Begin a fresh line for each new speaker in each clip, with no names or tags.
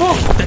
¡Oh! te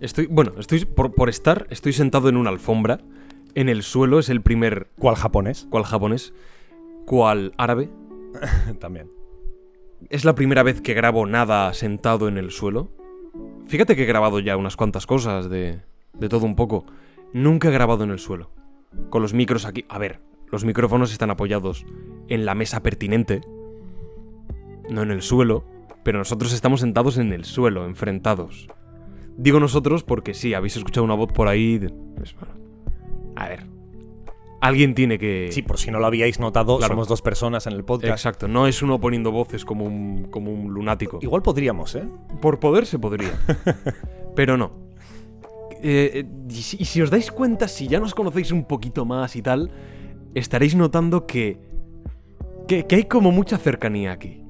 Estoy, bueno, estoy por, por estar, estoy sentado en una alfombra, en el suelo, es el primer,
¿Cuál japonés?
cual japonés, cual árabe,
También.
Es la primera vez que grabo nada sentado en el suelo. Fíjate que he grabado ya unas cuantas cosas de, de todo un poco. Nunca he grabado en el suelo. Con los micros aquí... A ver, los micrófonos están apoyados en la mesa pertinente. No en el suelo. Pero nosotros estamos sentados en el suelo, enfrentados. Digo nosotros porque sí, habéis escuchado una voz por ahí... de- pues, bueno. A ver. Alguien tiene que...
Sí, por si no lo habíais notado,
Claro.
somos dos personas en el podcast.
Exacto, no es uno poniendo voces como un, como un lunático.
Igual podríamos, ¿eh?
Por poder se podría. Pero no. Eh, eh, y, si, y si os dais cuenta, si ya nos conocéis un poquito más y tal, estaréis notando que, que. que hay como mucha cercanía aquí.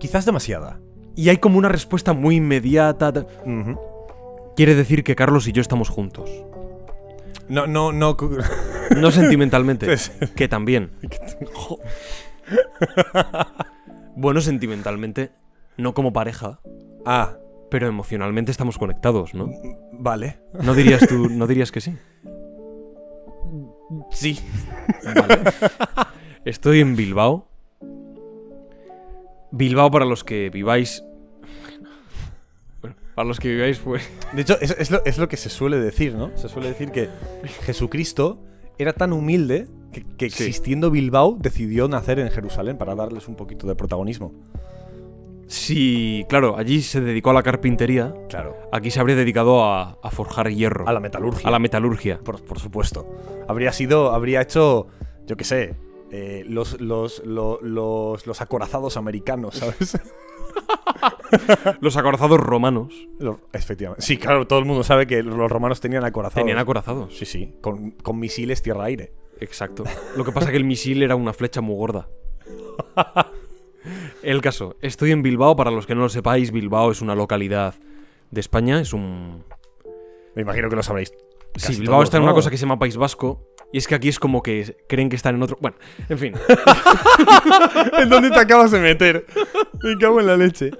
Quizás demasiada.
Y hay como una respuesta muy inmediata. ta-
Ujú.
Quiere decir que Carlos y yo estamos juntos.
No, no, no. cu-
No sentimentalmente.
Sí,
que también. bueno, sentimentalmente. No como pareja.
ah,
Pero emocionalmente estamos conectados, ¿no?
vale.
No dirías tú. No dirías que sí.
Sí.
Estoy en Bilbao. Bilbao para los que viváis. Bueno, para los que viváis pues, fue.
De hecho, es, es lo, es lo que se suele decir, ¿no? Se suele decir que Jesucristo era tan humilde que, que
Sí.
existiendo Bilbao decidió nacer en Jerusalén para darles un poquito de protagonismo.
Sí, claro, allí se dedicó a la carpintería.
Claro.
Aquí se habría dedicado a, a forjar hierro.
A la metalurgia.
A la metalurgia.
Por, por supuesto. Habría sido, habría hecho, yo qué sé, eh, los, los, lo- los, los acorazados americanos, ¿sabes?
Los acorazados romanos
Los- efectivamente. Sí, claro, todo el mundo sabe que los romanos tenían acorazados.
tenían acorazados.
Sí, sí, con, con misiles tierra-aire.
Exacto. Lo que pasa que el misil era una flecha muy gorda. El caso, estoy en Bilbao, para los que no lo sepáis, Bilbao es una localidad de España, es un,
Me imagino que lo sabréis.
Sí,
casi
Bilbao
todos,
está en
¿no?
una cosa que se llama País Vasco. Y es que aquí es como que creen que están en otro. Bueno, en fin.
¿En dónde te acabas de meter? Me cago en la leche.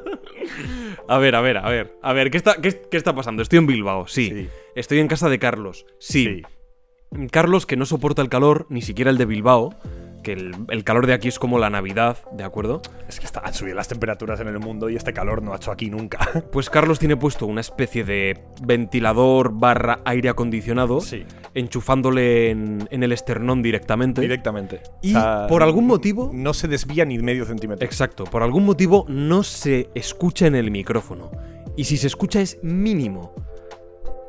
A ver, a ver, a ver. A ver, ¿qué está, qué, qué está pasando? Estoy en Bilbao, sí.
Sí.
Estoy en casa de Carlos, sí. Carlos que no soporta el calor, ni siquiera el de Bilbao. Que el, el calor de aquí es como la Navidad, ¿de acuerdo?
Es que está- han subido las temperaturas en el mundo y este calor no ha hecho aquí nunca.
Pues Carlos tiene puesto una especie de ventilador barra aire acondicionado, enchufándole en, en el esternón directamente.
Directamente.
Y por algún motivo
No se desvía ni medio centímetro.
Exacto, por algún motivo no se escucha en el micrófono. Y si se escucha es mínimo.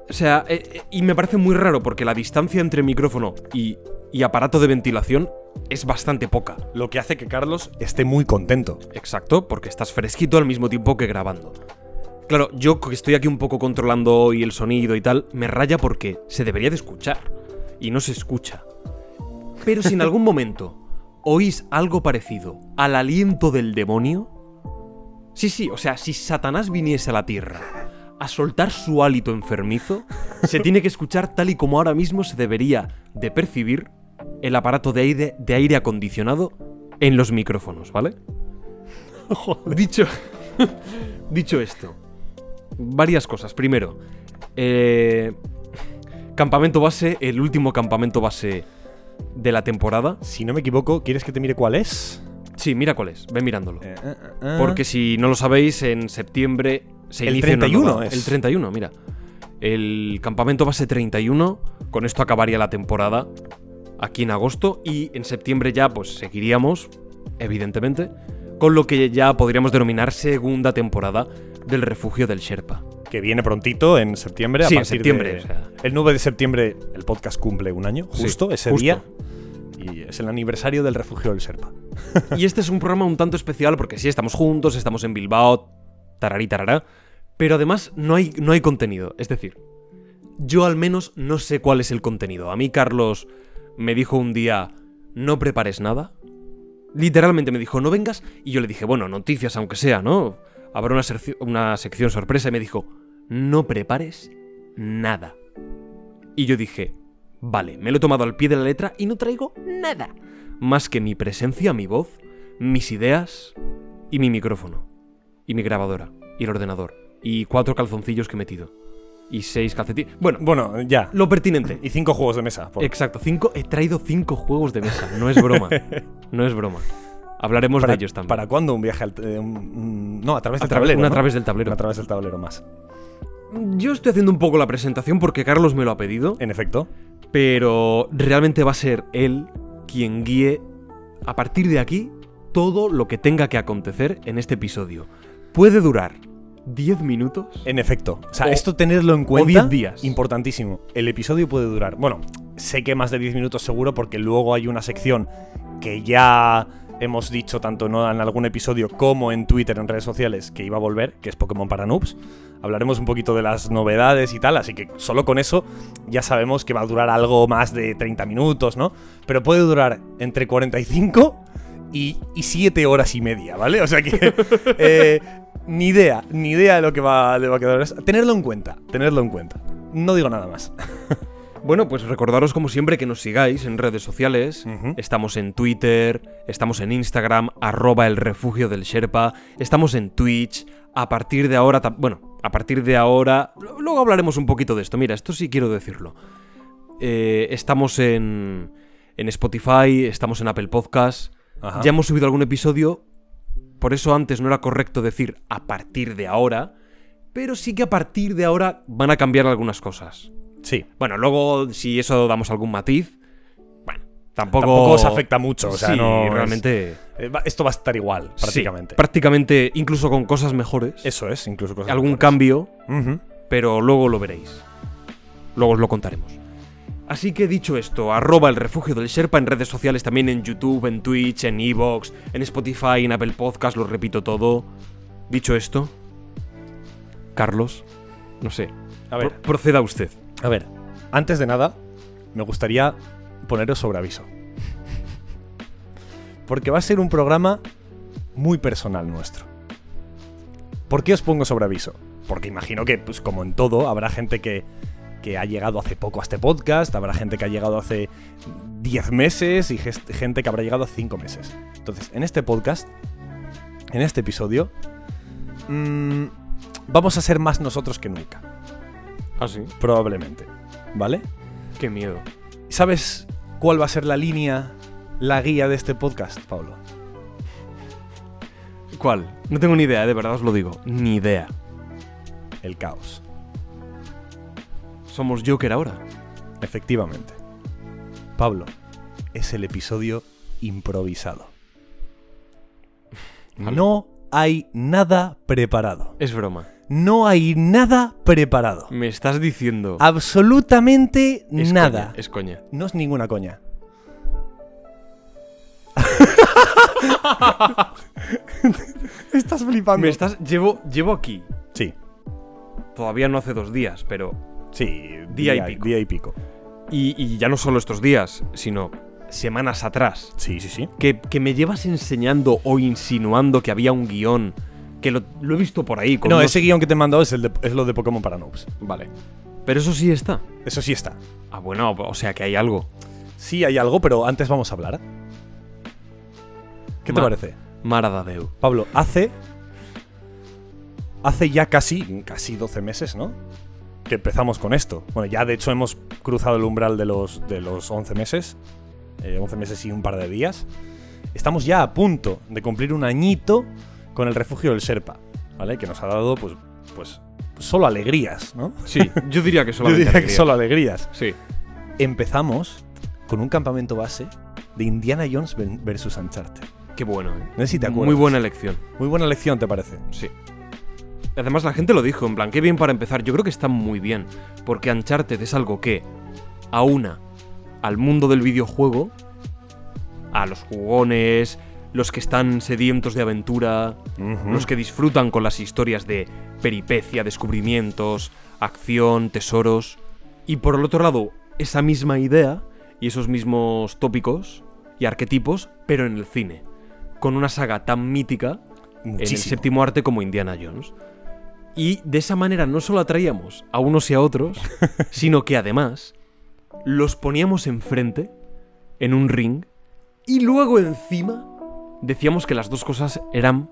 O sea, eh, eh, y me parece muy raro porque la distancia entre micrófono y, y aparato de ventilación es bastante poca.
Lo que hace que Carlos esté muy contento.
Exacto, porque estás fresquito al mismo tiempo que grabando. Claro, yo que estoy aquí un poco controlando hoy el sonido y tal, me raya porque se debería de escuchar. Y no se escucha. Pero si en algún momento oís algo parecido al aliento del demonio... Sí, sí, o sea, si Satanás viniese a la Tierra a soltar su hálito enfermizo, se tiene que escuchar tal y como ahora mismo se debería de percibir el aparato de aire, de aire acondicionado en los micrófonos, ¿vale? Dicho, dicho esto, varias cosas. Primero, eh, campamento base, el último campamento base de la temporada.
Si no me equivoco, ¿quieres que te mire cuál es?
Sí, mira cuál es, ven mirándolo.
Eh, eh, eh,
Porque si no lo sabéis, en septiembre se
El
inicia una
31
nueva-
es.
El 31, mira. El campamento base 31, con esto acabaría la temporada aquí en agosto y en septiembre ya pues seguiríamos, evidentemente, con lo que ya podríamos denominar segunda temporada del refugio del Sherpa.
que viene prontito en septiembre. A
Sí, en
partir
septiembre,
de-
o sea.
el 9 de septiembre el podcast cumple un año,
Sí,
justo ese
justo.
día. Y es el aniversario del refugio del Serpa.
Y este es un programa un tanto especial porque sí, estamos juntos, estamos en Bilbao, tararí tarará, pero además no hay, no hay contenido. Es decir, yo al menos no sé cuál es el contenido. A mí Carlos me dijo un día, no prepares nada. Literalmente me dijo, no vengas. Y yo le dije, bueno, noticias aunque sea, ¿no? Habrá una, serci- una sección sorpresa y me dijo, no prepares nada. Y yo dije, vale, me lo he tomado al pie de la letra y no traigo nada. Más que mi presencia, mi voz, mis ideas y mi micrófono. Y mi grabadora. Y el ordenador. Y cuatro calzoncillos que he metido. Y seis calcetines. Bueno,
Bueno, ya.
lo pertinente.
Y cinco juegos de mesa. por-
Exacto, cinco, he traído cinco juegos de mesa. No es broma. No es broma. Hablaremos
para,
de ellos también.
¿Para cuándo un viaje al. eh, un- un- no, a través
A
del
través-
tablero.
una a
¿no?
través del tablero.
Una a través del tablero más.
Yo estoy haciendo un poco la presentación porque Carlos me lo ha pedido.
En efecto.
pero realmente va a ser él quien guíe a partir de aquí todo lo que tenga que acontecer en este episodio. Puede durar 10 minutos.
En efecto. O sea,
O-
esto tenerlo en cuenta.
10 días.
Importantísimo. El episodio puede durar. Bueno, sé que más de 10 minutos seguro, porque luego hay una sección que ya hemos dicho tanto ¿no? en algún episodio como en Twitter, en redes sociales, que iba a volver, que es Pokémon para Noobs. Hablaremos un poquito de las novedades y tal, así que solo con eso ya sabemos que va a durar algo más de 30 minutos, ¿no? Pero puede durar entre 45 y, y siete horas y media, ¿vale? O sea que eh, ni idea, ni idea de lo que va, le va a quedar. Es- Tenerlo en cuenta, tenerlo en cuenta. No digo nada más.
Bueno, pues recordaros como siempre que nos sigáis en redes sociales.
Ujú.
Estamos en Twitter, estamos en Instagram, arroba el refugio del Sherpa, estamos en Twitch. A partir de ahora, tam- bueno, a partir de ahora, lo- luego hablaremos un poquito de esto. Mira, esto sí quiero decirlo. Eh, estamos en, en Spotify, estamos en Apple Podcast.
Ajá.
Ya hemos subido algún episodio, por eso antes no era correcto decir a partir de ahora, pero sí que a partir de ahora van a cambiar algunas cosas.
Sí.
Bueno, luego si eso damos algún matiz, bueno, tampoco...
Tampoco os afecta mucho, o sea,
Sí,
no es-
realmente...
Eh, va- Esto va a estar igual,
sí,
prácticamente.
prácticamente, incluso con cosas mejores.
eso es, incluso cosas
algún
mejores.
cambio,
Ujú.
pero luego lo veréis. Luego os lo contaremos. Así que dicho esto, arroba el refugio del Sherpa en redes sociales, también en YouTube, en Twitch, en Evox, en Spotify, en Apple Podcast, lo repito todo. Dicho esto, Carlos, no sé,
A ver,
pro- proceda usted.
a ver. Antes de nada, me gustaría poneros sobre aviso. Porque va a ser un programa muy personal nuestro. ¿Por qué os pongo sobre aviso? Porque imagino que, pues como en todo, habrá gente que, que ha llegado hace poco a este podcast, habrá gente que ha llegado hace 10 meses y gest- gente que habrá llegado hace 5 meses. Entonces, en este podcast, en este episodio, mm, vamos a ser más nosotros que nunca,
Ah, sí,
probablemente. ¿Vale?
qué miedo.
¿Sabes cuál va a ser la línea, la guía de este podcast, Pablo?
¿Cuál? No tengo ni idea, de verdad os lo digo. Ni idea.
El caos.
Somos Joker ahora.
Efectivamente. Pablo, es el episodio improvisado.
Vale.
No hay nada preparado.
Es broma.
No hay nada preparado.
Me estás diciendo.
Absolutamente
Es
nada.
coña, es coña.
No Ah, es ninguna coña. estás flipando.
Me estás. Llevo, llevo aquí.
Sí,
Todavía no hace dos días, pero.
sí.
Día y pico.
Día y pico.
Y, y ya no solo estos días, sino semanas atrás.
Sí, sí, sí.
Que, que me llevas enseñando o insinuando que había un guión. Que lo, lo he visto por ahí. Con
No,
unos-
ese guión que te he mandado es, el de- es lo de Pokémon para Noobs.
Vale. Pero eso sí está.
Eso sí está.
Ah, bueno, o sea que hay algo.
sí hay algo, pero antes vamos a hablar. ¿eh? ¿Qué te
Ma-
parece?
Maradadeu.
Pablo, hace. Hace ya casi, casi 12 meses, ¿no? Que empezamos con esto. Bueno, ya de hecho hemos cruzado el umbral de los, de los 11 meses. eh, 11 meses y un par de días. Estamos ya a punto de cumplir un añito con el refugio del Sherpa, ¿vale? Que nos ha dado, pues, pues solo alegrías, ¿no?
Sí, yo diría que
Yo
solamente.
diría que
alegría.
solo alegrías.
Sí.
Empezamos con un campamento base de Indiana Jones ven- versus Uncharted.
Qué bueno, ¿eh?
No sé si te acuerdas.
Muy buena elección.
Muy buena lección, ¿te parece?
Sí. Además la gente lo dijo, en plan, qué bien para empezar. Yo creo que está muy bien, porque Uncharted es algo que aúna al mundo del videojuego, a los jugones, los que están sedientos de aventura, los que disfrutan con las historias de peripecia, descubrimientos, acción, tesoros. Y por el otro lado, esa misma idea y esos mismos tópicos y arquetipos, pero en el cine, con una saga tan mítica en el
Muchísimo.
séptimo arte como Indiana Jones. Y de esa manera no solo atraíamos a unos y a otros, sino que además los poníamos enfrente, en un ring, y luego encima decíamos que las dos cosas eran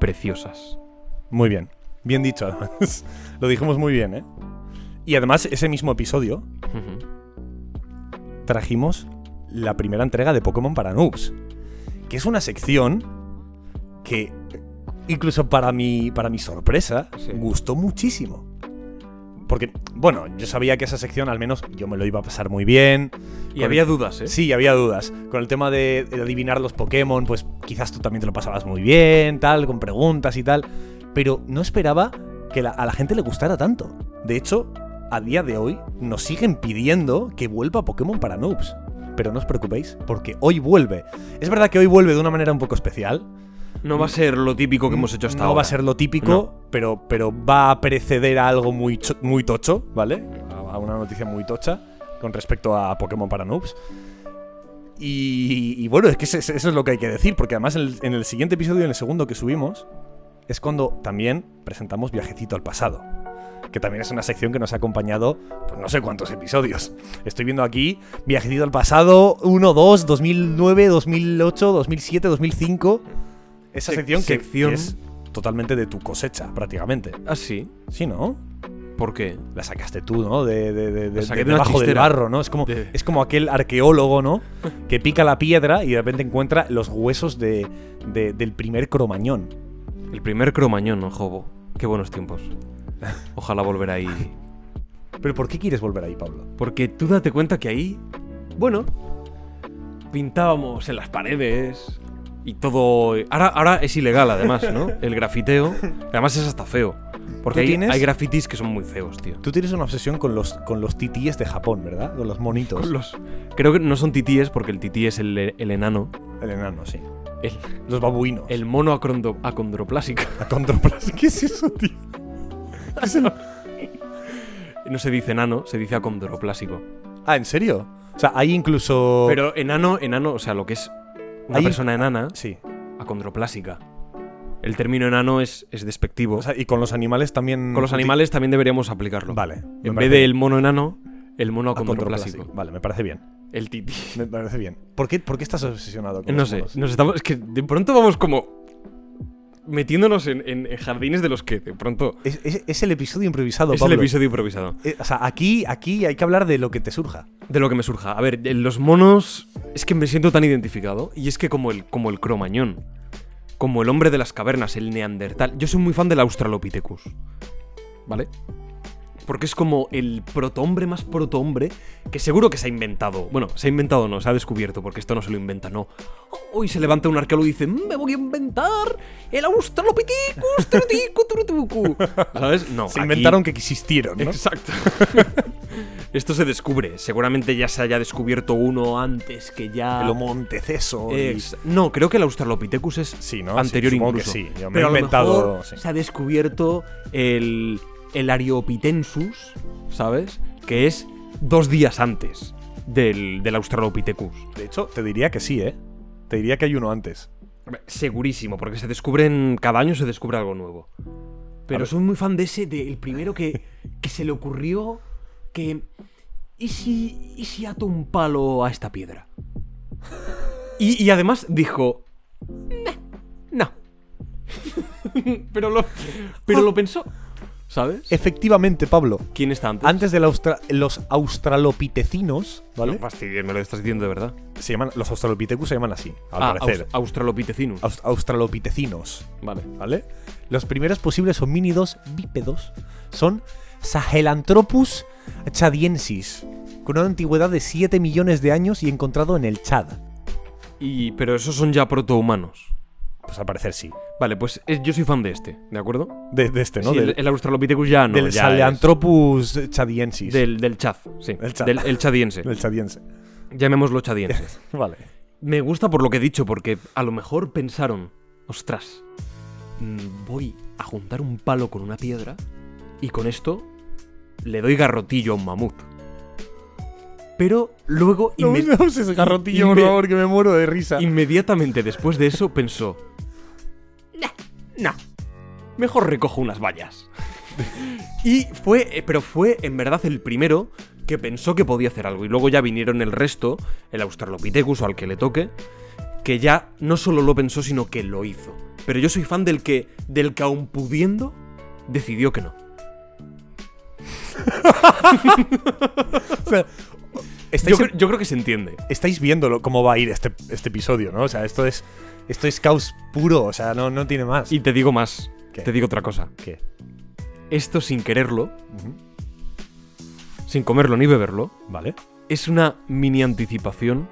preciosas.
Muy bien. Bien dicho, además. Lo dijimos muy bien, ¿eh? Y además, ese mismo episodio
Ujú.
trajimos la primera entrega de Pokémon para Noobs. Que es una sección que, incluso para mi, para mi sorpresa,
Sí.
gustó muchísimo. Porque, bueno, yo sabía que esa sección, al menos, yo me lo iba a pasar muy bien.
Y
Con-
había dudas, ¿eh?
Sí, había dudas. Con el tema de, de adivinar los Pokémon, pues quizás tú también te lo pasabas muy bien, tal, con preguntas y tal. Pero no esperaba que la- a la gente le gustara tanto. De hecho, a día de hoy nos siguen pidiendo que vuelva Pokémon para noobs. Pero no os preocupéis, porque hoy vuelve. Es verdad que hoy vuelve de una manera un poco especial.
No va a ser lo típico que hemos hecho hasta
no
ahora.
va a ser lo típico, pero, pero va a preceder a algo muy, cho- muy tocho, ¿vale? A a una noticia muy tocha con respecto a Pokémon para noobs. Y, y bueno, es que eso, eso es lo que hay que decir, porque además en el, en el siguiente episodio, en el segundo que subimos, es cuando también presentamos Viajecito al pasado. Que también es una sección que nos ha acompañado, pues no sé cuántos episodios. Estoy viendo aquí Viajecito al pasado 1, 2, 2009, 2008, 2007, 2005. Esa
Sec-
sección que,
sección.
que es totalmente de tu cosecha, prácticamente.
¿Ah, sí?
Sí, ¿no?
¿Por qué?
La sacaste tú, ¿no? De, de, de, de-
saqué
de
de una
debajo del
chistera.
barro, ¿no? Es como,
De-
es como aquel arqueólogo, ¿no? Que pica la piedra y de repente encuentra los huesos de, de- del primer cromañón.
El primer cromañón, ¿no, Jobo? Qué buenos tiempos. Ojalá volver ahí
Pero ¿por qué quieres volver ahí, Pablo?
Porque tú date cuenta que ahí, bueno, pintábamos en las paredes y todo... Ahora, ahora es ilegal además, ¿no? El grafiteo. Además es hasta feo. Porque
¿Tú
hay,
tienes?
hay grafitis que son muy feos, tío.
Tú tienes una obsesión con los, con los titíes de Japón, ¿verdad? Con los monitos.
Creo que no son titíes porque el tití es el, el enano.
El enano, sí.
El,
Los babuinos.
el mono acrondo- acondroplásico.
Acondroplas- ¿Qué es eso, tío? ¿Qué es el-
No se dice enano, se dice acondroplásico.
Ah, ¿en serio? O sea, hay incluso...
Pero enano, enano, o sea, lo que es una
Oh. Hay-
persona enana,
Sí.
acondroplásica. El término enano es, es despectivo.
O sea, y con los animales también...
Con los animales también deberíamos aplicarlo.
Vale. me
En vez
parece
del mono enano, el mono
bien.
acondroplásico.
Acondroplásico. Vale, me parece bien.
El tití.
Me parece bien. ¿Por qué, por qué estás obsesionado con
No
los
sé,
monos?
nos estamos. Es que de pronto vamos como. metiéndonos en, en- en jardines de los que de pronto.
Es, es- es el episodio improvisado,
es
Pablo.
el episodio improvisado.
Eh, o sea, aquí, aquí hay que hablar de lo que te surja.
De lo que me surja. A ver, eh, los monos. Es que me siento tan identificado. Y es que como el, como el cromañón. Como el hombre de las cavernas, el neandertal. Yo soy muy fan del Australopithecus. ¿Vale? Porque es como el protohombre más protohombre que seguro que se ha inventado. Bueno, se ha inventado no, se ha descubierto, porque esto no se lo inventa, no. Hoy se levanta un arqueólogo y dice, me voy a inventar el Australopithecus, turuticu, turuticu". ¿Sabes? No.
Se
aquí-
inventaron que existieron, ¿no?
Exacto. Esto se descubre. Seguramente ya se haya descubierto uno antes que ya.
Lo Monteceso. y- Ah,
Ex- No, creo que el Australopithecus es
Sí, ¿no?
anterior
Sí, supongo que
incluso.
sí. Yo me
Pero
he
a lo
inventado,
mejor
sí.
se ha descubierto el, el Aryopitensus, ¿sabes? Que es dos días antes del, del Australopithecus.
De hecho, te diría que sí, ¿eh? Te diría que hay uno antes.
A ver, Segurísimo, porque se descubren. Cada año se descubre algo nuevo.
A
Pero
ver.
soy muy fan de ese, del primero que, que se le ocurrió que ¿y si, ¿y si ato un palo a esta piedra? Y, y además dijo, "Nah, no. pero lo, pero lo pensó, ¿sabes?
Efectivamente, Pablo.
¿Quién está antes?
Antes de la austra- los australopitecinos, ¿vale?
No fastidies, me lo estás diciendo de verdad.
se llaman, los australopithecus se llaman así, al
Ah,
parecer.
aus- Australopithecines.
Aus- australopitecinos,
vale.
¿vale? Los primeros posibles homínidos bípedos son Sahelanthropus chadiensis, con una antigüedad de 7 millones de años y encontrado en el Chad.
Y, pero esos son ya protohumanos.
Pues al parecer sí.
Vale, pues eh, yo soy fan de este, ¿de acuerdo?
De, de este, ¿no?
Sí,
del
el, el Australopithecus ya no.
del
ya es-
Sahelanthropus chadiensis.
Del, del Chad, sí.
El Chad.
Del, el chadiense.
Del chadiense.
Llamémoslo chadiense.
Vale.
Me gusta por lo que he dicho, porque a lo mejor pensaron, ostras, mm, voy a juntar un palo con una piedra y con esto le doy garrotillo a un mamut. Pero luego, inme-
No me uses ese garrotillo,
inme-
por favor, que me muero de risa.
inmediatamente después de eso, pensó, nah, nah, mejor recojo unas vallas. y fue, eh, pero fue en verdad el primero que pensó que podía hacer algo. Y luego ya vinieron el resto, el Australopithecus o al que le toque, que ya no solo lo pensó, sino que lo hizo. Pero yo soy fan del que, del que aun pudiendo, decidió que no.
O sea,
Yo,
estáis,
cre- yo creo que se entiende.
estáis viendo lo- cómo va a ir este, este episodio, ¿no? O sea, esto es, esto es caos puro, o sea, no, no tiene más.
Y te digo más,
¿Qué?
te digo otra cosa.
qué?
Esto sin quererlo,
Ujú.
sin comerlo ni beberlo,
¿Vale?
es una mini anticipación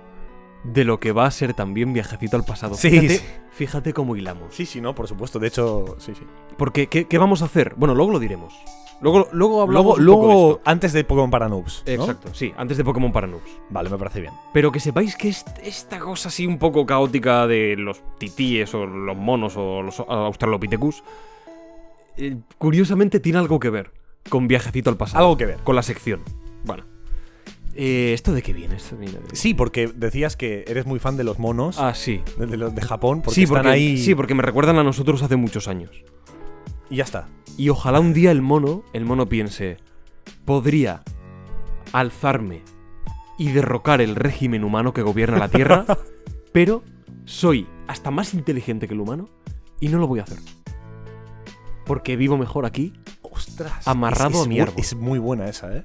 de lo que va a ser también Viajecito al pasado.
Sí,
fíjate,
sí.
fíjate cómo hilamos.
Sí, sí, no, por supuesto. De hecho, sí, sí.
Porque, ¿qué, qué vamos a hacer? Bueno, luego lo diremos. Luego, luego hablamos
Luego,
un poco de
luego
esto.
antes de Pokémon para Noobs. ¿no?
Exacto, sí, antes de Pokémon para Noobs.
Vale, me parece bien.
Pero que sepáis que est- esta cosa así un poco caótica de los titíes o los monos o los australopithecus, eh, curiosamente tiene algo que ver con Viajecito al pasado.
Algo que ver.
Con la sección. Bueno. Eh, ¿Esto de qué viene? Esto viene de-
Sí, porque decías que eres muy fan de los monos
Ah, sí.
de, de los de Japón, porque
sí,
están
porque,
ahí
sí, porque me recuerdan a nosotros hace muchos años.
y ya está.
Y ojalá un día el mono, el mono piense, podría alzarme y derrocar el régimen humano que gobierna la Tierra, pero soy hasta más inteligente que el humano y no lo voy a hacer. Porque vivo mejor aquí.
Ostras.
Amarrado
es, es
a mi
bu-
árbol.
Es muy buena esa, ¿eh?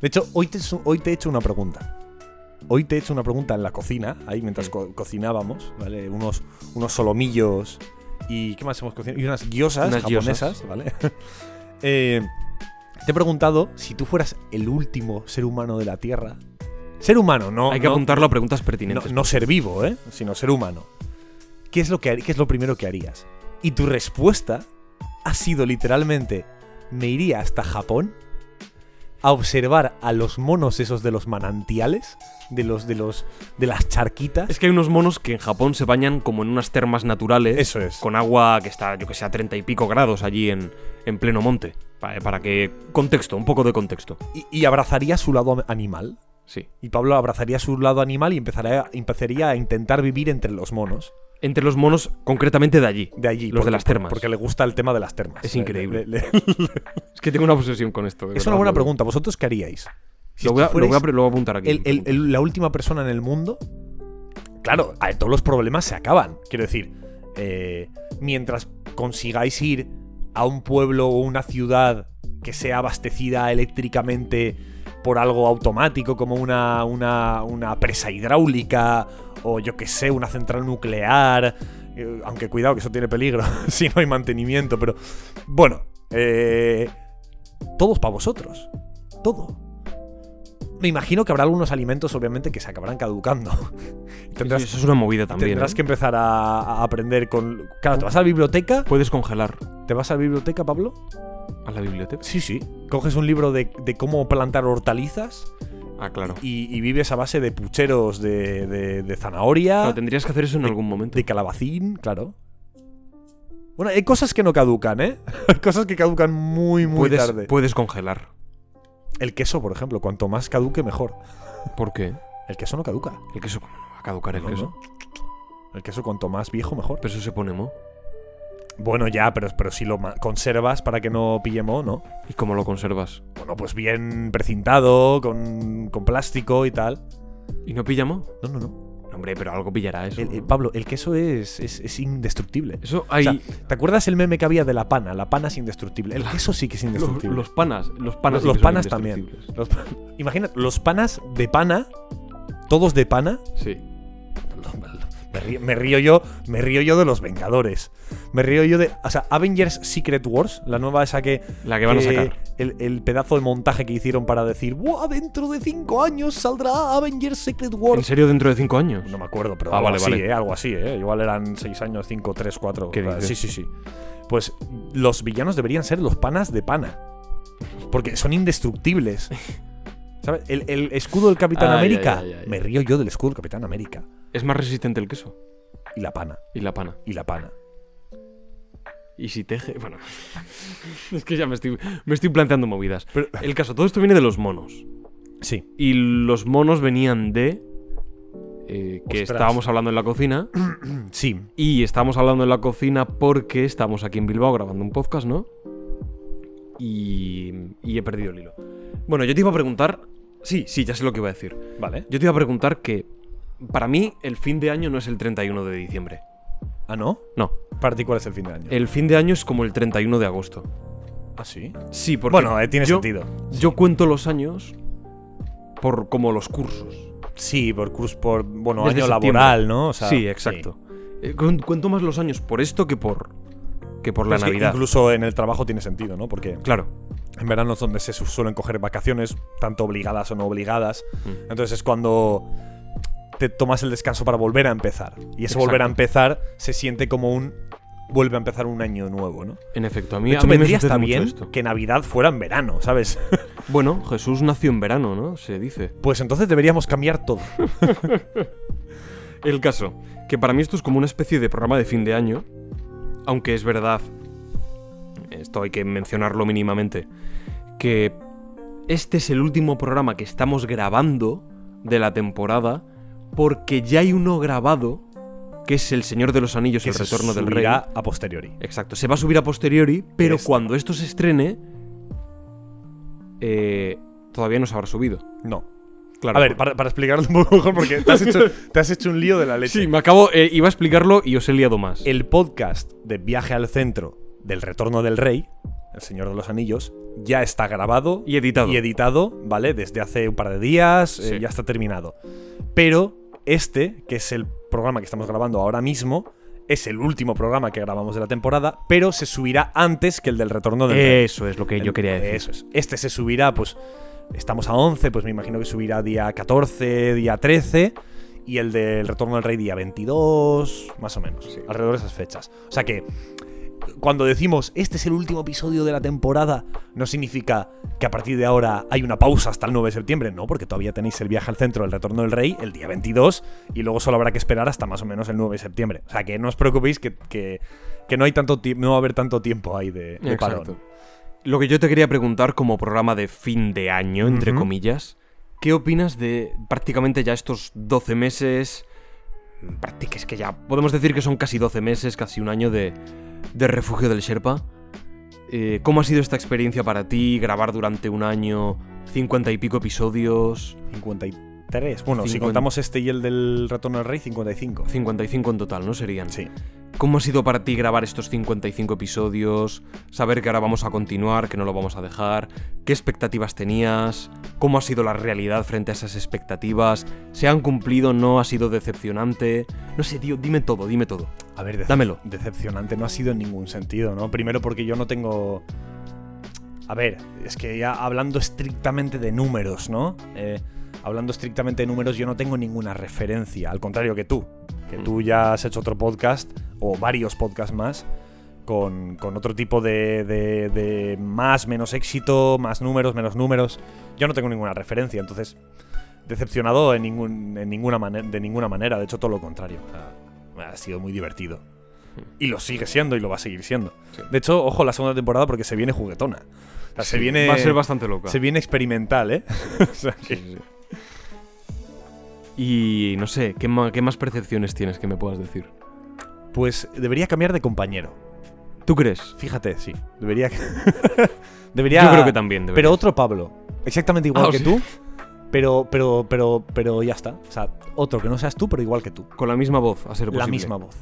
De hecho, hoy te, su- hoy te he hecho una pregunta. Hoy te he hecho una pregunta en la cocina, ahí mientras co- cocinábamos, ¿vale? Unos, unos solomillos y. ¿Qué más hemos cocinado? Y unas guiosas
Unas
japonesas,
gyozas.
¿vale? Eh, te he preguntado si tú fueras el último ser humano de la Tierra. Ser humano, no.
Hay que
no-
apuntarlo a preguntas
no,
pertinentes.
no ser vivo, ¿eh? Sino ser humano. ¿Qué es, lo que, har- ¿Qué es lo primero que harías? Y tu respuesta ha sido literalmente, me iría hasta Japón a observar a los monos esos de los manantiales, de los de los de las charquitas.
Es que hay unos monos que en Japón se bañan como en unas termas naturales.
Eso es.
Con agua que está, yo que sé, a treinta y pico grados allí en, en pleno monte. Pa- eh, para que. Contexto, un poco de contexto.
Y, y abrazaría su lado am- animal.
Sí.
Y Pablo abrazaría su lado animal y empezaría, empezaría a intentar vivir entre los monos.
Entre los monos, concretamente de allí.
De allí.
Los de las termas.
Porque le gusta el tema de las termas.
Es
Le-
increíble.
le- le-
Es que tengo una obsesión con esto. de
es
verdad,
una buena
lo-
pregunta. ¿Vosotros qué haríais? Si
Lo voy, a, lo,
fuerais-
voy a pre- lo voy a apuntar aquí.
el- el- el- la última persona en el mundo, claro, a ver, todos los problemas se acaban. Quiero decir, eh, mientras consigáis ir a un pueblo o una ciudad que sea abastecida eléctricamente por algo automático, como una, una, una presa hidráulica o yo que sé, una central nuclear, eh, aunque cuidado que eso tiene peligro si no hay mantenimiento, pero bueno, eh, todos para vosotros, todo. Me imagino que habrá algunos alimentos, obviamente, que se acabarán caducando. Tendrás,
Sí, Eso es una movida también.
tendrás
¿eh?
que empezar a, a aprender con. Claro, te vas a la biblioteca.
Puedes congelar
¿Te vas a la biblioteca, Pablo?
a la biblioteca.
Sí, sí. Coges un libro de, de cómo plantar hortalizas
Ah, claro.
y, y vives a base de pucheros de, de- de zanahoria,
Claro, tendrías que hacer eso en algún momento.
de calabacín, claro. Bueno, hay cosas que no caducan, ¿eh? Hay cosas que caducan muy, muy
puedes,
tarde.
puedes congelar.
El queso, por ejemplo, cuanto más caduque, mejor.
¿Por qué?
El queso no caduca.
El queso. ¿Cómo no va a caducar el
No,
queso?
no. El queso, cuanto más viejo, mejor.
Pero eso se pone mo.
Bueno, ya, pero, pero si lo ma- conservas para que no pille moho, ¿no?
¿Y cómo lo conservas?
Bueno, Bueno, pues bien precintado, con, con plástico y tal.
¿Y no pillamos?
No, no, no.
Hombre, pero algo pillará eso.
El-
¿no?
el- Pablo, el queso es, es, es indestructible.
Eso
O
hay.
sea, ¿Te acuerdas el meme que había de la pana? La pana es indestructible. El queso sí que es
los,
indestructible.
los panas. Los panas, sí
Los
que son
panas también.
indestructibles.
Los pa- Imagina, los panas de pana, todos de pana.
Sí.
Me río, me río yo, me río yo de los Vengadores. Me río yo de, o sea, Avengers Secret Wars, la nueva esa que
La que van
Eh,
a sacar.
El, el pedazo de montaje que hicieron para decir, ¡buah! Dentro de cinco años saldrá Avengers Secret
¿En
Wars.
serio dentro de cinco años?
No me acuerdo, pero
Ah,
algo,
vale,
así,
vale.
¿eh? algo así, ¿eh? Igual eran seis años, cinco, tres, cuatro.
¿Qué
o sea,
dices?
Sí, sí, sí. Pues los villanos deberían ser los panas de pana. Porque son indestructibles. ¿Sabes? El, el escudo del
Ay,
Capitán
ay,
América.
ay, ay, ay.
Me río yo del escudo del Capitán América.
Es más resistente el queso.
Y la pana.
Y la pana.
Y la pana.
Y si teje. Bueno. es que ya me estoy, me estoy planteando movidas.
Pero-
El caso, todo esto viene de los monos.
Eh, Sí.
Y los monos venían de. eh, que
Ostras.
estábamos hablando en la cocina.
Sí.
Y estábamos hablando en la cocina porque estamos aquí en Bilbao grabando un podcast, ¿no? Y, y he perdido el hilo. Bueno, yo te iba a preguntar. Sí, sí, ya sé lo que iba a decir.
Vale.
Yo te iba a preguntar que. Para mí, el fin de año no es el 31 de diciembre.
¿Ah, no?
No.
¿Para ti cuál es el fin de año?
El fin de año es como el 31 de agosto.
¿Ah, sí?
Sí, porque.
Bueno, eh, tiene
yo-
sentido.
Yo cuento los años por como los cursos.
Sí, por cruz, por bueno,
Desde
año
septiembre.
laboral, ¿no? O sea,
sí, exacto. Eh, cu- cuento más los años por esto que por que por la
Es Pues que
Navidad.
incluso en el trabajo tiene sentido, ¿no? Porque
Claro.
en verano es donde se su- suelen coger vacaciones, tanto obligadas o no obligadas.
Mm.
Entonces es cuando te tomas el descanso para volver a empezar. Y ese
Exacto.
volver a empezar se siente como un vuelve a empezar un año nuevo, ¿no?
En efecto, a mí,
De hecho,
a mí me
vendría
sucede
hasta
mucho
bien
esto.
que Navidad fuera en verano, ¿sabes?
Bueno, Jesús nació en verano, ¿no? Se dice.
pues entonces deberíamos cambiar todo.
El caso, que para mí esto es como una especie de programa de fin de año, aunque es verdad, esto hay que mencionarlo mínimamente, que este es el último programa que estamos grabando de la temporada, porque ya hay uno grabado, que es El Señor de los Anillos,
que
El
se
Retorno del Rey.
subirá a posteriori.
Exacto, se va a subir a posteriori, pero
Este.
cuando esto se estrene, eh, todavía no se habrá subido.
No.
Claro,
a ver, para, para explicarlo un poco mejor, porque te has, hecho, te has hecho un lío de la leche.
Sí, me acabo, eh, iba a explicarlo y os he liado más.
El podcast de Viaje al Centro del Retorno del Rey, El Señor de los Anillos, ya está grabado
Y editado.
y editado, ¿vale? Desde hace un par de días, eh,
Sí.
ya está terminado. Pero este, que es el programa que estamos grabando ahora mismo, es el último programa que grabamos de la temporada, pero se subirá antes que el del Retorno del Rey.
Eso es lo que yo quería decir.
Eso es. Este se subirá, pues. Estamos a 11, pues me imagino que subirá día 14, día 13. Y el del Retorno del Rey día 22, más o menos.
Sí.
Alrededor de esas fechas. O sea que. Cuando decimos este es el último episodio de la temporada, no significa que a partir de ahora hay una pausa hasta el 9 de septiembre, no, porque todavía tenéis el viaje al centro, el retorno del rey, el día 22, y luego solo habrá que esperar hasta más o menos el 9 de septiembre. O sea que no os preocupéis que, que- que no, hay tanto tie- no va a haber tanto tiempo ahí de, de parón.
Exacto. Lo que yo te quería preguntar como programa de fin de año, entre
Ujú.
comillas, ¿qué opinas de prácticamente ya estos 12 meses? Prácticamente es que ya podemos decir que son casi 12 meses, casi un año de, de refugio del Sherpa. Eh, ¿Cómo ha sido esta experiencia para ti? Grabar durante un año 50 y pico episodios,
53. Bueno, si
50.
contamos este y el del Retorno del Rey, 55.
55 en total, ¿no serían?
Sí.
¿Cómo ha sido para ti grabar estos 55 episodios? Saber que ahora vamos a continuar, que no lo vamos a dejar. ¿Qué expectativas tenías? ¿Cómo ha sido la realidad frente a esas expectativas? ¿Se han cumplido? ¿No ha sido decepcionante? No sé, tío, dime todo, dime todo.
A ver, decep-
Dámelo.
decepcionante no ha sido en ningún sentido, ¿no? Primero porque yo no tengo... A ver, es que ya hablando estrictamente de números, ¿no? Eh, hablando estrictamente de números, yo no tengo ninguna referencia, al contrario que tú, que tú ya has hecho otro podcast o varios podcasts más con, con otro tipo de, de- de más, menos éxito, más números, menos números. Yo no tengo ninguna referencia, entonces decepcionado en ningún, en ninguna mane- de ninguna manera, de hecho todo lo contrario. O sea, Ha sido muy divertido. Y lo sigue siendo y lo va a seguir siendo.
Sí.
De hecho, ojo, la segunda temporada porque se viene juguetona. O sea, se viene...
Va a ser bastante loca.
Se viene experimental, ¿eh? O sea, que-
Y no sé, ¿qué, ma- qué más percepciones tienes que me puedas decir?
Pues debería cambiar de compañero.
¿Tú crees?
Fíjate, sí. Debería. debería.
Yo creo que también debería.
Pero otro Pablo. Exactamente igual
Ah,
que
sí.
tú. Pero, pero, pero, pero ya está. O sea, otro que no seas tú, pero igual que tú.
Con la misma voz, a ser posible.
La misma voz.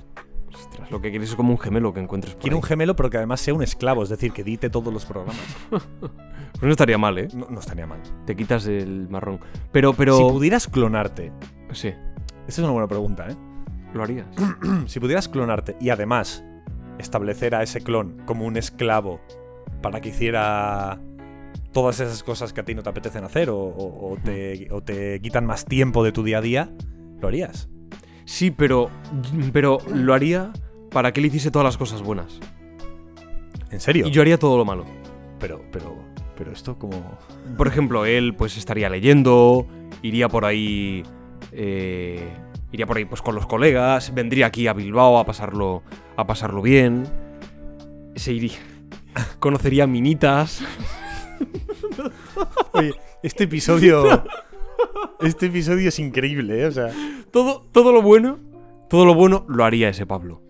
Ostras, lo que quieres es como un gemelo que encuentres por
Quiero
ahí.
un gemelo, pero que además sea un esclavo, es decir, que edite todos los programas.
Pues no estaría mal, ¿eh?
No, no estaría mal.
Te quitas el marrón. Pero, pero...
Si pudieras clonarte,
Sí,
esa es una buena pregunta, ¿eh?
lo harías.
Si pudieras clonarte y además establecer a ese clon como un esclavo para que hiciera todas esas cosas que a ti no te apetecen hacer o, o- o te, o te quitan más tiempo de tu día a día, lo harías.
Sí, pero... Pero lo haría para que él hiciese todas las cosas buenas.
En serio.
Y yo haría todo lo malo.
Pero, pero, pero esto como.
Por ejemplo, él pues estaría leyendo, iría por ahí... eh, iría por ahí pues con los colegas, vendría aquí a Bilbao a pasarlo, a pasarlo bien. Se iría... Conocería minitas.
Oye, este episodio. Este episodio es increíble, ¿eh? O sea.
Todo, todo lo bueno, todo lo bueno lo haría ese Pablo.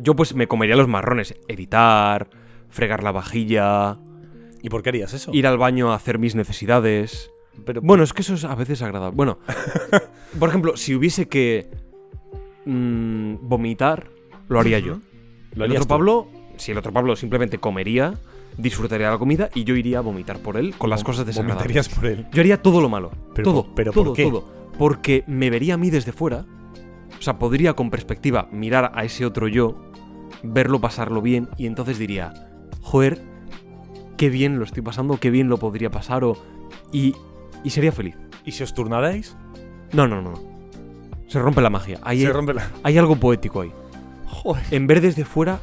Yo pues me comería los marrones, editar, fregar la vajilla,
¿Y por qué harías eso?
ir al baño a hacer mis necesidades.
Pero-
bueno, es que eso es a veces agradable. Bueno, por ejemplo, si hubiese que mm, vomitar, lo haría yo.
Lo
el
harías
otro
tú.
Pablo, si el otro Pablo simplemente comería, disfrutaría la comida y yo iría a vomitar por él con las cosas desagradables.
Vomitarías por él.
Yo haría todo lo malo.
Pero
todo,
por- pero
todo,
¿por qué?
todo. Porque me vería a mí desde fuera. O sea, podría con perspectiva mirar a ese otro yo, verlo pasarlo bien y entonces diría, joder, qué bien lo estoy pasando, qué bien lo podría pasar o... Y, y sería feliz.
¿Y si os turnarais?
No, no, no. Se rompe la magia. Ahí
Se
hay,
rompe la.
hay algo poético ahí.
Joder.
En ver desde fuera,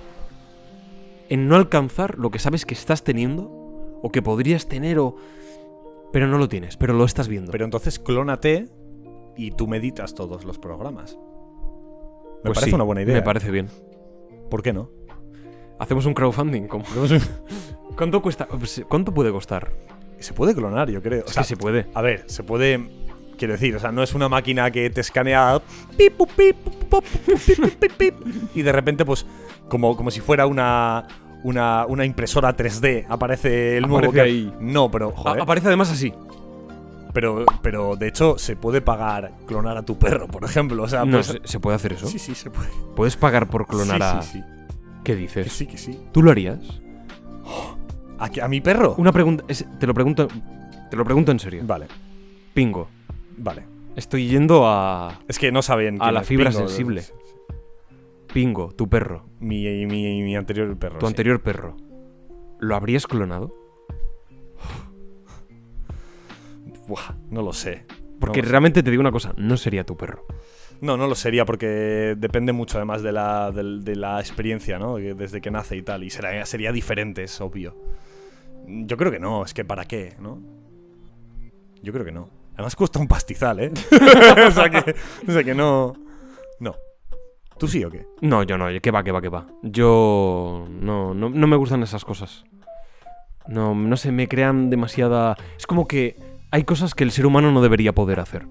en no alcanzar lo que sabes que estás teniendo o que podrías tener o... Pero no lo tienes, pero lo estás viendo.
Pero entonces clónate y tú meditas todos los programas. Me
Pues
parece
sí,
una buena idea. ¿eh?
Me parece bien.
¿Por qué no?
Hacemos un crowdfunding. como- ¿Cuánto cuesta? Pues, ¿Cuánto puede costar?
Se puede clonar, yo creo. O
Es
sea,
que se puede.
A ver, se puede. Quiero decir, o sea, no es una máquina que te escanea. pip, pu, pip, pu, pu, pu, pip, pip, pip, pip, Y de repente, pues, como, como si fuera una, una, una impresora 3D, aparece el nuevo.
Aparece
que-
ahí.
No, pero, joder,
A- aparece además así.
pero, pero de hecho, se puede pagar clonar a tu perro, por ejemplo. O sea,
no,
pues-
se, se puede hacer eso?
Sí, sí, se puede.
¿Puedes pagar por clonar a...?
Sí, sí, sí.
¿Qué
Que
dices?
sí, que sí.
¿Tú lo harías?
¿A, qué- a mi perro?
Una pregunta... es- te lo pregunto... Te lo pregunto en serio.
Vale,
Pingo.
vale.
Estoy yendo a...
Es que no saben.
A
quién
la
es
fibra
Pingo.
sensible. Pingo, tu perro.
Mi, mi, mi anterior perro.
Tu
Pues sí.
anterior perro. ¿Lo habrías clonado?
Buah, no lo sé.
Porque
No lo sé.
realmente te digo una cosa. No sería tu perro.
No, no lo sería porque depende mucho además de la, del- de la experiencia, ¿no? Que Desde que nace y tal. Y será, sería diferente, es obvio. Yo creo que no, es que ¿para qué? ¿No? Yo creo que no. Además cuesta un pastizal, ¿eh? o, sea que, o sea que no... No. ¿Tú sí o qué?
No, yo no, que va, que va, que va. Yo no, no, no me gustan esas cosas. No, no sé, me crean demasiada. Es como que hay cosas que el ser humano no debería poder hacer.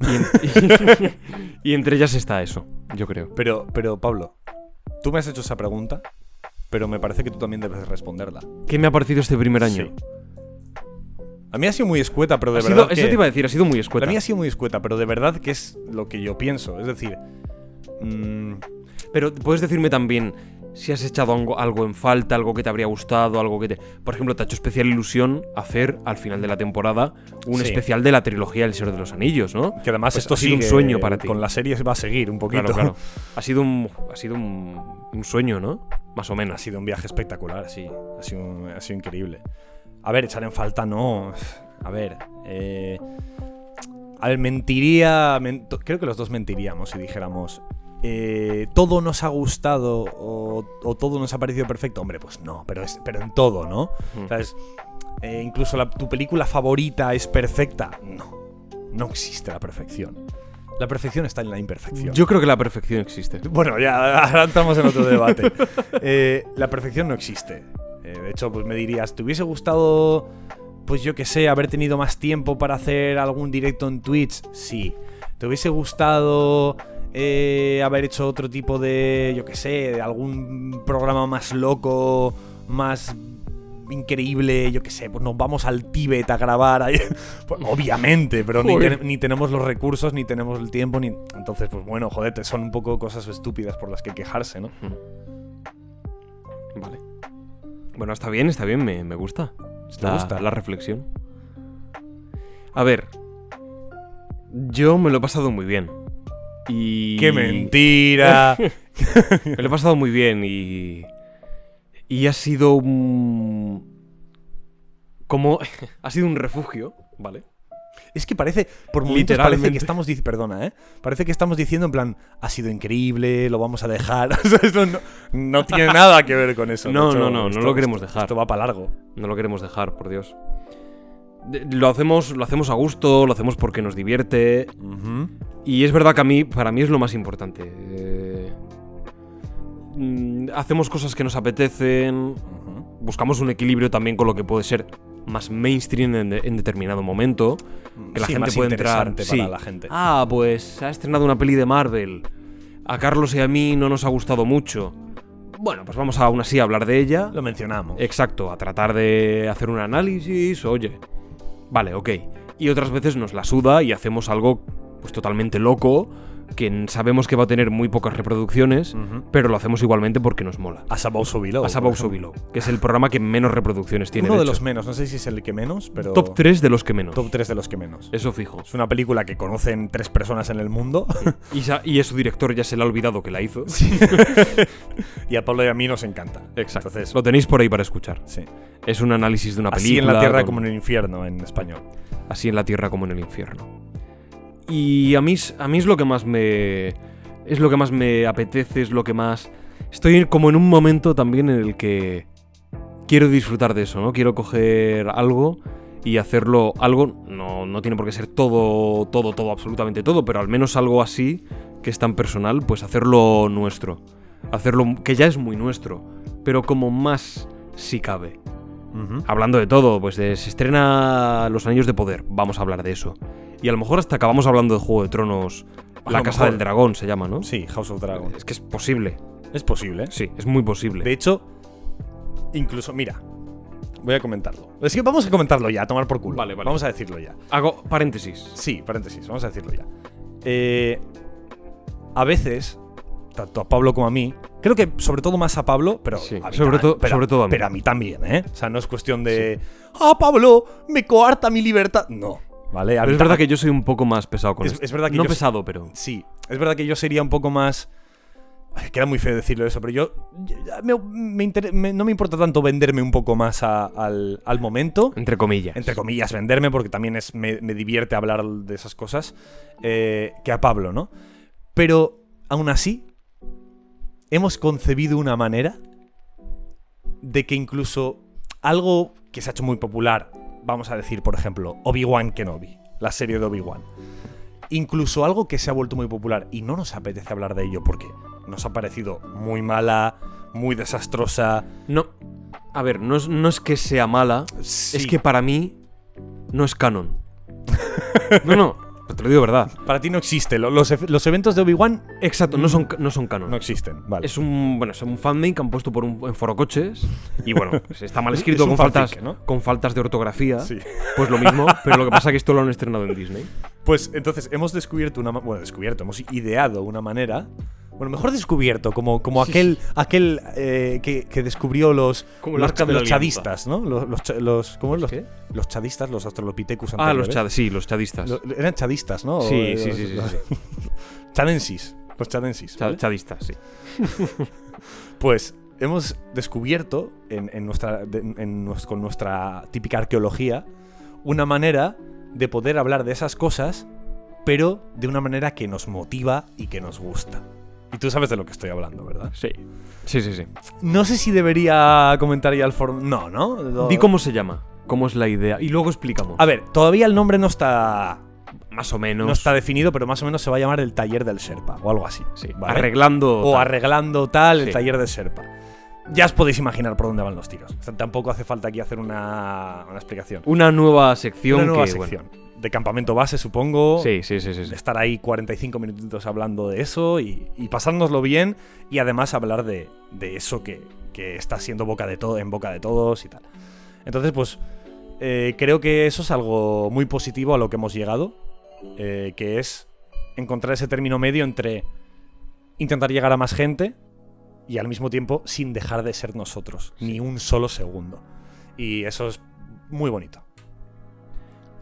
Y, en- y entre ellas está eso, yo creo.
Pero, pero Pablo, tú me has hecho esa pregunta, pero me parece que tú también debes responderla.
¿Qué me ha parecido este primer año?
Sí. A mí ha sido muy escueta, pero de
Ha sido-
verdad.
eso
que-
te iba a decir, ha sido muy escueta.
La mía ha sido muy escueta, pero de verdad que es lo que yo pienso. Es decir, mm,
Pero puedes decirme también si has echado algo, algo en falta, algo que te habría gustado, algo que te... Por ejemplo, te ha hecho especial ilusión hacer al final de la temporada un
Sí.
especial de la trilogía El Señor de los Anillos, ¿no?
que además
Pues
esto
ha sido un
sigue,
sueño para ti.
Con las series va a seguir un poquito.
Claro, claro. Ha sido un, ha sido un, un sueño, ¿no? Más o
Ha
menos.
sido un viaje espectacular, sí. Ha sido, un- ha sido increíble. A ver, echar en falta no. A ver. eh, a ver, mentiría. men- to- creo que los dos mentiríamos si dijéramos. eh, todo nos ha gustado o, o todo nos ha parecido perfecto. Hombre, pues no, pero, es, pero en todo, ¿no?
Mm.
¿Sabes? Eh, incluso la- tu película favorita es perfecta. No. No existe la perfección. La perfección está en la imperfección.
Yo creo que la perfección existe.
Bueno, ya ahora entramos en otro debate. Eh, la perfección no existe. Eh, de hecho, pues me dirías, ¿te hubiese gustado, pues yo qué sé, haber tenido más tiempo para hacer algún directo en Twitch? Sí. ¿Te hubiese gustado eh, haber hecho otro tipo de, yo qué sé, de algún programa más loco, más increíble, yo qué sé, pues nos vamos al Tíbet a grabar. ahí. Pues, obviamente, pero ni,
Joder.
ten- ni tenemos los recursos, ni tenemos el tiempo, ni... Entonces, pues bueno, jodete, son un poco cosas estúpidas por las que quejarse, ¿no?
Vale. Bueno, está bien, está bien, me, me gusta. Está
gusta?
la reflexión. A ver. Yo me lo he pasado muy bien. Y.
¡Qué mentira!
Me lo he pasado muy bien y. Y ha sido un. Como. ha sido un refugio, ¿vale?
Es que parece, por momentos parece que
Literalmente.
estamos diciendo, perdona, ¿eh? Parece que estamos diciendo en plan, ha sido increíble, lo vamos a dejar. O sea, esto no, no tiene nada que ver con eso. de
No,
hecho,
no, no, no
esto-
lo queremos
esto-
dejar.
Esto va para largo.
No lo queremos dejar, por Dios. De- Lo hacemos, lo hacemos a gusto, lo hacemos porque nos divierte. Y es verdad que a mí, para mí es lo más importante. Eh, mm, hacemos cosas que nos apetecen, buscamos un equilibrio también con lo que puede ser más mainstream en, de- en determinado momento. Que la
Sí,
gente
más
puede entrar.
interesante
sí.
para la gente.
Ah, pues ha estrenado una peli de Marvel. A Carlos y a mí no nos ha gustado mucho. Bueno, pues vamos aún así a hablar de ella.
Lo mencionamos.
Exacto, a tratar de hacer un análisis, oye. Vale, ok. Y otras veces nos la suda y hacemos algo pues totalmente loco, que n- sabemos que va a tener muy pocas reproducciones,
Ujú.
pero lo hacemos igualmente porque nos mola.
As Above So Below.
Pasa
Oh, por
Bauso
ejemplo.
Below, que es el programa que menos reproducciones tiene.
Uno de
hecho.
los menos, no sé si es el que menos, pero.
Top 3 de los que menos.
Top 3 de los que menos.
Eso fijo.
Es una película que conocen tres personas en el mundo.
Y, sa- y a su director ya se le ha olvidado que la hizo.
y a Pablo y a mí nos encanta.
Exacto.
Entonces,
lo tenéis por ahí para escuchar.
sí.
Es un análisis de una
Así
película.
en la tierra
con-
como en el infierno, en español.
así en la tierra como en el infierno. Y a mí, es- a mí es lo que más me. Es lo que más me apetece, es lo que más. Estoy como en un momento también en el que. Quiero disfrutar de eso, ¿no? Quiero coger algo y hacerlo algo. No, no tiene por qué ser todo, todo, todo, absolutamente todo, pero al menos algo así, que es tan personal, pues hacerlo nuestro. Hacerlo. que ya es muy nuestro, pero como más si cabe.
Ujú.
Hablando de todo, pues eh, se estrena Los Anillos de Poder, vamos a hablar de eso. Y a lo mejor hasta acabamos hablando de Juego de Tronos,
A
La
lo
Casa
mejor.
del Dragón se llama, ¿no?
Sí, House of Dragon.
Es que es posible,
Es posible. ¿eh?
sí, es muy posible.
De hecho, incluso, mira, voy a comentarlo. Es que vamos a comentarlo ya, a tomar por culo.
Vale, vale.
Vamos a decirlo ya.
Hago paréntesis.
Sí, paréntesis, vamos a decirlo ya. Eh, a veces, tanto a Pablo como a mí, creo que sobre todo más a Pablo, pero,
Sí,
a mí
sobre
tam-
todo-
pero,
sobre todo a mí.
pero también, ¿eh? O sea, no es cuestión de, ah, Pablo, me coarta mi libertad. No, ¿vale? A
Pero
mí
es
tam-
verdad que yo soy un poco más pesado con
Es-
esto.
es verdad que
no
yo-
pesado, pero
Sí, es verdad que yo sería un poco más. Ay, Queda muy feo decirlo eso, pero yo. yo- ya me- me inter- me- no me importa tanto venderme un poco más a- al, al momento.
entre comillas.
Entre comillas, venderme, porque también es, me, me divierte hablar de esas cosas. eh, que a Pablo, ¿no? Pero aún así, hemos concebido una manera de que incluso algo que se ha hecho muy popular, vamos a decir, por ejemplo, Obi-Wan Kenobi, la serie de Obi-Wan. Incluso algo que se ha vuelto muy popular y no nos apetece hablar de ello porque nos ha parecido muy mala, muy desastrosa.
No, a ver, no es, no es que sea mala, es
Sí.
que para mí no es canon. no, no, te lo digo de verdad.
Para ti no existe. lo- Los, efe- los eventos de Obi-Wan
Exacto, no son, no son canon.
no existen. Vale.
Es un, bueno, es un fanmade que han puesto por un, en forocoches. Y bueno, pues está mal escrito
Es un
con, faltas,
fanfic, ¿no?
con faltas de ortografía.
Sí.
Pues lo mismo, pero lo que pasa es que esto lo han estrenado en Disney.
Pues entonces hemos descubierto una ma- bueno, descubierto, hemos ideado una manera. Bueno, mejor descubierto, como, como
Sí,
aquel, aquel eh, que, que descubrió los,
Como el
los,
arca de
los
la alianza.
chadistas, ¿no? Los, los, cha- los- ¿cómo los,
qué?
los chadistas, los australopithecus
Ah, los
anteriores.
chad, sí, los chadistas.
Lo- eran chadistas, ¿no?
sí,
O-
sí,
los-
sí, sí,
los-
sí.
Chadensis. Los chadensis.
Cha-
¿vale?
Chadistas, sí.
Pues hemos descubierto en, en nuestra, de- en nues- con nuestra típica arqueología una manera de poder hablar de esas cosas, pero de una manera que nos motiva y que nos gusta. Y tú sabes de lo que estoy hablando, ¿verdad?
Sí. Sí, sí, sí.
No sé si debería comentar ya el foro. No, ¿no? Lo-
Di cómo se llama, cómo es la idea. Y luego explicamos.
A ver, todavía el nombre no está,
Más o menos.
no está definido, pero más o menos se va a llamar el taller del Sherpa o algo así.
sí,
¿vale?
Arreglando.
o
tal.
arreglando tal el
Sí.
taller de Serpa. ya os podéis imaginar por dónde van los tiros. O sea, tampoco hace falta aquí hacer una, una explicación.
Una nueva sección
Una nueva
que, bueno,
sección. De campamento base, supongo.
sí, sí, sí, sí, sí.
de estar ahí 45 minutitos hablando de eso y, y pasárnoslo bien y además hablar de, de eso que, que está siendo boca de todo, en boca de todos y tal. Entonces, pues eh, creo que eso es algo muy positivo a lo que hemos llegado, eh, que es encontrar ese término medio entre intentar llegar a más gente y al mismo tiempo sin dejar de ser nosotros, ni un solo segundo. Y eso es muy bonito.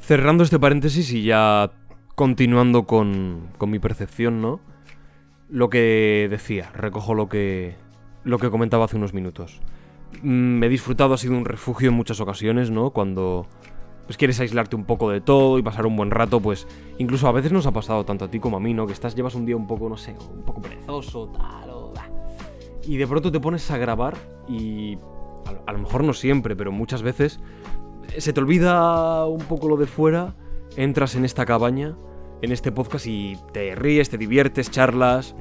Cerrando este paréntesis y ya continuando con, con mi percepción, ¿no? Lo que decía, recojo lo que, lo que comentaba hace unos minutos. Mm, he disfrutado, ha sido un refugio en muchas ocasiones, ¿no? Cuando pues, quieres aislarte un poco de todo y pasar un buen rato, pues incluso a veces nos ha pasado tanto a ti como a mí, ¿no? Que estás, llevas un día un poco, no sé, un poco perezoso, tal o... bah. Y de pronto te pones a grabar y a- a lo mejor no siempre, pero muchas veces se te olvida un poco lo de fuera, entras en esta cabaña, en este podcast y te ríes, te diviertes, charlas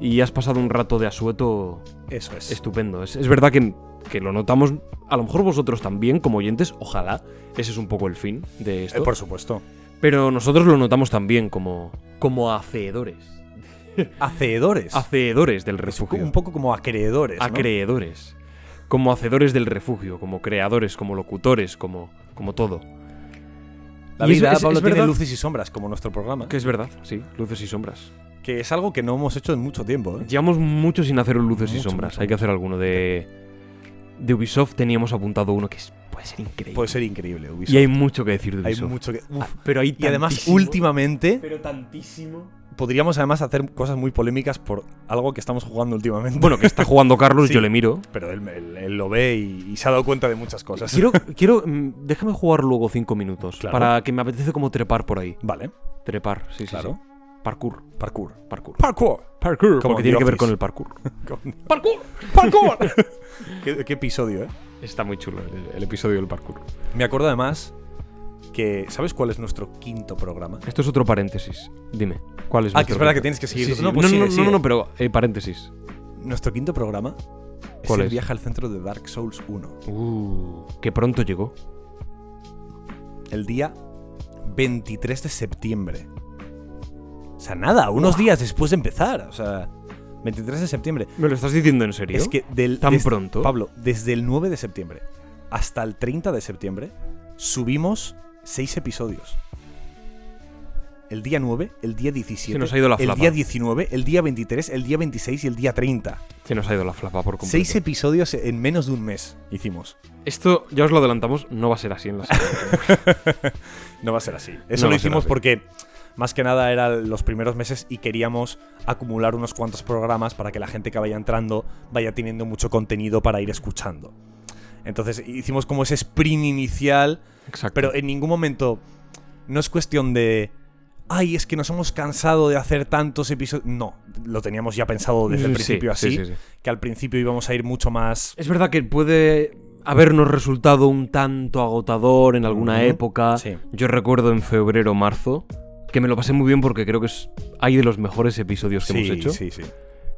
y has pasado un rato de asueto
Eso es.
estupendo. Es, es verdad que, que lo notamos, a lo mejor vosotros también como oyentes, ojalá, ese es un poco el fin de
Eh,
esto,
por supuesto.
pero nosotros lo notamos también como, como hacedores,
Hacedores.
hacedores del
Es como-
refugio.
un poco como acreedores. ¿no?
acreedores, como hacedores del refugio, como creadores, como locutores, como, como todo.
La
Y eso
vida,
es-
Pablo,
es
tiene
verdad
luces y sombras, como nuestro programa.
Que es verdad, sí, luces y sombras.
Que es algo que no hemos hecho en mucho tiempo. ¿eh?
Llevamos mucho sin hacer un luces y
Mucho,
sombras.
mucho,
Hay que hacer alguno de de Ubisoft. Teníamos apuntado uno que es- puede ser increíble.
Puede ser increíble, Pues, Ubisoft.
y hay mucho que decir de
Hay
Ubisoft.
mucho que. uf.
Ah, pero hay
y además,
tantísimo,
últimamente,
pero tantísimo.
podríamos además hacer cosas muy polémicas por algo que estamos jugando últimamente.
Bueno, que está jugando Carlos,
Sí.
yo le miro.
pero él, él- él lo ve y, y se ha dado cuenta de muchas cosas.
Quiero, quiero, mm, déjame jugar luego cinco minutos
Claro.
para que me apetece como trepar por ahí.
Vale,
Trepar, sí, sí,
claro.
sí. Parkour,
Parkour.
parkour,
Parkour.
parkour,
Como
porque
The
tiene que ver
Office.
con el parkour.
Parkour. Parkour. qué, qué episodio, ¿eh?
Está muy chulo el, el episodio del parkour.
Me acuerdo además que. ¿Sabes cuál es nuestro quinto programa?
Esto es otro paréntesis. Dime, ¿cuál es?
Ah, que
nuestro
es verdad que
quinto?
tienes que seguir.
Sí, sí.
No,
No,
pues
no,
sigue,
no,
sigue.
no, no, pero eh, paréntesis.
Nuestro quinto programa es
¿Cuál
el
es?
viaje al centro de Dark Souls 1.
Uh, que pronto llegó.
El día 23 de septiembre. O sea, nada, unos días después de empezar. O sea, 23 de septiembre.
¿Me lo estás diciendo en serio?
Es que del.
¿Tan
des-
pronto?
Pablo, desde el 9 de septiembre hasta el 30 de septiembre subimos 6 episodios. El día 9, el día 17,
Se nos ha ido la
el
flapa.
día 19, el día 23, el día 26 y el día 30.
Se nos ha ido la flapa por completo.
Seis episodios en menos de un mes hicimos.
Esto, ya os lo adelantamos, no va a ser así en la serie.
No va a ser así.
No
Eso
va
lo
a ser
hicimos
así.
porque más que nada eran los primeros meses y queríamos acumular unos cuantos programas para que la gente que vaya entrando vaya teniendo mucho contenido para ir escuchando. Entonces hicimos como ese sprint inicial,
Exacto.
pero en ningún momento no es cuestión de ay, es que nos hemos cansado de hacer tantos episodios. No, lo teníamos ya pensado desde el
Sí,
principio
sí,
así,
sí, sí.
que al principio íbamos a ir mucho más
Es verdad que puede habernos resultado un tanto agotador en alguna
Ujú,
época.
sí.
Yo recuerdo en febrero marzo que me lo pasé muy bien porque creo que es hay de los mejores episodios que hemos hecho.
Sí, sí.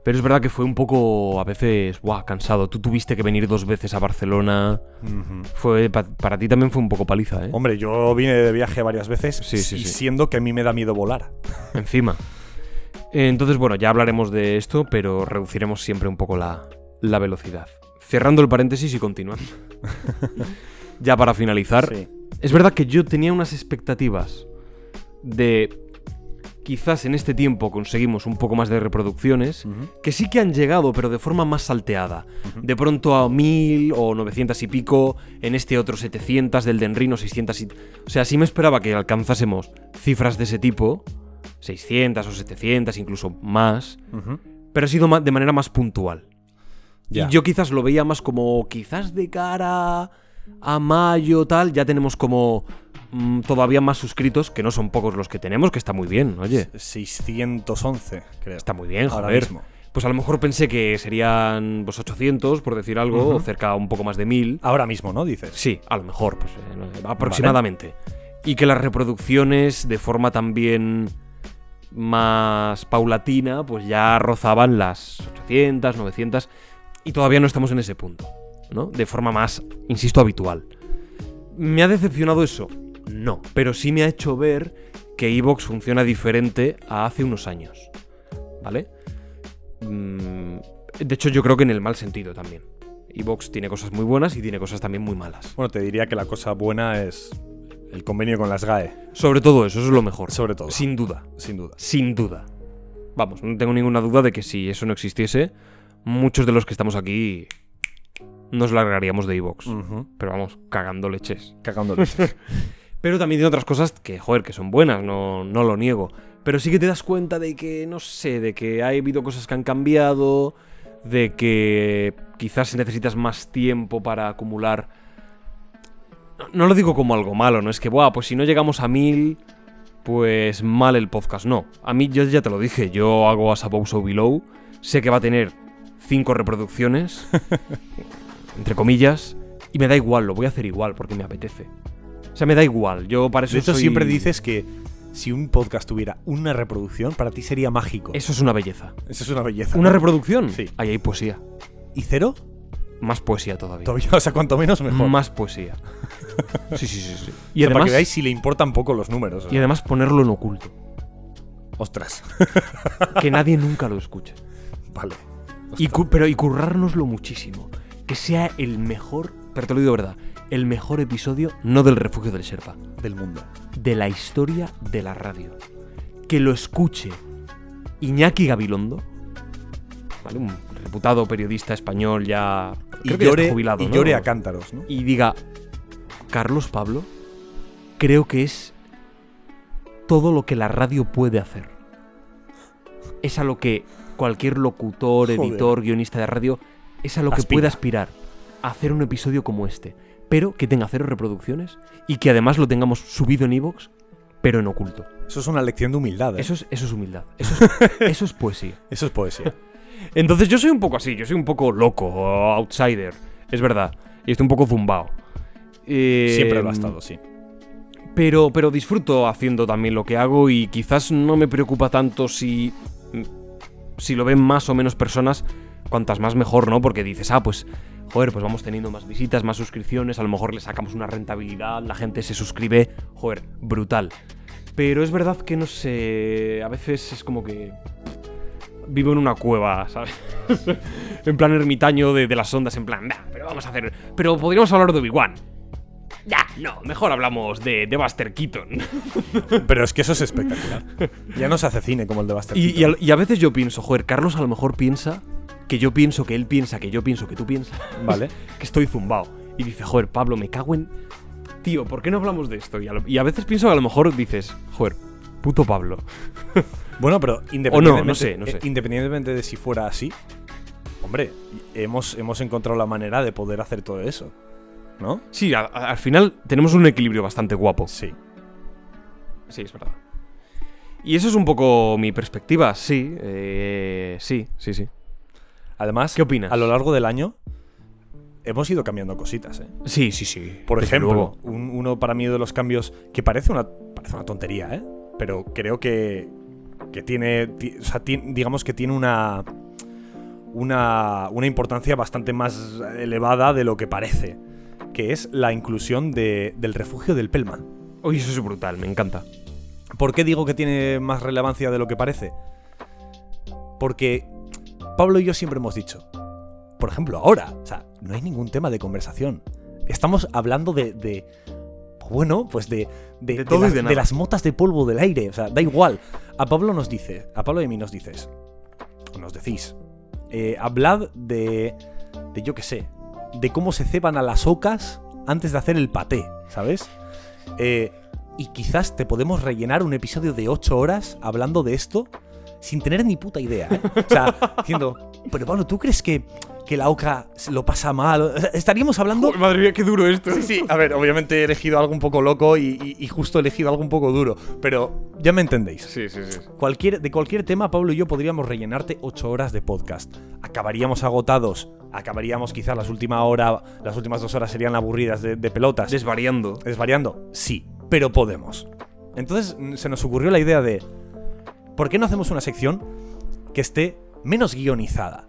Pero es verdad que fue un poco a veces, guau, cansado. Tú tuviste que venir dos veces a Barcelona.
Ujú.
Fue pa- para ti también fue un poco paliza, ¿eh?
Hombre, yo vine de viaje varias veces
Sí, sí,
y
sí.
siendo que a mí me da miedo volar.
Encima. Eh, Entonces, bueno, ya hablaremos de esto, pero reduciremos siempre un poco la, la velocidad. Cerrando el paréntesis y continuando. ya para finalizar.
Sí.
Es verdad que yo tenía unas expectativas de quizás en este tiempo conseguimos un poco más de reproducciones, que sí que han llegado, pero de forma más salteada. De pronto a 1000 o 900 y pico, en este otro 700, del Denrino 600 y... O sea, sí me esperaba que alcanzásemos cifras de ese tipo, 600 o 700, incluso más, pero ha sido ma- de manera más puntual. Y yo quizás lo veía más como quizás de cara a mayo tal, ya tenemos como mm, todavía más suscritos, que no son pocos los que tenemos, que está muy bien, oye.
611, creo.
Está muy bien,
Ahora
joder.
mismo.
Pues a lo mejor pensé que serían pues 800, por decir algo, o cerca un poco más de 1000.
Ahora mismo, ¿no? Dices.
Sí, a lo mejor, pues eh, aproximadamente. Y que las reproducciones de forma también más paulatina, pues ya rozaban las 800, 900. y todavía no estamos en ese punto, ¿no? De forma más, insisto, habitual. ¿Me ha decepcionado eso? No, pero sí me ha hecho ver que Evox funciona diferente a hace unos años, ¿vale? Mm, de hecho, yo creo que en el mal sentido también. Evox tiene cosas muy buenas y tiene cosas también muy malas.
Bueno, te diría que la cosa buena es el convenio con las GAE,
Sobre todo eso, eso es lo mejor.
sobre todo.
Sin duda,
sin duda.
sin duda. Vamos, no tengo ninguna duda de que si eso no existiese, muchos de los que estamos aquí nos largaríamos de Evox.
Ujú.
Pero vamos, cagando leches.
Cagando
Pero también tiene otras cosas que, joder, que son buenas, no, no lo niego. Pero sí que te das cuenta de que, no sé, de que ha habido cosas que han cambiado, de que quizás necesitas más tiempo para acumular. No, no lo digo como algo malo, no es que, buah, pues si no llegamos a mil, pues mal el podcast. No, a mí yo ya te lo dije, yo hago As Above So Below, sé que va a tener cinco reproducciones, entre comillas, y me da igual, lo voy a hacer igual porque me apetece. O sea, me da igual, yo para eso
De hecho,
soy-
siempre dices que si un podcast tuviera una reproducción, para ti sería mágico.
Eso es una belleza.
Eso es una belleza.
¿Una
¿no?
reproducción?
Sí.
Ahí hay poesía.
¿Y cero?
Más poesía todavía.
Todavía, o sea, cuanto menos mejor.
Más poesía. Sí, sí, sí. sí. Y,
y para
además,
que veáis si le importan poco los números. o
y
sea.
además ponerlo en oculto.
Ostras.
Que nadie nunca lo escuche.
vale.
Y cu- pero y currárnoslo muchísimo. Que sea el mejor, pero te lo digo de verdad, el mejor episodio, no del refugio del Sherpa,
Del mundo.
de la historia de la radio. Que lo escuche Iñaki Gabilondo, ¿vale? un reputado periodista español ya...
Y
creo que ya está
llore,
jubilado,
y
¿no?
llore a cántaros, ¿no?
y diga, Carlos Pablo, creo que es todo lo que la radio puede hacer. Es a lo que cualquier locutor,
Joder.
editor, guionista de radio, es a lo que
Aspira.
puede aspirar. A hacer un episodio como este, pero que tenga cero reproducciones y que además lo tengamos subido en iVoox, pero en oculto.
Eso es una lección de humildad. ¿eh?
Eso es, eso es humildad, eso es, eso es poesía.
Eso es poesía.
Entonces yo soy un poco así, yo soy un poco loco, o outsider, es verdad. Y estoy un poco zumbao. Eh,
Siempre lo ha estado, sí.
Pero, pero disfruto haciendo también lo que hago y quizás no me preocupa tanto si. mm, si lo ven más o menos personas. Cuantas más mejor, ¿no? Porque dices, ah, pues. Joder, pues vamos teniendo más visitas, más suscripciones, a lo mejor le sacamos una rentabilidad, la gente se suscribe, joder, brutal. Pero es verdad que no sé, a veces es como que vivo en una cueva, ¿sabes? en plan ermitaño de, de las ondas, en plan, "Nah, pero vamos a hacer, pero podríamos hablar de Obi-Wan. Ya, no, mejor hablamos de, de Buster Keaton.
Pero es que eso es espectacular. Ya no se hace cine como el de Buster
Y,
Keaton.
y al- y a veces yo pienso, joder, Carlos a lo mejor piensa que yo pienso que él piensa que yo pienso que tú piensas,
Vale.
que estoy zumbao. Y dice, joder, Pablo, me cago en. Tío, ¿por qué no hablamos de esto? Y a, lo- y a veces pienso que a lo mejor dices, joder, puto Pablo.
Bueno, pero independientemente,
no, no sé, no sé.
eh, independientemente de si fuera así, hombre, hemos, hemos encontrado la manera de poder hacer todo eso. ¿No?
Sí, a- a- al final tenemos un equilibrio bastante guapo.
Sí.
Sí, es verdad. Y eso es un poco mi perspectiva, sí. eh, sí, sí, sí.
Además,
¿Qué opinas?
a lo largo del año hemos ido cambiando cositas, ¿eh?
Sí, sí, sí.
Por
desde
ejemplo,
luego.
un- uno para mí de los cambios que parece una, parece una tontería, ¿eh? Pero creo que, que tiene, ti- o sea, ti- digamos que tiene una, una, una importancia bastante más elevada de lo que parece, que es la inclusión de- del refugio del Pelma.
Uy, eso es brutal, me encanta.
¿Por qué digo que tiene más relevancia de lo que parece? Porque Pablo y yo siempre hemos dicho, por ejemplo, ahora, o sea, no hay ningún tema de conversación. Estamos hablando de, de- bueno, pues de, de,
De todo y
las-
de nada.
las motas de polvo del aire, o sea, da igual. A Pablo nos dice, a Pablo y a mí nos dices, o nos decís, eh, hablad de, de, yo qué sé, de cómo se ceban a las ocas antes de hacer el paté, ¿sabes? Eh, y quizás te podemos rellenar un episodio de 8 horas hablando de esto sin tener ni puta idea. ¿eh? O sea, diciendo, pero Pablo, ¿tú crees que, que la oca se lo pasa mal? O sea, Estaríamos hablando.
madre mía, qué duro esto.
Sí, sí, a ver, obviamente he elegido algo un poco loco y, y- y justo he elegido algo un poco duro, pero ya me entendéis.
Sí, sí, sí.
Cualquier, de cualquier tema, Pablo y yo podríamos rellenarte 8 horas de podcast. Acabaríamos agotados, acabaríamos quizás las últimas hora, las últimas dos horas serían aburridas de, de pelotas.
Desvariando.
¿Desvariando? Sí, pero podemos. Entonces mm, se nos ocurrió la idea de, ¿por qué no hacemos una sección que esté menos guionizada?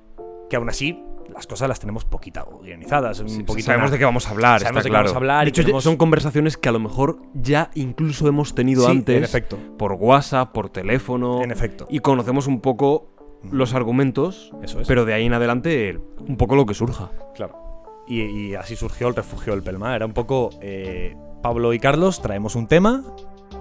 Que aún así las cosas las tenemos poquita guionizadas.
Sí,
un
o sea,
poquito
sabemos
nada.
de qué vamos a hablar,
Sabemos
está
de qué
claro.
vamos a hablar y
De hecho, ya-
tenemos-
son conversaciones que a lo mejor ya incluso hemos tenido
Sí,
antes.
en efecto.
Por WhatsApp, por teléfono.
En efecto.
Y conocemos un poco los argumentos.
Eso es.
Pero de ahí en adelante, un poco lo que surja.
Claro. Y, y así surgió el refugio del Pelma. Era un poco eh, Pablo y Carlos traemos un tema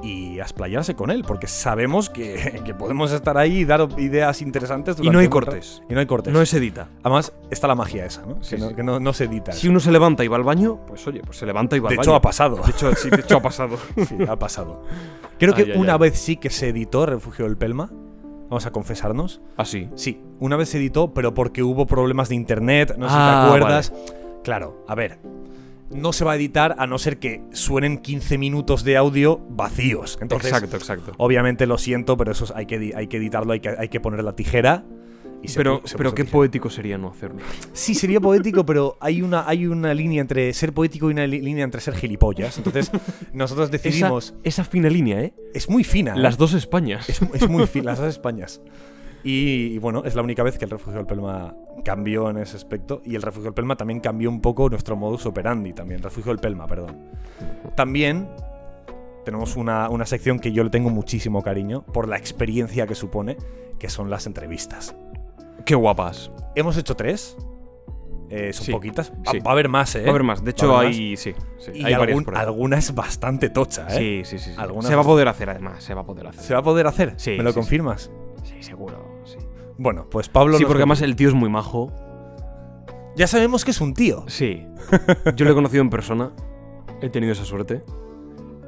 y a explayarse con él, porque sabemos que, que podemos estar ahí y dar ideas interesantes.
Y no hay
durante un
cortes.
rato. Y no hay cortes.
No es edita.
Además, está la magia esa, ¿no? que no, que no- no se edita.
Si uno se levanta y va al baño, pues oye, pues se levanta y va
de
al
hecho, ha
baño.
pasado.
De hecho, sí, de hecho ha pasado.
Sí, ha pasado. Creo que
Ay, ay,
una
ay.
vez sí que se editó Refugio del Pelma. Vamos a confesarnos.
Así.
Sí, una vez se editó, pero porque hubo problemas de internet, no sé
Ah,
si te acuerdas. Claro, a ver. No se va a editar a no ser que suenen 15 minutos de audio vacíos. Entonces, oh,
exacto, exacto.
obviamente lo siento, pero eso es- hay, que, edi- hay que editarlo, hay que, hay que poner la tijera. Y se
pero
pu- se
pero
puso
qué
tijera.
poético sería no hacerlo.
Sí, sería poético, pero hay una, hay una línea entre ser poético y una li- línea entre ser gilipollas. Entonces, nosotros
Esa,
decidimos.
esa fina línea, ¿eh?
Es muy fina. ¿eh?
Las dos Españas.
Es, es muy fina, las dos Españas. Y, y bueno, es la única vez que el refugio del Pelma cambió en ese aspecto. Y el refugio del Pelma también cambió un poco nuestro modus operandi también. Refugio del Pelma, perdón. También tenemos una, una sección que yo le tengo muchísimo cariño por la experiencia que supone, que son las entrevistas.
Qué guapas.
Hemos hecho tres. Eh, son
Sí,
poquitas. Va,
sí.
va a haber más, ¿eh?
Va a haber más. De hecho,
haber
hay. Sí, sí,
Y
hay varias
algún-
por ahí.
alguna es bastante tocha, ¿eh?
Sí, sí, sí. sí.
Algunas
Se va a
las-
poder hacer, además. Se va a poder hacer.
¿Se va a poder hacer?
Sí,
¿Me lo
sí, sí.
confirmas?
Sí, seguro. Sí,
Bueno, pues Pablo.
sí
nos
porque
confirma.
además el tío es muy majo.
Ya sabemos que es un tío.
Sí. Yo lo he conocido en persona. He tenido esa suerte.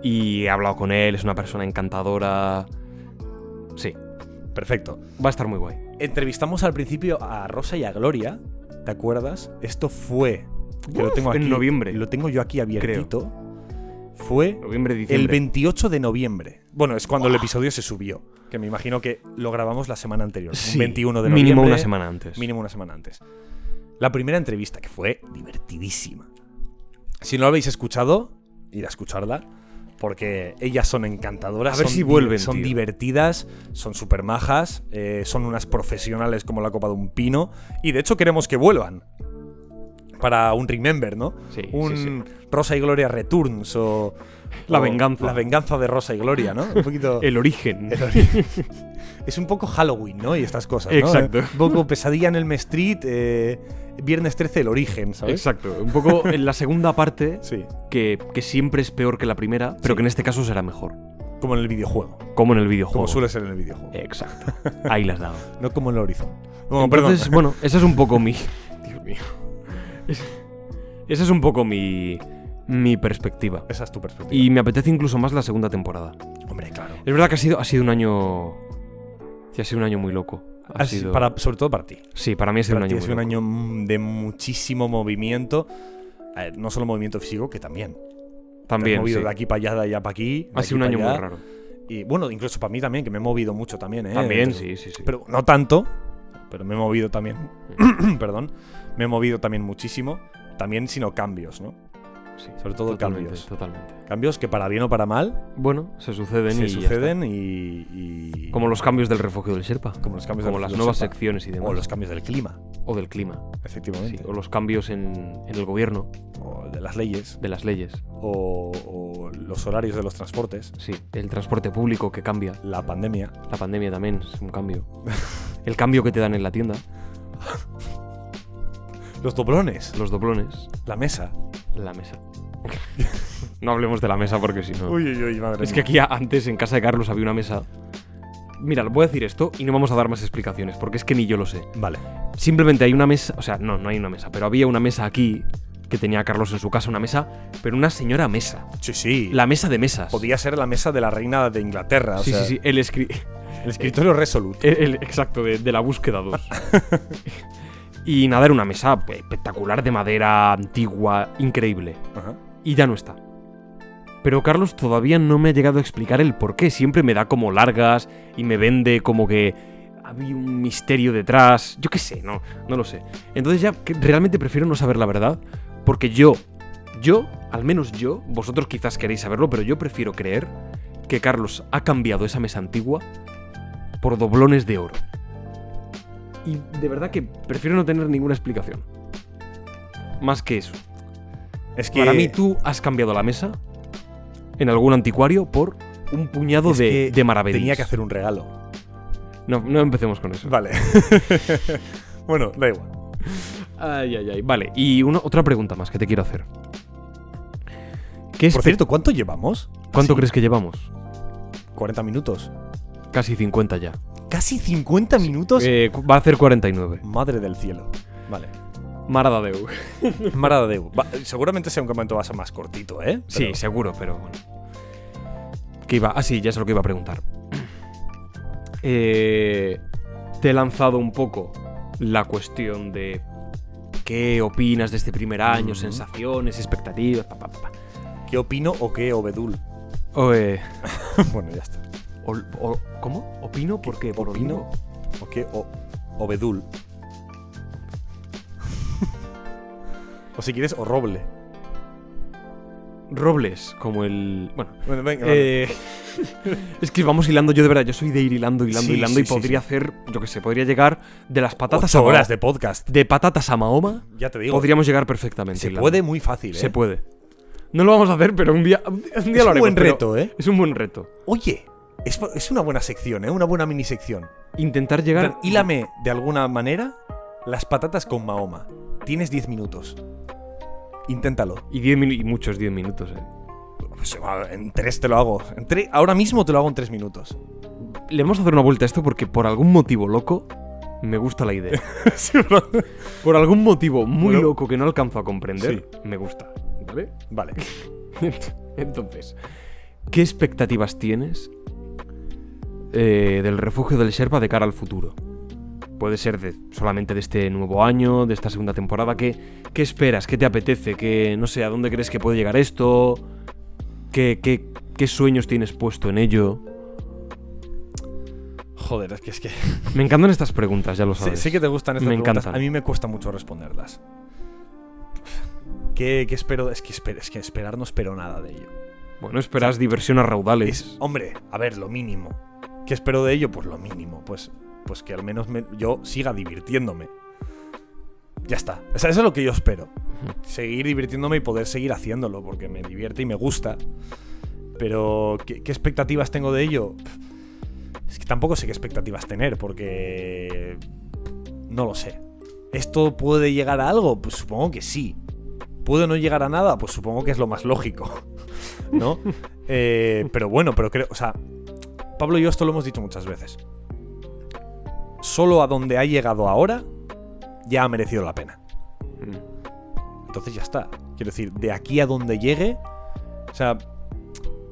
Y he hablado con él. Es una persona encantadora. Sí.
Perfecto.
Va a estar muy guay.
Entrevistamos al principio a Rosa y a Gloria. ¿Te acuerdas? Esto fue. Que lo
Uf,
tengo
en
aquí,
noviembre.
Lo tengo yo aquí abiertito. Fue
Noviembre,
el
diciembre.
28 de noviembre. Bueno, es cuando el episodio se subió. Que me imagino que lo grabamos la semana anterior.
Sí,
Un 21 de noviembre.
Mínimo una semana antes.
Mínimo una semana antes. La primera entrevista, que fue divertidísima. Si no la habéis escuchado, ir a escucharla. Porque ellas son encantadoras.
A ver
son
si
di-
vuelven,
Son
tío.
divertidas, son súper majas, eh, son unas profesionales como la copa de un pino. Y de hecho queremos que vuelvan. Para un Remember, ¿no?
Sí, sí,
un
sí.
Rosa y Gloria Returns o.
La
o
venganza.
La venganza de Rosa y Gloria, ¿no? Un poquito.
El origen.
Es un poco Halloween, ¿no? Y estas cosas, ¿no? Eh,
Exacto.
Un poco pesadilla en el Street, eh, Viernes 13, el origen, ¿sabes?
Exacto. Un poco en la segunda parte,
Sí,
que, que siempre es peor que la primera, pero que en este caso será mejor.
como en el videojuego.
Como en el
Como
videojuego.
suele ser en el videojuego.
Exacto. Ahí las has dado.
No como en el horizonte.
Eh. Entonces, bueno, esa es un poco mi. Dios mío. Es- Esa es un poco mi. Mi perspectiva.
Esa es tu perspectiva.
Y me apetece incluso más la segunda temporada.
Hombre, claro.
Es verdad que ha sido, ha sido un año. Sí, ha sido un año muy loco. Ha
Así,
sido-
Ah, para, sobre todo para ti.
sí, para mí ha sido un
Para ti
año
ha
muy
sido un
loco.
año mm, de muchísimo movimiento. A ver, no solo movimiento físico, que también. Te has
También.
movido
sí.
de aquí para allá, de allá para aquí. de
Ha sido un
aquí
año
pa'
muy
allá.
raro.
Y bueno, incluso para mí también, que me he movido mucho también, ¿eh?
También,
Entonces,
sí, sí, sí.
pero no tanto, pero me he movido también. Perdón, me he movido también muchísimo, también sino cambios, ¿no?
Sí,
sobre todo
totalmente,
cambios.
Totalmente.
Cambios que para bien o para mal
Bueno, se suceden y.
se
ya está.
suceden y, y-
Como los cambios del refugio del Sherpa.
como los cambios
Como
del
las
Filo
nuevas
Sepa.
secciones y demás.
o los cambios del clima,
O del clima. sí,
efectivamente,
o los cambios en, en el gobierno,
o de las leyes
de las leyes.
o, o los horarios de los transportes,
Sí, el transporte público que cambia.
la pandemia.
La pandemia también es un cambio. El cambio que te dan en la tienda,
Los doblones,
los doblones,
la mesa.
la mesa. No hablemos de la mesa porque si no.
Uy, uy, uy, madre
Es que
mía.
aquí a- antes en casa de Carlos había una mesa. Mira, voy a decir esto y no vamos a dar más explicaciones porque es que ni yo lo sé.
Vale,
Simplemente hay una mesa, o sea, no, no hay una mesa, pero había una mesa aquí que tenía Carlos en su casa, una mesa, pero una señora mesa.
sí, sí.
La mesa de mesas.
Podía ser la mesa de la reina de Inglaterra. o
sí,
sea,
sí, Eh, sí, el escri-
El escritorio Resolute.
El, el- exacto, de, de la búsqueda 2. y nada, era una mesa pues, espectacular de madera antigua, increíble.
Ajá.
Y ya no está. Pero Carlos todavía no me ha llegado a explicar el por qué. Siempre me da como largas y me vende como que había un misterio detrás. Yo qué sé, no, no lo sé. Entonces ya que realmente prefiero no saber la verdad porque yo, yo, al menos yo, vosotros quizás queréis saberlo, pero yo prefiero creer que Carlos ha cambiado esa mesa antigua por doblones de oro. Y de verdad que prefiero no tener ninguna explicación. Más que eso.
Es que
Para mí tú has cambiado la mesa en algún anticuario por un puñado
es
de,
que
de maravedís.
Tenía que hacer un regalo.
No, no empecemos con eso.
Vale. bueno, da igual.
Ay, ay, ay. Vale, y una, otra pregunta más que te quiero hacer. ¿Qué
Por
espe-
cierto, ¿cuánto llevamos?
¿Cuánto
Así,
crees que llevamos?
40 minutos.
Casi 50 ya.
Casi 50 minutos.
Eh, cu- va a hacer 49.
Madre del cielo. Vale.
Marada de U.
Marada de Va- Seguramente sea un campeonato va a ser más cortito, ¿eh?
Sí,
Pero-
seguro, pero bueno. ¿Qué iba? Ah, sí, ya sé lo que iba a preguntar. Eh, te he lanzado un poco la cuestión de qué opinas de este primer año,
Ujú.
sensaciones, expectativas, pa, pa, pa, pa.
¿Qué opino o qué obedul?
O, eh,
bueno, ya está.
ol- o- ¿Cómo? ¿Opino? ¿Por qué? ¿Por
opino?
opino?
¿O qué o- obedul? o si quieres, o roble.
Robles, como el... Bueno,
Bueno, venga. vale.
Eh, es que vamos hilando, yo de verdad, yo soy de ir hilando, hilando,
Sí,
hilando
sí,
y
sí,
podría hacer, yo que sé, podría llegar de las patatas
Ocho
a Mahoma-
horas de podcast.
de patatas a Mahoma,
Ya te digo.
podríamos llegar perfectamente.
se
hilando.
puede muy fácil, ¿eh?
se puede. No lo vamos a hacer, pero un día, un día
Es
lo haremos.
un buen
pero
reto, ¿eh?
Es un buen reto.
Oye, es, es una buena sección, ¿eh? Una buena mini sección.
Intentar llegar.
Hílame de alguna manera las patatas con Mahoma. Tienes 10 minutos. Inténtalo.
Y, diez minu- y muchos 10 minutos, eh.
Pues, va, En 3 te lo hago. En tres- ahora mismo te lo hago en 3 minutos.
Le vamos a hacer una vuelta a esto porque por algún motivo loco me gusta la idea. Por algún motivo muy
Bueno.
loco que no alcanzo a comprender, me gusta. ¿Vale?
Vale.
Entonces, ¿qué expectativas tienes eh, del refugio del Sherpa de cara al futuro? Puede ser de- solamente de este nuevo año, de esta segunda temporada. ¿Qué, qué esperas? ¿Qué te apetece? ¿Qué, no sé, a dónde crees que puede llegar esto? ¿Qué, qué, qué sueños tienes puesto en ello?
Joder, es que es que.
Me encantan estas preguntas, ya lo
Sé,
sabes.
sé que te gustan estas
Me
preguntas.
encantan.
A mí me cuesta mucho responderlas. ¿Qué, qué espero? Es que, esper- es que esperar no espero nada de ello.
Bueno, esperas diversión a raudales.
Es, hombre, a ver, lo mínimo. ¿Qué espero de ello? Pues lo mínimo. Pues, pues que al menos me- yo siga divirtiéndome. Ya está. O sea, eso es lo que yo espero. Seguir divirtiéndome y poder seguir haciéndolo, porque me divierte y me gusta. Pero, ¿qué, qué expectativas tengo de ello? Pf, Es que tampoco sé qué expectativas tener, porque... No lo sé. ¿Esto puede llegar a algo? Pues supongo que sí. ¿Puedo no llegar a nada? Pues supongo que es lo más lógico. ¿no? Eh, pero bueno, pero creo, o sea, Pablo y yo esto lo hemos dicho muchas veces. Solo a donde ha llegado ahora ya ha merecido la pena. Entonces ya está. Quiero decir, de aquí a donde llegue, o sea,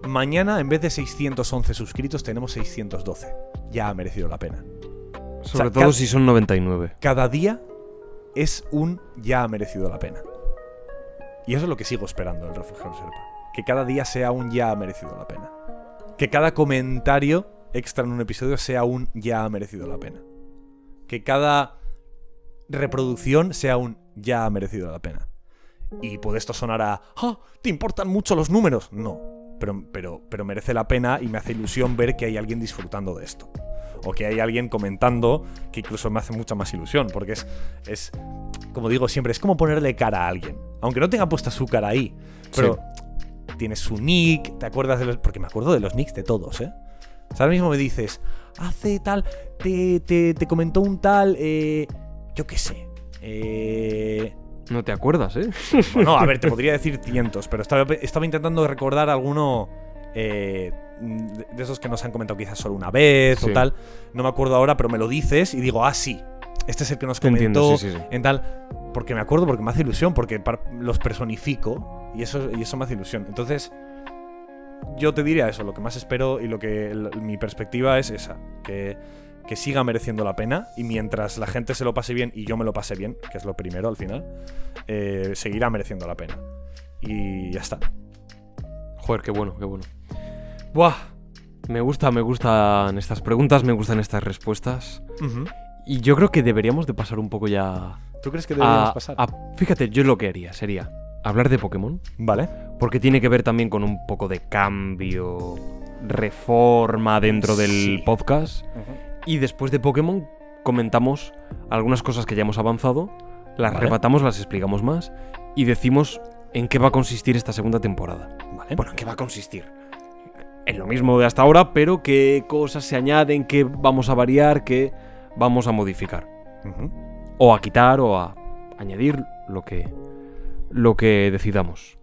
mañana en vez de 611 suscritos tenemos 612. Ya ha merecido la pena.
Sobre
o sea,
todo
cal-
si son 99.
Cada día es un ya ha merecido la pena. Y eso es lo que sigo esperando del refugio en Serpa. Que cada día sea un ya ha merecido la pena. Que cada comentario extra en un episodio sea un ya ha merecido la pena. Que cada reproducción sea un ya ha merecido la pena. Y puede esto sonar a, "Ah, ¿te importan mucho los números? No, pero, pero, pero merece la pena y me hace ilusión ver que hay alguien disfrutando de esto. O que hay alguien comentando que incluso me hace mucha más ilusión, porque es, es como digo siempre, es como ponerle cara a alguien. Aunque no tenga puesta su cara ahí, pero tienes su nick, te acuerdas de los... Porque me acuerdo de los nicks de todos, ¿eh? O sea, ahora mismo me dices, hace tal, te, te, te comentó un tal, eh, yo qué sé. Eh,
No te acuerdas, ¿eh?
bueno, a ver, te podría decir cientos, pero estaba, estaba intentando recordar alguno eh, de de esos que nos han comentado quizás solo una vez
Sí.
o tal. No me acuerdo ahora, pero me lo dices y digo, ah, sí, este es el que nos
Te
comentó
entiendo, sí, sí, sí.
en tal. Porque me acuerdo, porque me hace ilusión, porque par- los personifico y eso, y eso me hace ilusión. Entonces, yo te diría eso, lo que más espero y lo que l- mi perspectiva es esa, que, que siga mereciendo la pena y mientras la gente se lo pase bien y yo me lo pase bien, que es lo primero al final, eh, seguirá mereciendo la pena. Y ya está.
Joder, qué bueno, qué bueno. Buah, me gusta, me gustan estas preguntas, me gustan estas respuestas. Y yo creo que deberíamos de pasar un poco ya
¿Tú crees que deberíamos
a,
pasar?
a- Fíjate, yo lo que haría sería hablar de Pokémon,
Vale.
porque tiene que ver también con un poco de cambio, reforma dentro del
Sí.
podcast. Y después de Pokémon, comentamos algunas cosas que ya hemos avanzado, las
Vale.
rematamos, las explicamos más y decimos en qué va a consistir esta segunda temporada.
Vale.
Bueno, ¿en qué va a consistir? En lo mismo de hasta ahora, pero qué cosas se añaden, qué vamos a variar, qué vamos a modificar.
Ujú.
O a quitar o a añadir lo que, lo que decidamos.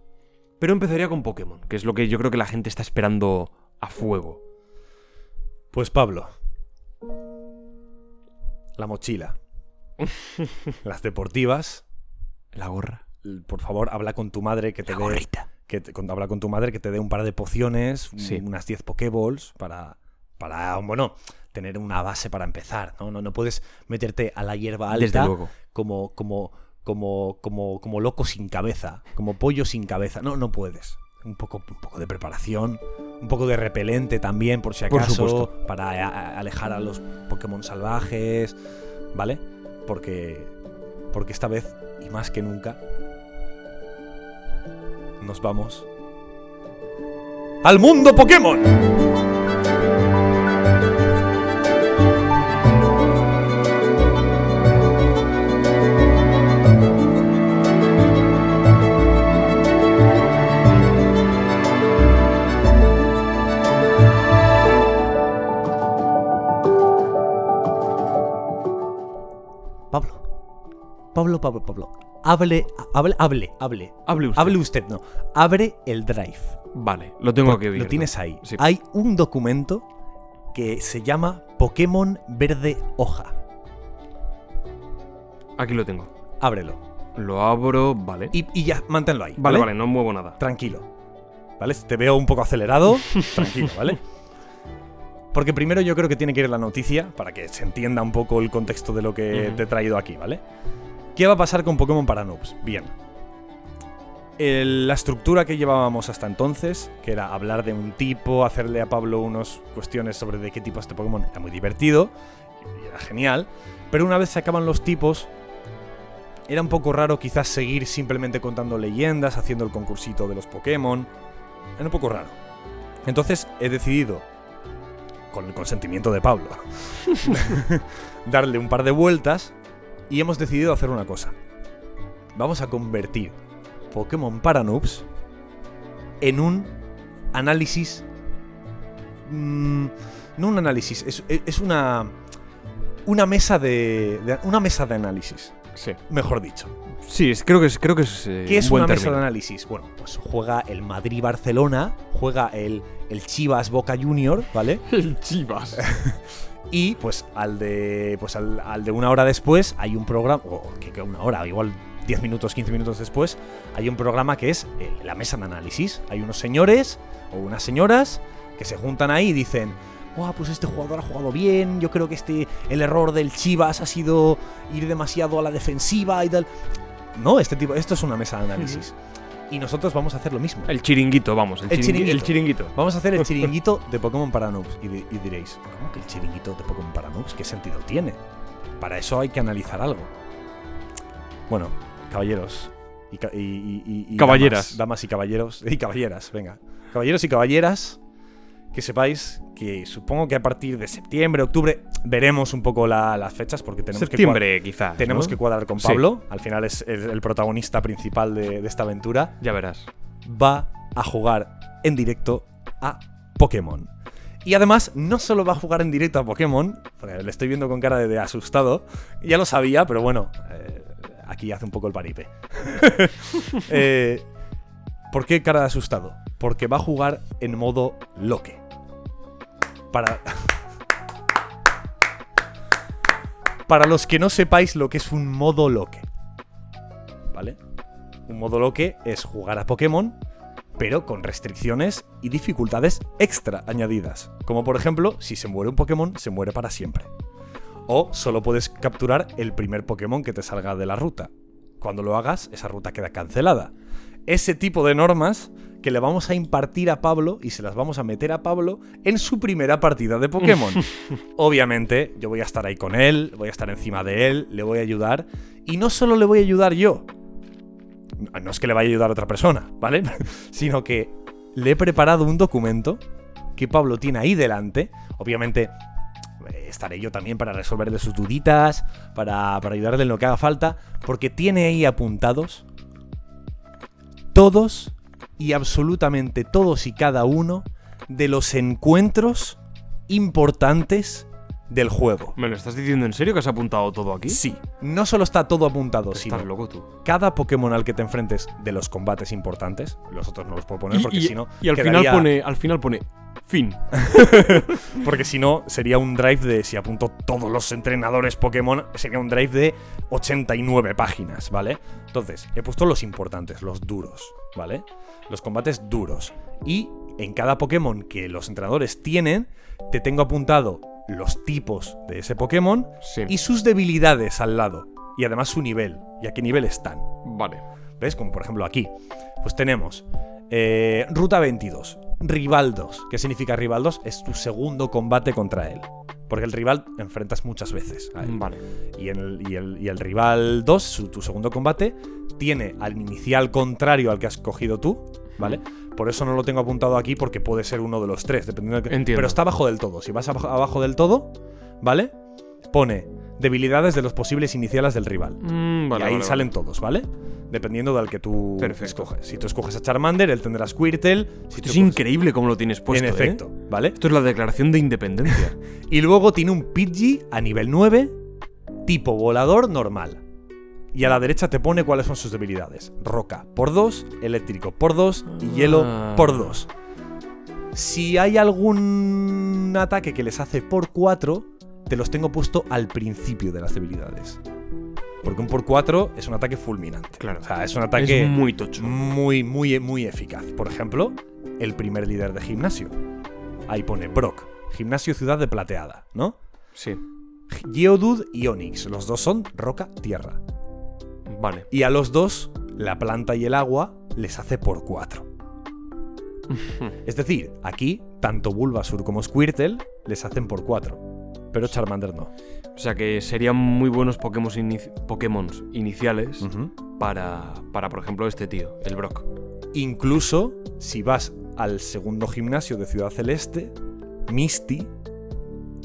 Pero empezaría con Pokémon, que es lo que yo creo que la gente está esperando a fuego.
Pues Pablo. La mochila. Las deportivas.
La gorra.
l- Por favor, habla con tu madre que te dé. Que te- con- habla con tu madre que te dé un par de pociones, un-
Sí.
unas 10 Pokéballs para. Para, bueno, tener una base para empezar, ¿no? No, no puedes meterte a la hierba alta
Desde luego.
como, como, como, como, como loco sin cabeza, como pollo sin cabeza. No, no puedes. Un poco, un poco de preparación, un poco de repelente también, por si
Por
acaso,
supuesto.
para a- a- alejar a los Pokémon salvajes, ¿vale? Porque, porque esta vez, y más que nunca, nos vamos al mundo Pokémon. Pablo. Pablo, Pablo, Pablo. Hable, hable, hable, hable.
Hable usted.
Hable usted, no. Abre el drive.
Vale, lo tengo que abrir.
Lo tienes ahí.
Sí.
Hay un documento que se llama Pokémon Verde Hoja.
Aquí lo tengo.
Ábrelo.
Lo abro, vale.
Y, y ya, manténlo ahí.
Vale, vale, no muevo nada.
Tranquilo. ¿Vale? Te veo un poco acelerado. Tranquilo, ¿vale? Porque primero yo creo que tiene que ir la noticia para que se entienda un poco el contexto de lo que
Ujú.
te he traído aquí, ¿vale? ¿Qué va a pasar con Pokémon para noobs? Bien. El- la estructura que llevábamos hasta entonces, que era hablar de un tipo, hacerle a Pablo unas cuestiones sobre de qué tipo es este Pokémon, era muy divertido y era genial. Pero una vez se acaban los tipos, era un poco raro quizás seguir simplemente contando leyendas, haciendo el concursito de los Pokémon. Era un poco raro. Entonces he decidido, con el consentimiento de Pablo, darle un par de vueltas y hemos decidido hacer una cosa. Vamos a convertir Pokémon para noobs en un análisis... mm, no un análisis, es, es una... Una mesa de- de... Una mesa de análisis
Sí.
mejor dicho.
Sí, es- creo que es, creo que es, eh,
¿Qué es
un buen
una mesa de
término.
análisis? Bueno, pues juega el Madrid-Barcelona, juega el, el Chivas Boca Junior, ¿vale?
El Chivas.
Y pues al de. Pues al, al de una hora después hay un programa. O que que una hora, igual 10 minutos, 15 minutos después, hay un programa que es el- la mesa de análisis. Hay unos señores o unas señoras que se juntan ahí y dicen. Buah, pues este jugador ha jugado bien. Yo creo que este. El error del Chivas ha sido ir demasiado a la defensiva y tal. No, este tipo. Esto es una mesa de análisis. Y nosotros vamos a hacer lo mismo.
El chiringuito, vamos. El, chiringui-
El
el
chiringuito.
chiringuito.
Vamos a hacer el chiringuito de Pokémon para noobs. Y, di- y diréis, ¿cómo que el chiringuito de Pokémon para noobs? ¿Qué sentido tiene? Para eso hay que analizar algo. Bueno, caballeros. Y, ca- y- y- y- y
Caballeras.
Damas, damas y caballeros. Y caballeras, venga. Caballeros y caballeras, que sepáis que supongo que a partir de septiembre, octubre, veremos un poco la- las fechas porque tenemos que cua-
Septiembre, quizás.
tenemos
¿no?
que cuadrar con
Sí.
Pablo. Al final es, es el protagonista principal de- de esta aventura
Ya verás.
va a jugar en directo a Pokémon. Y además, no solo va a jugar en directo a Pokémon, porque le estoy viendo con cara de, de asustado, ya lo sabía, pero bueno, eh, aquí hace un poco el paripe. Eh, ¿Por qué cara de asustado? Porque va a jugar en modo loque. Para. Para los que no sepáis lo que es un modo loque. ¿Vale? Un modo loque es jugar a Pokémon, pero con restricciones y dificultades extra añadidas. Como por ejemplo, si se muere un Pokémon, se muere para siempre. O solo puedes capturar el primer Pokémon que te salga de la ruta. Cuando lo hagas, esa ruta queda cancelada. Ese tipo de normas que le vamos a impartir a Pablo y se las vamos a meter a Pablo en su primera partida de Pokémon. Obviamente, yo voy a estar ahí con él, voy a estar encima de él, le voy a ayudar. Y no solo le voy a ayudar yo, no es que le vaya a ayudar a otra persona, ¿vale? Sino que le he preparado un documento que Pablo tiene ahí delante. Obviamente, eh, estaré yo también para resolverle sus duditas, para, para ayudarle en lo que haga falta, porque tiene ahí apuntados todos y absolutamente todos y cada uno de los encuentros importantes del juego.
¿Me lo estás diciendo en serio que has apuntado todo aquí?
Sí, no solo está todo apuntado, sino
Estás loco tú.
cada Pokémon al que te enfrentes de los combates importantes, los otros no los puedo poner porque
y,
si no
y al
quedaría-
final pone, al final pone fin.
porque si no sería un drive de si apunto todos los entrenadores Pokémon, sería un drive de 89 páginas, ¿vale? Entonces, he puesto los importantes, los duros, ¿vale? Los combates duros y en cada Pokémon que los entrenadores tienen te tengo apuntado los tipos de ese Pokémon
Sí.
y sus debilidades al lado y además su nivel y a qué nivel están.
Vale.
¿Ves? Como por ejemplo aquí. Pues tenemos eh, Ruta 22, Rivaldos. ¿Qué significa Rivaldos? Es tu segundo combate contra él. Porque el rival enfrentas muchas veces. a él.
Vale.
Y, el, y el- y el rival 2, su- tu segundo combate, tiene al inicial contrario al que has cogido tú. ¿Vale? Por eso no lo tengo apuntado aquí porque puede ser uno de los tres, dependiendo del que-
Entiendo.
Pero está abajo del todo. Si vas abajo, abajo del todo, ¿vale? Pone debilidades de los posibles iniciales del rival
Mm, vale,
y ahí
vale,
salen todos, ¿vale? Dependiendo del que tú
Perfecto.
escoges. Si tú escoges a Charmander, él tendrá Squirtle. Si
Esto
tú
es
coges-
increíble cómo lo tienes puesto.
En
¿eh?
efecto, ¿vale?
Esto es la declaración de independencia.
Y luego tiene un Pidgey a nivel 9, tipo volador normal. Y a la derecha te pone cuáles son sus debilidades. Roca por 2, eléctrico por 2 y hielo
Ah.
por 2. Si hay algún ataque que les hace por 4, te los tengo puesto al principio de las debilidades. Porque un por 4 es un ataque fulminante.
Claro.
O sea, es un ataque
Es muy tocho.
muy, muy, muy eficaz. Por ejemplo, el primer líder de gimnasio. Ahí pone Brock, gimnasio ciudad de plateada, ¿no?
Sí.
Geodude y Onix, los dos son roca, tierra.
Vale.
Y a los dos, la planta y el agua les hace por cuatro. Es decir, aquí, tanto Bulbasur como Squirtle les hacen por cuatro. Pero Charmander no.
O sea que serían muy buenos Pokémon Pokémons iniciales
Mm.
para, para, por ejemplo, este tío, el Brock.
Incluso si vas al segundo gimnasio de Ciudad Celeste, Misty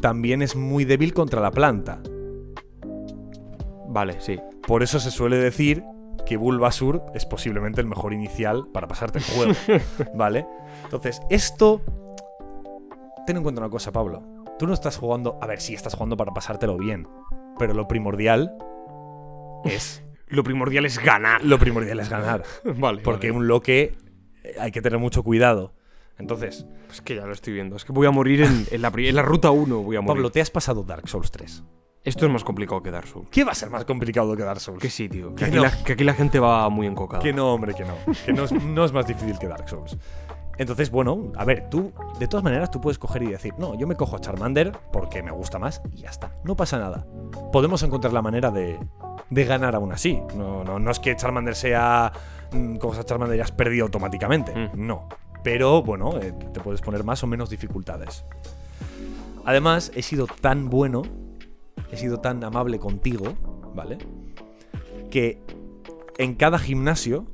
también es muy débil contra la planta.
Vale, sí.
Por eso se suele decir que Bulbasur es posiblemente el mejor inicial para pasarte el juego, ¿vale? Entonces, esto... Ten en cuenta una cosa, Pablo. Tú no estás jugando... A ver, sí, estás jugando para pasártelo bien. Pero lo primordial es...
Lo primordial es ganar.
Lo primordial es ganar.
Vale.
Porque
vale.
un loque eh, hay que tener mucho cuidado. Entonces,
Es que ya lo estoy viendo. Es que voy a morir en, en la, pri- en la ruta 1. Voy a morir.
Pablo, te has pasado Dark Souls 3.
Esto es más complicado que Dark Souls.
¿Qué va a ser más complicado que Dark Souls?
Que sí, tío.
Que
Que aquí,
no.
la, que aquí la gente va muy encocada.
Que no, hombre, que no. Que no es, no es más difícil que Dark Souls. Entonces, bueno, a ver, tú, de todas maneras, tú puedes coger y decir, no, yo me cojo a Charmander porque me gusta más y ya está. No pasa nada. Podemos encontrar la manera de, de ganar aún así. No, no, no es que Charmander sea. mm, Coges a Charmander y has perdido automáticamente.
Mm.
No. Pero, bueno, eh, te puedes poner más o menos dificultades. Además, he sido tan bueno, he sido tan amable contigo, ¿vale? Que en cada gimnasio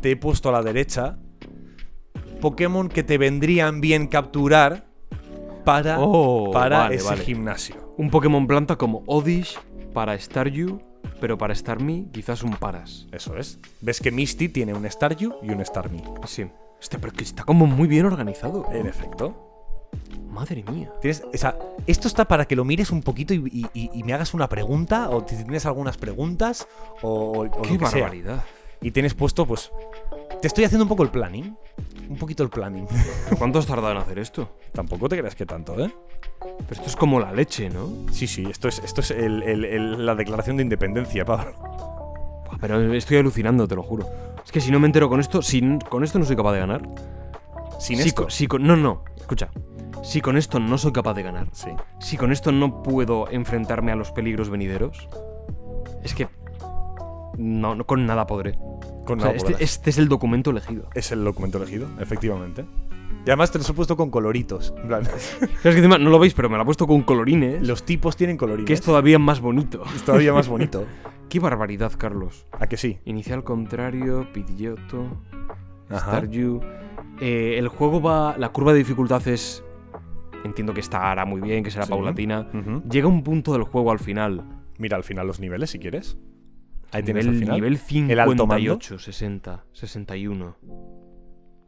te he puesto a la derecha Pokémon que te vendrían bien capturar para,
Oh,
para
vale,
ese
vale.
gimnasio.
Un Pokémon planta como Odish para Staryu, pero para Starmie quizás un Paras.
Eso es. Ves que Misty tiene un Staryu y un Starmie.
Sí. Este, pero que está como muy bien organizado.
En efecto.
Madre mía.
Tienes, o sea, esto está para que lo mires un poquito y, y- y- y me hagas una pregunta, o si tienes algunas preguntas, o, o lo
Qué
que sea.
barbaridad.
Y tienes puesto, pues. Te estoy haciendo un poco el planning. Un poquito el planning.
¿Pero cuánto has tardado en hacer esto?
Tampoco te creas que tanto, ¿eh?
Pero esto es como la leche, ¿no?
Sí, sí, esto es, esto es el- el- el- la declaración de independencia, Pablo.
Buah, Pero estoy alucinando, te lo juro. Es que si no me entero con esto, si n- con esto no soy capaz de ganar.
Sin
si
esto.
co- si con- no, no, escucha. Si con esto no soy capaz de ganar,
Sí.
si con esto no puedo enfrentarme a los peligros venideros, es que no, no con nada podré.
Con
O sea,
nada podrás.
este, este es el documento elegido.
Es el documento elegido, efectivamente. Y además te los he puesto con coloritos. en plan,
Claro, es que encima no lo veis, pero me la ha puesto con colorines,
los tipos tienen colorines.
que es todavía más bonito.
es todavía más bonito.
Qué barbaridad, Carlos.
¿A que sí?
Inicial contrario, Pidgeotto,
Ajá.
Ah. Staryu. Eh, el juego va. La curva de dificultad es entiendo que esta hará muy bien, que será
Sí.
paulatina.
Ujú.
Llega un punto del juego al final.
Mira al final los niveles, si quieres. Ahí tienes al
nivel,
final.
nivel
El alto mando.
58, 60, 61.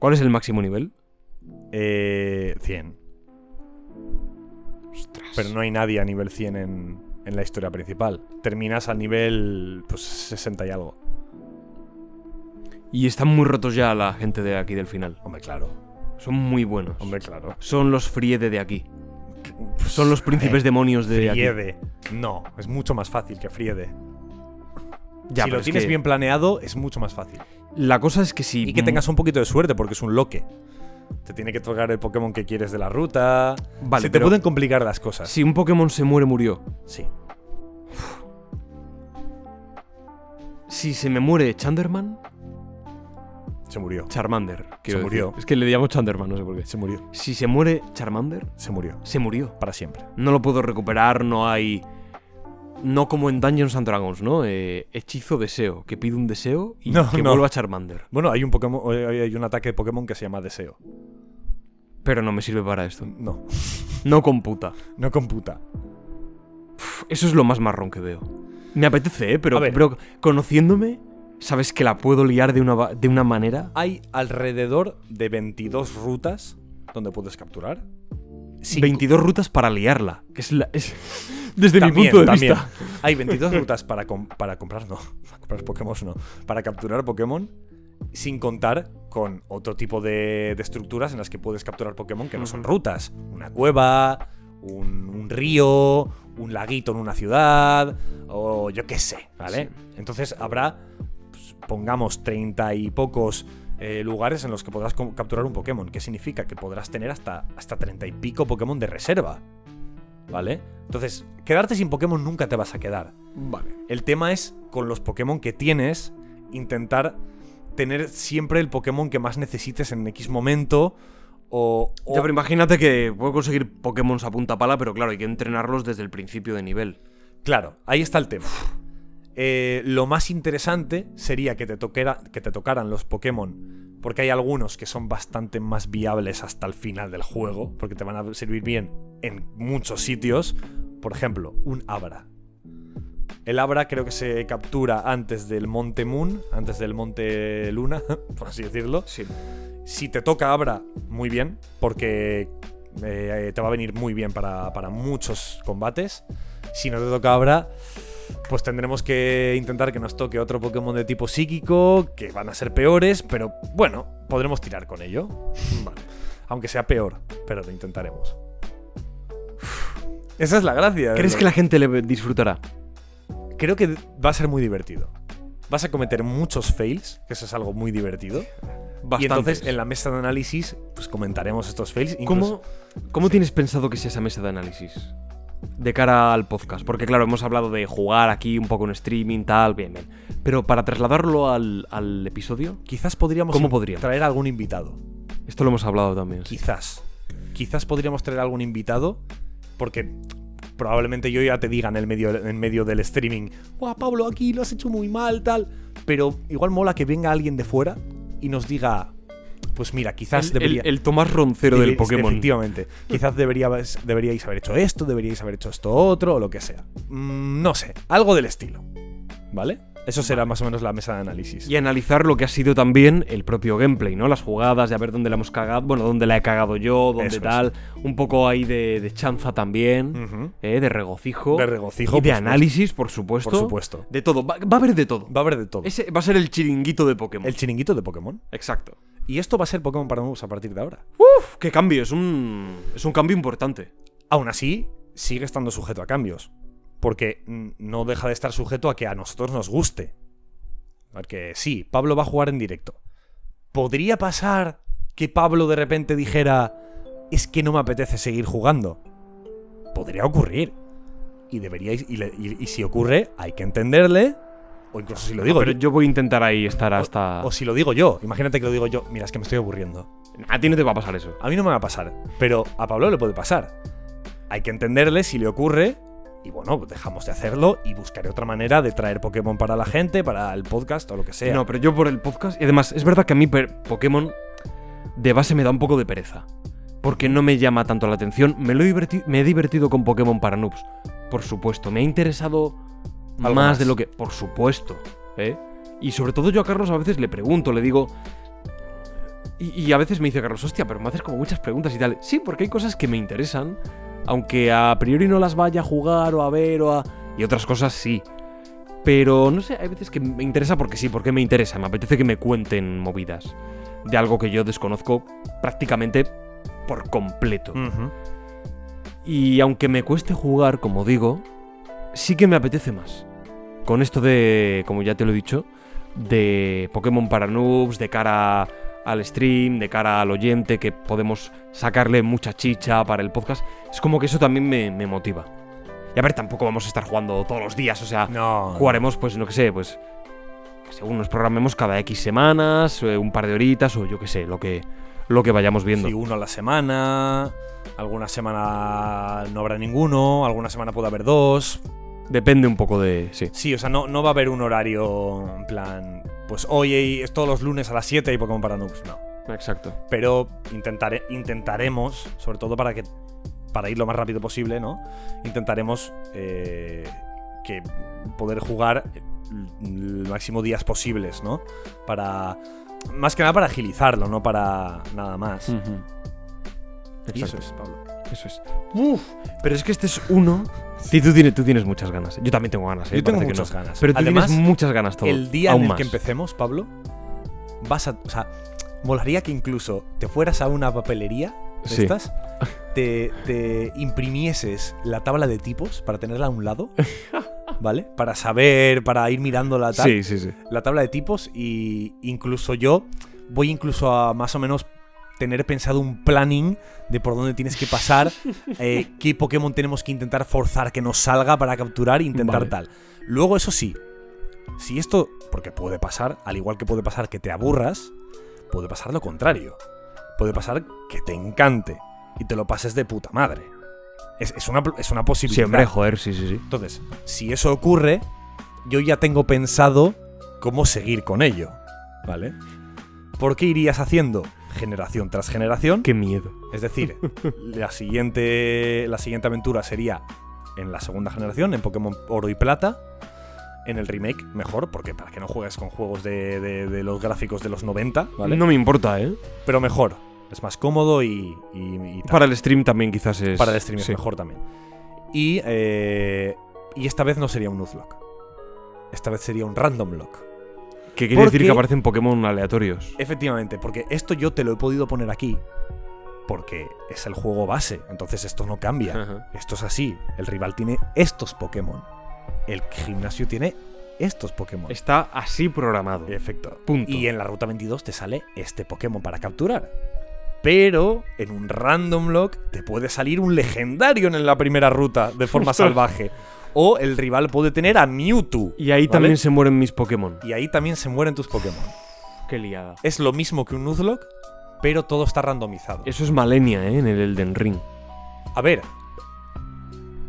¿Cuál es el máximo nivel?
Eh, 100. Pero no hay nadie a nivel 100 en, en la historia principal. Terminas al nivel pues 60 y algo.
Y están muy rotos ya la gente de aquí del final.
Hombre, claro.
Son muy buenos.
Hombre, claro.
Son los Friede de aquí. Son los príncipes demonios de aquí.
Friede. No, es mucho más fácil que Friede.
Ya,
si
pero
lo
es
tienes
que
bien planeado, es mucho más fácil.
La cosa es que si. mm,
Y que tengas un poquito de suerte, porque es un loque. Te tiene que tocar el Pokémon que quieres de la ruta.
Vale,
Se te
pero-
pueden complicar las cosas.
Si un Pokémon se muere, murió.
Sí.
Si se me muere Chanderman,
Se murió.
Charmander. quiero
Se murió.
decir. Es que le llamo Chanderman, no sé por qué.
Se murió.
Si se muere Charmander,
Se murió.
se murió.
Para siempre.
No lo puedo recuperar, no hay. No como en Dungeons and Dragons, ¿no? Eh, hechizo deseo, que pide un deseo y
No,
que
no.
vuelva Charmander.
Bueno, hay un Pokémon, hay hay un ataque de Pokémon que se llama Deseo.
Pero no me sirve para esto.
No,
No computa.
no computa.
Pf, Eso es lo más marrón que veo. Me apetece, ¿eh? Pero,
A ver.
pero conociéndome, sabes que la puedo liar de una, va- de una manera.
Hay alrededor de 22 rutas donde puedes capturar.
22 rutas para liarla. Que es, la- es- desde mi
También,
punto de
también.
vista.
Hay 22 rutas para, com- para comprar, no. Para comprar Pokémon, no. Para capturar Pokémon, sin contar con otro tipo de, de estructuras en las que puedes capturar Pokémon que no son rutas. Una cueva, un, un río, un laguito en una ciudad, o yo qué sé, ¿vale? Entonces habrá, pues, pongamos, 30 y pocos. eh, lugares en los que podrás co- capturar un Pokémon, que significa que podrás tener hasta, hasta 30 y pico Pokémon de reserva. ¿Vale? Entonces, quedarte sin Pokémon nunca te vas a quedar.
Vale.
El tema es, con los Pokémon que tienes, intentar tener siempre el Pokémon que más necesites en X momento. O. o-
pero imagínate que puedo conseguir Pokémon a punta pala, pero claro, hay que entrenarlos desde el principio de nivel.
Claro, ahí está el tema. Eh, lo más interesante sería que te, toquera- que te tocaran los Pokémon. Porque hay algunos que son bastante más viables hasta el final del juego. Porque te van a servir bien en muchos sitios. Por ejemplo, un Abra. El Abra creo que se captura antes del Monte Moon, antes del Monte Luna, por así decirlo.
Sí.
Si te toca Abra, muy bien, porque eh, te va a venir muy bien para, para muchos combates. Si no te toca Abra, pues tendremos que intentar que nos toque otro Pokémon de tipo psíquico, que van a ser peores, pero bueno, podremos tirar con ello. Aunque sea peor, pero lo intentaremos. Esa es la gracia. ¿eh? de
¿Crees
lo-
que la gente le disfrutará?
Creo que va a ser muy divertido. Vas a cometer muchos fails, que eso es algo muy divertido.
Bastante.
Y entonces en la mesa de análisis pues comentaremos estos fails. incluso-
¿Cómo, cómo tienes pensado que sea esa mesa de análisis? De cara al podcast. Porque, claro, hemos hablado de jugar aquí un poco en streaming, tal, bien, bien. Pero para trasladarlo al, al episodio,
Quizás podríamos
¿Cómo
in-
podríamos?
traer algún invitado.
esto lo hemos hablado también. sí.
Quizás. Quizás podríamos traer algún invitado porque probablemente yo ya te diga en, el medio, en medio del streaming, ¡Guau, Pablo, aquí lo has hecho muy mal, tal! Pero igual mola que venga alguien de fuera y nos diga, pues mira, quizás
El,
debería...
el- el Tomás Roncero del
Deberíais-
Pokémon.
Efectivamente. Quizás deberíais, deberíais haber hecho esto, deberíais haber hecho esto otro, o lo que sea. Mm, no sé, algo del estilo. ¿Vale? Eso será más o menos la mesa de análisis.
Y analizar lo que ha sido también el propio gameplay, ¿no? Las jugadas, de a ver dónde la hemos cagado, bueno, dónde la he cagado yo, dónde
Eso es.
tal. Un poco ahí de, de chanza también,
Ujú.
¿eh? de regocijo.
De regocijo,
Y de
por
análisis, por supuesto.
Por supuesto.
De todo, va, va a haber de todo.
Va a haber de todo.
Ese va a ser el chiringuito de Pokémon.
El chiringuito de Pokémon.
Exacto.
Y esto va a ser Pokémon para nuevos a partir de ahora.
Uf, qué cambio, es un, es un cambio importante.
Aún así, sigue estando sujeto a cambios. Porque mm, no deja de estar sujeto a que a nosotros nos guste. Porque sí, Pablo va a jugar en directo. ¿Podría pasar que Pablo de repente dijera, es que no me apetece seguir jugando? Podría ocurrir. Y deberíais, y, le- y- y si ocurre, hay que entenderle. O incluso si lo digo
Pero
yo.
yo voy a intentar ahí estar hasta...
O si lo digo yo. Imagínate que lo digo yo. Mira, es que me estoy aburriendo.
A ti no te va a pasar eso.
A mí no me va a pasar, pero a Pablo le puede pasar. Hay que entenderle si le ocurre. Y bueno, pues dejamos de hacerlo y buscaré otra manera de traer Pokémon para la gente, para el podcast o lo que sea.
No, pero yo por el podcast... Y además, es verdad que a mí per- Pokémon de base me da un poco de pereza. porque no me llama tanto la atención. Me, lo he, diverti- me he divertido con Pokémon para noobs, por supuesto. Me ha interesado más,
Algo más.
de lo que... Por supuesto. ¿eh? Y sobre todo yo a Carlos a veces le pregunto, le digo... Y, y a veces me dice Carlos, hostia, pero me haces como muchas preguntas y tal. Sí, porque hay cosas que me interesan, aunque a priori no las vaya a jugar o a ver o a... Y otras cosas sí. Pero no sé, hay veces que me interesa porque sí, porque me interesa, me apetece que me cuenten movidas de algo que yo desconozco prácticamente por completo.
Ujú.
Y aunque me cueste jugar, como digo, sí que me apetece más. Con esto de, como ya te lo he dicho, de Pokémon para noobs, de cara al stream, de cara al oyente, que podemos sacarle mucha chicha para el podcast, es como que eso también me, me motiva. Y a ver, tampoco vamos a estar jugando todos los días, o sea,
No.
jugaremos, pues, no que sé, pues. Según nos programemos cada X semanas, eh, un par de horitas, o yo qué sé, lo que, lo que vayamos viendo.
Sí, uno a la semana. Alguna semana no habrá ninguno. Alguna semana puede haber dos.
Depende un poco de. Sí.
Sí, o sea, no, no va a haber un horario en plan. Pues hoy hay- es todos los lunes a las 7 hay Pokémon para noobs. No.
Exacto.
pero intentare- intentaremos, sobre todo para que para ir lo más rápido posible, ¿no? Intentaremos eh, que poder jugar el máximo días posibles, ¿no? Para más que nada para agilizarlo, no para nada más.
Mm.
Y eso
Exacto.
es, Pablo.
Eso es. Uf, pero es que este es uno. Sí, tú tienes, tú tienes muchas ganas. Yo también tengo ganas. eh,
Yo tengo
parece que
muchas ganas.
Pero tú
Además,
tienes muchas ganas todo.
El día
aún
en el
más.
que empecemos, Pablo, vas a, o sea, molaría que incluso te fueras a una papelería de
Sí.
estas, te, te imprimieses la tabla de tipos para tenerla a un lado, ¿vale? Para saber, para ir mirándola tal,
Sí, sí, sí.
la tabla de tipos y incluso yo voy incluso a más o menos tener pensado un planning de por dónde tienes que pasar, eh, qué Pokémon tenemos que intentar forzar que nos salga para capturar e intentar
Vale.
tal. Luego, eso sí, si esto, porque puede pasar, al igual que puede pasar que te aburras, puede pasar lo contrario. Puede pasar que te encante y te lo pases de puta madre. Es, es una, es una posibilidad.
Sí, hombre, joder, sí, sí, sí.
Entonces, si eso ocurre, yo ya tengo pensado cómo seguir con ello, ¿vale? ¿Por qué irías haciendo generación tras generación?
Qué miedo.
Es decir, la siguiente, la siguiente aventura sería en la segunda generación, en Pokémon Oro y Plata. En el remake, mejor, porque para que no juegues con juegos de, de- de los gráficos de los 90, ¿vale?
No me importa, ¿eh? pero
Pero mejor, es más cómodo y, y- y tal.
Para el stream también quizás es.
Para el stream es
sí.
mejor también. Y, eh, y esta vez no sería un Nuzlocke. Esta vez sería un Random Lock.
Que quiere decir
Porque-
que aparecen Pokémon aleatorios.
Efectivamente, porque esto yo te lo he podido poner aquí porque es el juego base, entonces esto no cambia.
Ajá.
Esto es así, el rival tiene estos Pokémon. El gimnasio tiene estos Pokémon.
Está así programado.
Efecto.
Punto.
Y en la ruta 22 te sale este Pokémon para capturar. Pero en un random lock te puede salir un legendario en la primera ruta de forma salvaje. O el rival puede tener a Mewtwo.
Y ahí
¿vale?
también se mueren mis Pokémon.
Y ahí también se mueren tus Pokémon.
Qué liada.
Es lo mismo que un Nuzlocke, pero todo está randomizado.
Eso es Malenia, ¿eh? En el Elden Ring.
A ver,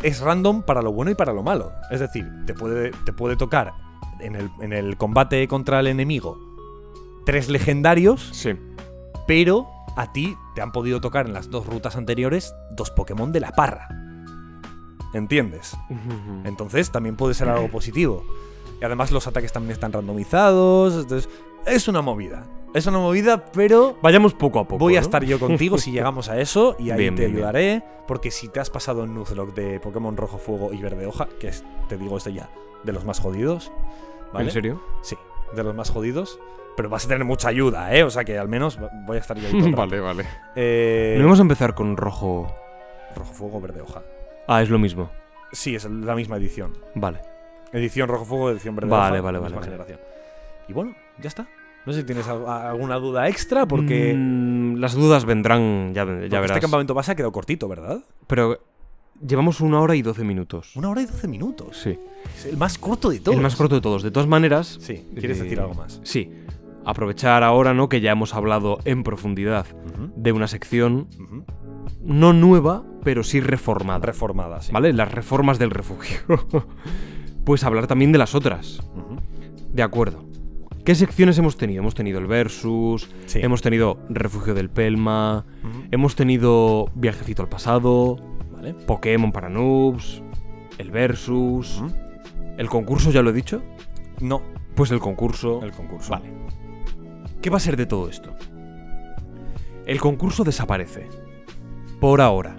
es random para lo bueno y para lo malo. Es decir, te puede, te puede tocar en el, en el combate contra el enemigo tres legendarios
Sí.
pero a ti te han podido tocar en las dos rutas anteriores dos Pokémon de la parra. ¿Entiendes? Entonces también puede ser algo positivo. Y además los ataques también están randomizados. Entonces, es una movida. Es una movida, pero
Vayamos poco a poco.
voy a
¿no?
estar yo contigo si llegamos a eso y ahí
Bien,
te
bien, bien.
ayudaré. Porque si te has pasado en Nuzlocke de Pokémon Rojo Fuego y Verde Hoja, que es, te digo este ya, de los más jodidos. ¿vale?
¿En serio?
Sí, de los más jodidos. Pero vas a tener mucha ayuda, ¿eh? O sea que al menos voy a estar yo ahí. todo el rato.
vale.
Eh,
No vamos a empezar con rojo.
Rojo Fuego, Verde Hoja.
Ah, es lo mismo.
Sí, es la misma edición.
Vale.
Edición Rojo Fuego, edición Verde
Vale,
Hoja.
vale,
misma
vale,
generación. Y bueno, ya está. No sé si tienes al- a- alguna duda extra, porque,
Mm, las dudas vendrán, ya, ya
porque
verás.
este campamento base ha quedado cortito, ¿verdad?
Pero llevamos una hora y doce minutos.
Una hora y doce minutos.
Sí.
Es el más corto de todos.
El más corto de todos. De todas maneras,
Sí, ¿quieres
eh,
decir algo más?
Sí. Aprovechar ahora, ¿no? Que ya hemos hablado en profundidad
Ujú,
de una sección
ujú.
no nueva, pero sí reformada.
Reformada, sí.
¿Vale? Las reformas del refugio. pues hablar también de las otras.
Ujú.
De acuerdo. ¿Qué secciones hemos tenido? Hemos tenido el Versus,
Sí. Mm.
hemos tenido Refugio del Pelma, hemos tenido Viajecito al Pasado,
¿Vale?
Pokémon para Noobs, el Versus.
Ujú. Mm.
¿El concurso ya lo he dicho?
No,
Pues el concurso.
el concurso.
Vale. ¿Qué va a ser de todo esto? El concurso desaparece. Por ahora.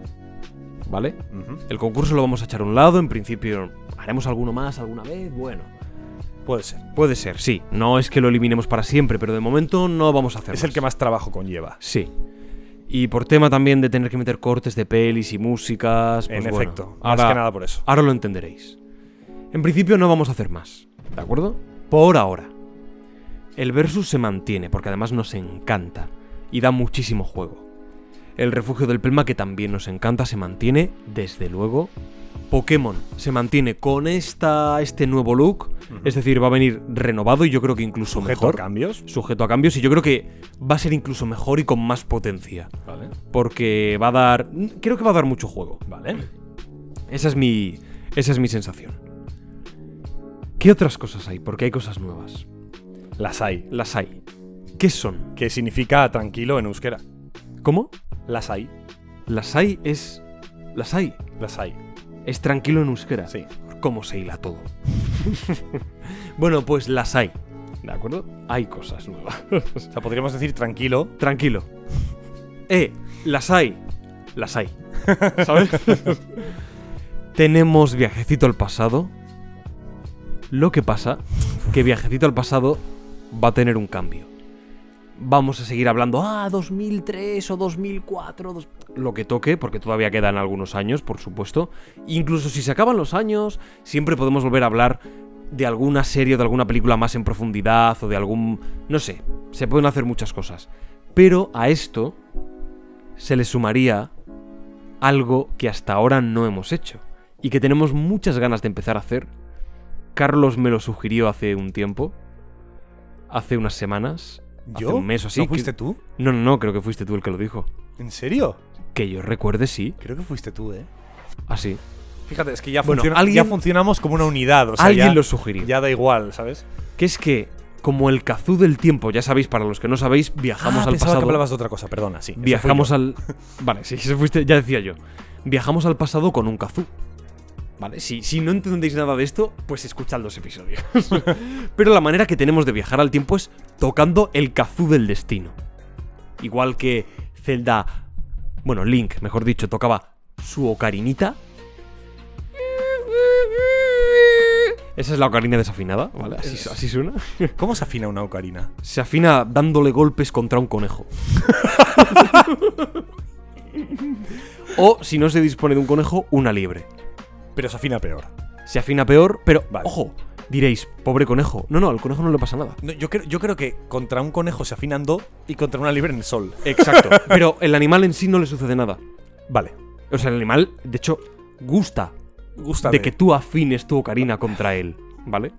¿Vale?
Ujú.
El concurso lo vamos a echar a un lado. En principio, haremos alguno más alguna vez. Bueno.
Puede ser.
Puede ser, sí. No es que lo eliminemos para siempre, pero de momento no vamos a hacerlo.
Es el que más trabajo conlleva.
Sí. Y por tema también de tener que meter cortes de pelis y músicas. pues
en
bueno,
efecto.
Ahora,
Más que nada por eso.
ahora lo entenderéis. En principio no vamos a hacer más, ¿de acuerdo? Por ahora. El versus se mantiene porque además nos encanta y da muchísimo juego. El refugio del Pelma, que también nos encanta, se mantiene, desde luego. Pokémon se mantiene con esta, este nuevo look, es decir, va a venir renovado y yo creo que incluso
Sujeto
mejor.
a cambios.
Sujeto a cambios y yo creo que va a ser incluso mejor y con más potencia.
Vale.
Porque va a dar... Creo que va a dar mucho juego.
Vale.
Esa es mi. Esa es mi sensación. ¿Qué otras cosas hay? Porque hay cosas nuevas.
Las hay.
Las hay. ¿Qué son?
Que significa tranquilo en euskera.
¿Cómo?
Las hay.
Las hay es. Las hay.
Las hay.
Es tranquilo en euskera.
Sí.
¿Cómo se hila todo? bueno, pues las hay. ¿De acuerdo? Hay cosas nuevas.
O sea, podríamos decir tranquilo.
tranquilo. Eh, las hay. Las hay. ¿Sabes? Tenemos viajecito al pasado. Lo que pasa que viajecito al pasado va a tener un cambio. Vamos a seguir hablando, ah, 2003 o 2004, dos- lo que toque, porque todavía quedan algunos años, por supuesto. Incluso si se acaban los años, siempre podemos volver a hablar de alguna serie o de alguna película más en profundidad o de algún... no sé, se pueden hacer muchas cosas. Pero a esto se le sumaría algo que hasta ahora no hemos hecho y que tenemos muchas ganas de empezar a hacer. Carlos me lo sugirió hace un tiempo, hace unas semanas, hace un mes o así.
¿No
que-
fuiste tú?
No, no, no, creo que fuiste tú el que lo dijo.
¿En serio?
Que yo recuerde, sí,
Creo que fuiste tú, ¿eh?
así.
Fíjate, es que ya,
Bueno,
funciona-
alguien-
ya funcionamos como una unidad. O sea,
Alguien
ya,
lo sugirió.
ya da igual, ¿sabes?
Que es que, como el cazú del tiempo, ya sabéis, para los que no sabéis, viajamos
Ah,
al
pensaba que
pasado.
hablabas de otra cosa, perdona, sí. ese fui
viajamos
yo.
al. Vale, sí, eso fuiste, ya decía yo. Viajamos al pasado con un cazú. Vale, si, si no entendéis nada de esto, pues escuchad los episodios. Pero la manera que tenemos de viajar al tiempo es tocando el cazú del destino. Igual que Zelda. Bueno, Link, mejor dicho, tocaba su ocarinita. Esa es la ocarina desafinada, ¿vale? Así, así suena.
¿Cómo se afina una ocarina?
Se afina dándole golpes contra un conejo. o, si no se dispone de un conejo, una liebre.
Pero se afina peor.
Se afina peor, pero
Vale.
ojo, diréis, pobre conejo. No, no, al conejo no le pasa nada.
No, yo, creo, yo creo que contra un conejo se afinan do y contra una libre en el sol. Eh,
Exacto. pero el animal en sí no le sucede nada.
Vale.
O sea, el animal, de hecho, gusta
Gusta
de que tú afines tu ocarina contra él, ¿vale?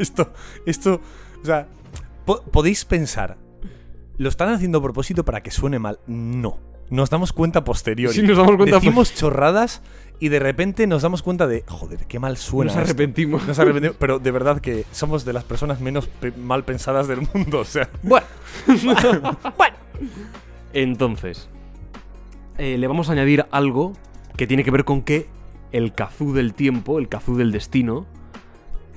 Esto, esto, o sea, po- podéis pensar, ¿lo están haciendo a propósito para que suene mal? No. Nos damos cuenta posterior.
Sí, nos damos cuenta
Decimos chorradas y de repente nos damos cuenta de, joder, qué mal suena.
Nos
esto".
arrepentimos.
Nos arrepentimos, pero de verdad que somos de las personas menos pe- mal pensadas del mundo, o sea.
Bueno. bueno. Entonces, eh, le vamos a añadir algo que tiene que ver con que el cazú del tiempo, el cazú del destino,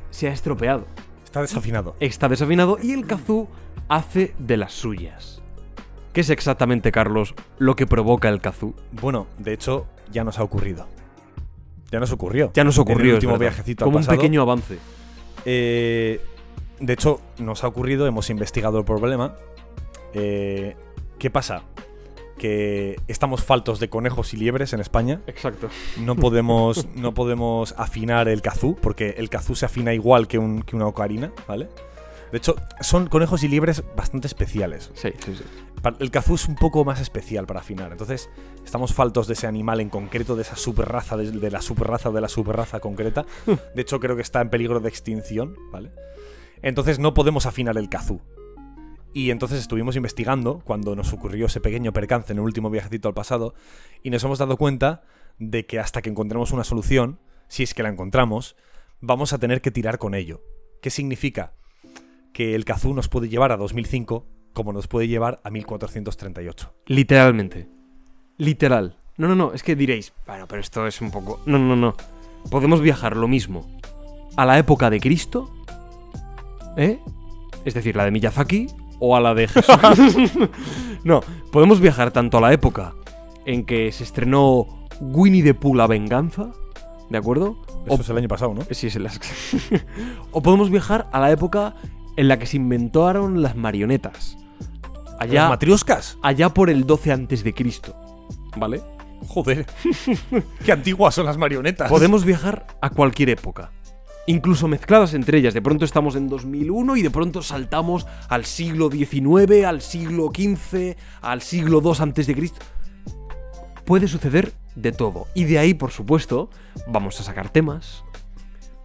se ha estropeado.
Está desafinado.
Está desafinado y el cazú hace de las suyas. ¿Qué es exactamente, Carlos, lo que provoca el cazú?
Bueno, de hecho, ya nos ha ocurrido. Ya nos ocurrió.
Ya nos
En el
ocurrió. es
último
verdad.
viajecito al
Como un
pasado.
pequeño avance.
Eh, de hecho, nos ha ocurrido, hemos investigado el problema. Eh, ¿Qué pasa? Que estamos faltos de conejos y liebres en España.
Exacto.
No podemos, no podemos afinar el kazú, porque el kazú se afina igual que, un- que una ocarina, ¿vale? De hecho, son conejos y liebres bastante especiales.
Sí, sí, sí.
Pa- El kazú es un poco más especial para afinar. Entonces, estamos faltos de ese animal en concreto, de esa superraza, de, de la superraza, de la superraza concreta. De hecho, creo que está en peligro de extinción, ¿vale? Entonces, no podemos afinar el kazú. Y entonces estuvimos investigando cuando nos ocurrió ese pequeño percance en el último viajecito al pasado y nos hemos dado cuenta de que hasta que encontremos una solución, si es que la encontramos, vamos a tener que tirar con ello. ¿Qué significa? que el Kazoo nos puede llevar a 2005 como nos puede llevar a 1438.
Literalmente. Literal. No, no, no, es que diréis, bueno, pero esto es un poco... No, no, no. Podemos viajar lo mismo a la época de Cristo, ¿eh? Es decir, la de Miyazaki o a la de Jesús. no, podemos viajar tanto a la época en que se estrenó Winnie the Pooh la venganza, ¿de acuerdo?
Eso
O
es el año pasado, ¿no?
Sí, es el Ask. o podemos viajar a la época en la que se inventaron las marionetas.
¿Las
Allá,
matrioscas?
allá por el 12 antes de Cristo. ¿Vale?
Joder. Qué antiguas son las marionetas.
Podemos viajar a cualquier época. Incluso mezcladas entre ellas. De pronto estamos en 2001 y de pronto saltamos al siglo XIX, al siglo XV, al siglo II antes de Cristo. Puede suceder de todo. Y de ahí, por supuesto, vamos a sacar temas.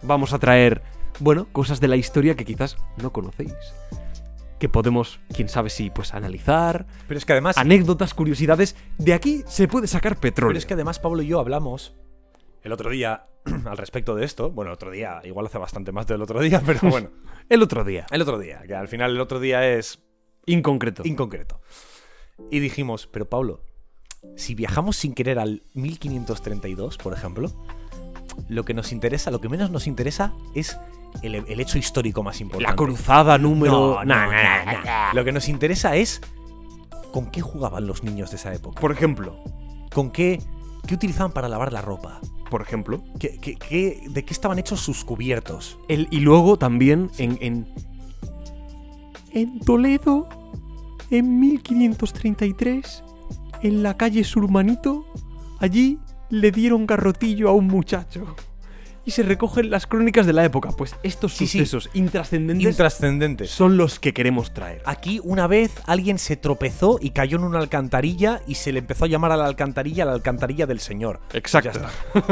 Vamos a traer, bueno, cosas de la historia que quizás no conocéis. Que podemos, quién sabe si, pues analizar.
Pero es que además,
Anécdotas, curiosidades. De aquí se puede sacar petróleo.
pero es que además Pablo y yo hablamos el otro día al respecto de esto. Bueno, el otro día, igual hace bastante más del otro día, pero bueno.
El otro día.
El otro día, que al final el otro día es
Inconcreto.
inconcreto. Y dijimos, pero Pablo, si viajamos sin querer al 1532, por ejemplo, lo que nos interesa, lo que menos nos interesa es el, el hecho histórico más importante.
La cruzada número.
No, no, no, no. Lo que nos interesa es con qué jugaban los niños de esa época.
Por ejemplo,
¿Con qué, qué utilizaban para lavar la ropa?
por ejemplo.
¿Qué- qué- qué- de qué estaban hechos sus cubiertos?
El, y luego también en, en. En Toledo, en 1533, en la calle Surmanito, allí le dieron garrotillo a un muchacho. Y se recogen las crónicas de la época. Pues estos
Sí, sí.
sucesos intrascendentes
Intrascendentes.
son los que queremos traer.
Aquí una vez alguien se tropezó y cayó en una alcantarilla y se le empezó a llamar a la alcantarilla la alcantarilla del señor.
Exacto.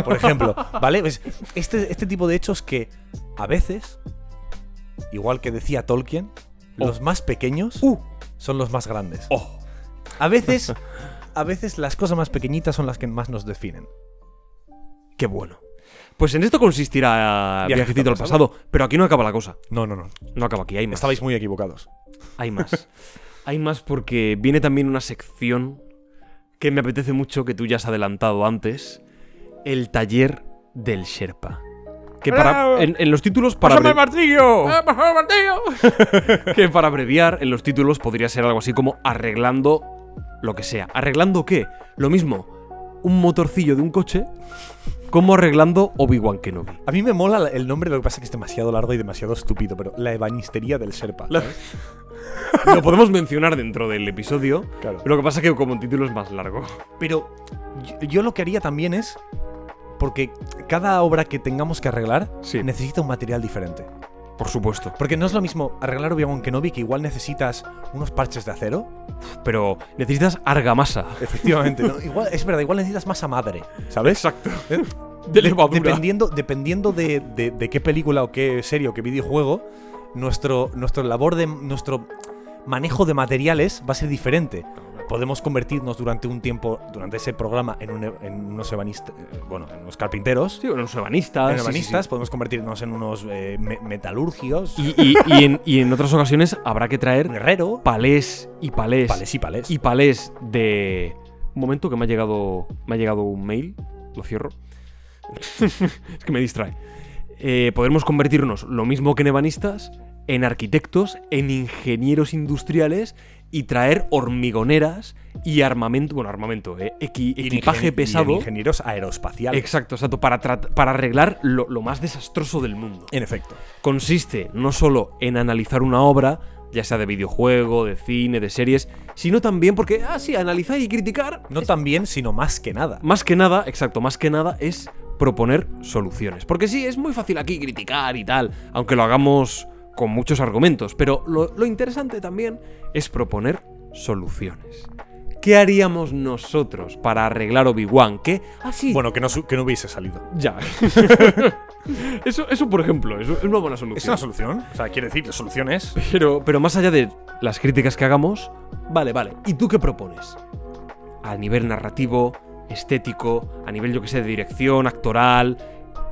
Por ejemplo, ¿vale? Pues este, este tipo de hechos que a veces, igual que decía Tolkien, los más pequeños
Oh. ¡Uh!
son los más grandes.
¡Oh!
A veces, a veces las cosas más pequeñitas son las que más nos definen.
¡Qué bueno! Pues en esto consistirá
Viajecito
viajecito al
al
pasado, pero aquí no acaba la cosa.
No, no, no.
No acaba aquí, hay más.
Estabais muy equivocados.
Hay más. Hay más porque viene también una sección que me apetece mucho que tú ya has adelantado antes. El taller del Sherpa. Que para. En, en los títulos para. abrev-
martillo!
que para abreviar, en los títulos podría ser algo así como arreglando lo que sea. ¿Arreglando qué? Lo mismo, un motorcillo de un coche como arreglando Obi-Wan Kenobi.
A mí me mola la- el nombre, lo que pasa es que es demasiado largo y demasiado estúpido, pero la ebanistería del Serpa. ¿sabes?
Lo podemos mencionar dentro del episodio.
Claro.
Lo que pasa que como título es más largo.
Pero yo, yo lo que haría también es. Porque cada obra que tengamos que arreglar
Sí.
necesita un material diferente.
Por supuesto.
Porque no es lo mismo arreglar Obi-Wan Kenobi que igual necesitas unos parches de acero.
pero necesitas argamasa.
Efectivamente. ¿no? Igual, es verdad, igual necesitas masa madre. ¿Sabes?
Exacto.
¿Eh?
De levadura.
Dependiendo, dependiendo de, de- de qué película o qué serie o qué videojuego, nuestro, nuestro labor de. nuestro manejo de materiales va a ser diferente. Podemos convertirnos durante un tiempo, durante ese programa, en, un e- en unos ebanistas. eh, Bueno, en unos carpinteros.
Sí, unos ebanistas.
en
Ah, sí, sí,
ebanistas,
sí.
podemos convertirnos en unos eh, me- metalurgios,
Y, y- y en, y en otras ocasiones habrá que
un
traer
herrero.
palés y palés.
Palés y palés.
Y palés de. Un momento que me ha llegado. Me ha llegado un mail. Lo cierro. es que me distrae. Eh, podremos convertirnos lo mismo que en ebanistas, en arquitectos, en ingenieros industriales y traer hormigoneras y armamento. Bueno, armamento, eh, equi-
y en
equipaje
ingen- y en
pesado.
ingenieros aeroespaciales.
Exacto, exacto, para, trat- para arreglar lo, lo más desastroso del mundo.
en efecto.
Consiste no solo en analizar una obra, ya sea de videojuego, de cine, de series, sino también porque, ah, sí, analizar y criticar.
No tan bien, sino más que nada.
Más que nada, exacto, más que nada es proponer soluciones. Porque sí, es muy fácil aquí criticar y tal, aunque lo hagamos con muchos argumentos, pero lo, lo interesante también es proponer soluciones. ¿Qué haríamos nosotros para arreglar Obi-Wan? Que, ah, sí,
Bueno, que no, su- que no hubiese salido.
ya. eso, eso, por ejemplo, es es una buena solución.
Es una solución. O sea, quiere decir, la solución es.
Pero, pero más allá de las críticas que hagamos, vale, vale. ¿Y tú qué propones? A nivel narrativo, estético, a nivel, yo que sé, de dirección, actoral,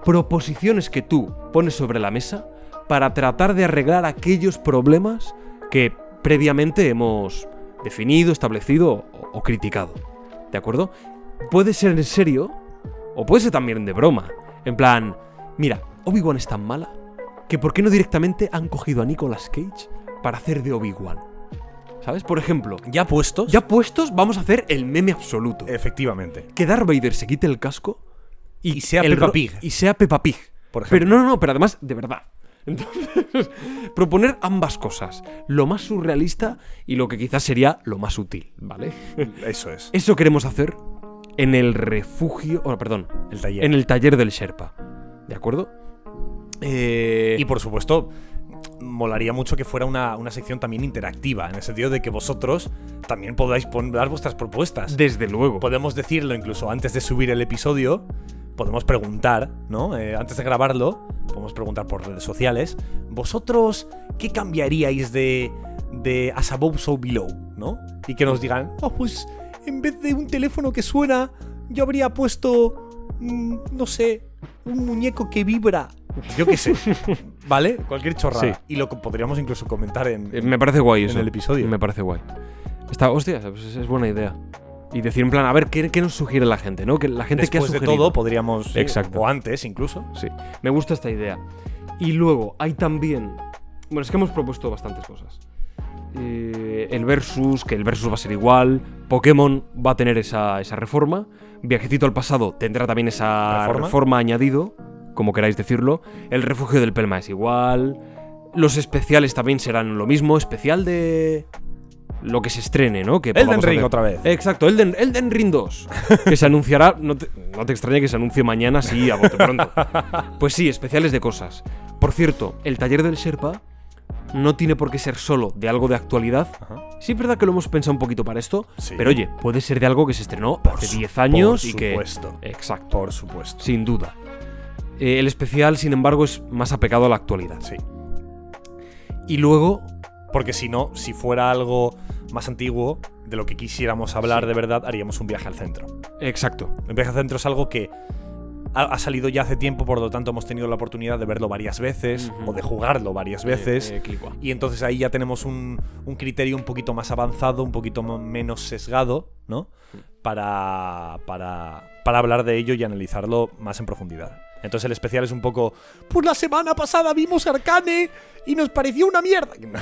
proposiciones que tú pones sobre la mesa para tratar de arreglar aquellos problemas que previamente hemos definido, establecido o, o criticado. ¿De acuerdo? Puede ser en serio o puede ser también de broma. En plan, mira, Obi-Wan es tan mala que ¿por qué no directamente han cogido a Nicolas Cage para hacer de Obi-Wan? ¿Sabes? Por ejemplo,
¿Ya puestos?
ya puestos vamos a hacer el meme absoluto.
Efectivamente.
Que Darth Vader se quite el casco
Y sea
el
Peppa
ro-
Pig.
Y sea Peppa Pig.
Por ejemplo.
Pero no, no, no, pero además, de verdad. Entonces, proponer ambas cosas, lo más surrealista y lo que quizás sería lo más útil, ¿vale?
Eso es.
Eso queremos hacer en el refugio, o perdón,
El taller.
en el taller del Sherpa, ¿de acuerdo? Eh,
Y por supuesto, molaría mucho que fuera una, una sección también interactiva, en el sentido de que vosotros también podáis pon- dar vuestras propuestas.
desde luego.
podemos decirlo incluso antes de subir el episodio, podemos preguntar, ¿no? Eh, antes de grabarlo, podemos preguntar por redes sociales, ¿vosotros qué cambiaríais de, de As Above So Below, ¿no? Y que nos digan, oh, pues en vez de un teléfono que suena, yo habría puesto, mm, no sé, un muñeco que vibra. Yo qué sé, ¿vale? Cualquier chorrada.
Sí.
Y lo co- podríamos incluso comentar en...
Eh, Me parece guay
En
eso.
el episodio.
Me parece guay. Está, hostia, pues es, es buena idea. Y decir en plan, a ver, ¿qué, qué nos sugiere la gente? ¿No? Que la gente que ha
Después de
sugerido.
todo, podríamos... sí,
Exacto.
O antes, incluso.
Sí, me gusta esta idea. Y luego hay también. Bueno, es que hemos propuesto bastantes cosas. Eh, el versus, que el versus va a ser igual. Pokémon va a tener esa, esa reforma. Viajecito al pasado tendrá también esa
¿Reforma?
reforma, añadido, como queráis decirlo. El refugio del Pelma es igual. Los especiales también serán lo mismo. Especial de. Lo que se estrene, ¿no? Que
Elden
podamos
Ring
hacer.
otra vez.
Exacto, Elden, Elden Ring 2. Que se anunciará. No te, no te extrañe que se anuncie mañana, sí, a bote pronto. Pues sí, especiales de cosas. Por cierto, el taller del Sherpa no tiene por qué ser solo de algo de actualidad.
Ajá.
Sí, es verdad que lo hemos pensado un poquito para esto,
Sí.
pero oye, puede ser de algo que se estrenó hace
su-
10 años
por
y que.
supuesto.
Exacto,
Por supuesto.
sin duda. Eh, el especial, sin embargo, es más apegado a la actualidad.
Sí.
Y luego,
Porque si no, si fuera algo más antiguo, de lo que quisiéramos hablar de verdad, haríamos un viaje al centro.
exacto,
Un viaje al centro es algo que ha, ha salido ya hace tiempo, por lo tanto hemos tenido la oportunidad de verlo varias veces
Ujú.
o de jugarlo varias veces.
Eh, eh, Clickua.
y entonces ahí ya tenemos un, un criterio un poquito más avanzado, un poquito mo- menos sesgado, ¿no? Para, para, para hablar de ello y analizarlo más en profundidad. Entonces el especial es un poco, pues la semana pasada vimos Arcane y nos pareció una mierda.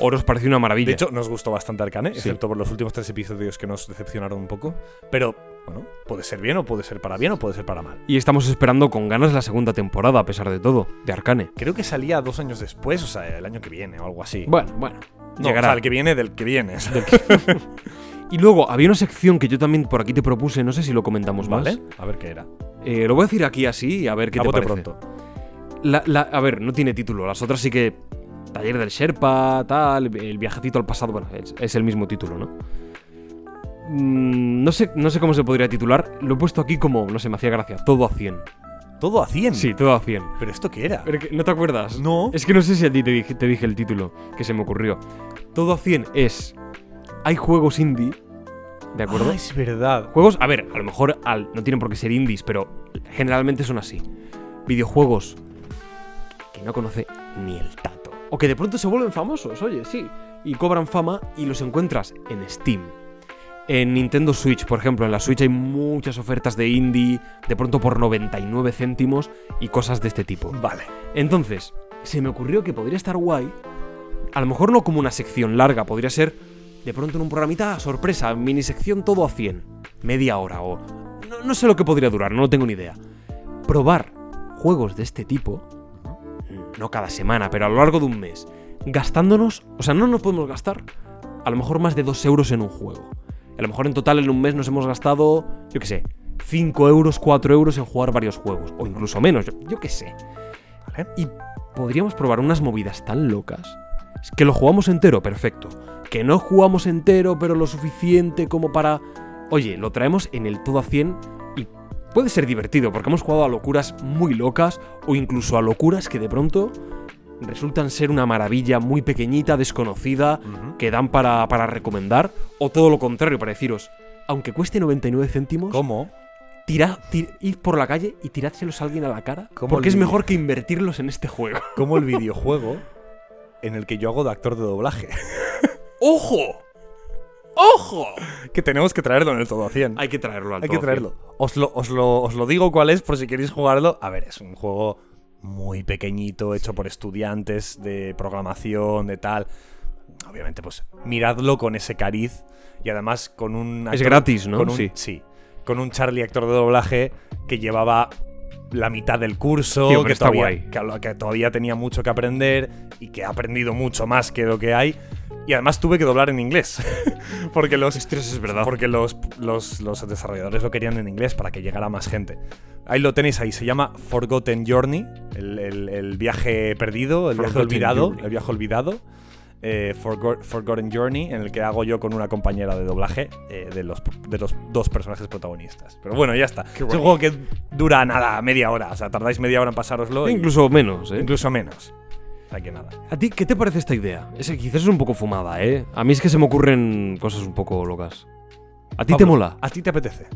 O nos pareció una maravilla.
De hecho, nos gustó bastante Arcane,
Sí.
excepto por los últimos tres episodios que nos decepcionaron un poco. Pero, bueno, puede ser bien o puede ser para bien o puede ser para mal.
y estamos esperando con ganas la segunda temporada, a pesar de todo, de Arcane.
Creo que salía dos años después, o sea, el año que viene o algo así.
Bueno, bueno.
No,
llegará.
o sea, el que viene del que viene. o sea.
Y luego había una sección que yo también por aquí te propuse, no sé si lo comentamos más.
¿Vale? A ver qué era.
Eh, lo voy a decir aquí así, a ver qué
A
te
bote
parece.
pronto.
La- la- a ver, no tiene título. Las otras sí que. Taller del Sherpa, tal, el viajecito al pasado. Bueno, es, es el mismo título, ¿no? Mm, no, sé, no sé cómo se podría titular. Lo he puesto aquí como, no sé, me hacía gracia. Todo a 100.
Todo a 100.
Sí, todo a 100.
¿Pero esto qué era?
Pero que- ¿No te acuerdas?
Mm. No.
Es que no sé si a ti te dije, te dije el título que se me ocurrió. Todo a 100 es. Hay juegos indie. ¿De acuerdo?
Ah, es verdad.
Juegos, a ver, a lo mejor al- no tienen por qué ser indies, pero generalmente son así. Videojuegos que no conoce ni el tato. O que de pronto se vuelven famosos, oye, sí. Y cobran fama y los encuentras en Steam. En Nintendo Switch, por ejemplo, en la Switch hay muchas ofertas de indie, de pronto por 99 céntimos y cosas de este tipo.
Vale.
Entonces, se me ocurrió que podría estar guay. A lo mejor no como una sección larga, podría ser de pronto en un programita sorpresa, mini sección todo a 100, media hora o. No, no sé lo que podría durar, no tengo ni idea. Probar juegos de este tipo, no cada semana, pero a lo largo de un mes, gastándonos, o sea, no nos podemos gastar a lo mejor más de 2 euros en un juego. A lo mejor en total en un mes nos hemos gastado, yo qué sé, 5 euros, 4 euros en jugar varios juegos, o incluso menos, yo- yo qué sé.
Vale.
Y podríamos probar unas movidas tan locas. Es que lo jugamos entero, perfecto. Que no jugamos entero, pero lo suficiente como para... Oye, lo traemos en el todo a 100 y puede ser divertido, porque hemos jugado a locuras muy locas o incluso a locuras que de pronto resultan ser una maravilla muy pequeñita, desconocida,
Ujú.
que dan para, para recomendar, o todo lo contrario, para deciros, aunque cueste 99 céntimos,
¿Cómo?
Tira, ti- id por la calle y tirádselos a alguien a la cara.
Como
Porque
el
es
vídeo.
mejor que invertirlos en este juego.
Como el videojuego en el que yo hago de actor de doblaje.
¡Ojo! ¡Ojo!
Que tenemos que traerlo en el todo a 100.
Hay que traerlo al
Hay que
todo,
traerlo. Os lo, os, lo, os lo digo cuál es por si queréis jugarlo. A ver, es un juego muy pequeñito, hecho por estudiantes de programación, de tal. Obviamente, pues miradlo con ese cariz y además con un...
tío. Es gratis, ¿no?
con un-
sí.
Con un Charlie actor de doblaje que llevaba la mitad del curso,
Tío, pero
que,
está
todavía,
guay.
que lo- que todavía tenía mucho que aprender y que ha aprendido mucho más que lo que hay. Y además tuve que doblar en inglés. porque los
es verdad.
Porque los, los, los desarrolladores lo querían en inglés para que llegara más gente. Ahí lo tenéis ahí, se llama Forgotten Journey, el, el- el viaje perdido, el viaje
Forgotten
olvidado.
Journey.
El viaje olvidado. eh, Forgo- Forgotten Journey, en el que hago yo con una compañera de doblaje eh, de, los, de los dos personajes protagonistas. Pero bueno, ya está. Es un
guay.
juego que dura nada, media hora. O sea, tardáis media hora en pasároslo. y-
Incluso menos, ¿eh?
incluso menos. O sea que nada.
¿A ti qué te parece esta idea? Es que quizás es un poco fumada, ¿eh? A mí es que se me ocurren cosas un poco locas. A ti te
Pablo,
mola,
¿A ti te apetece?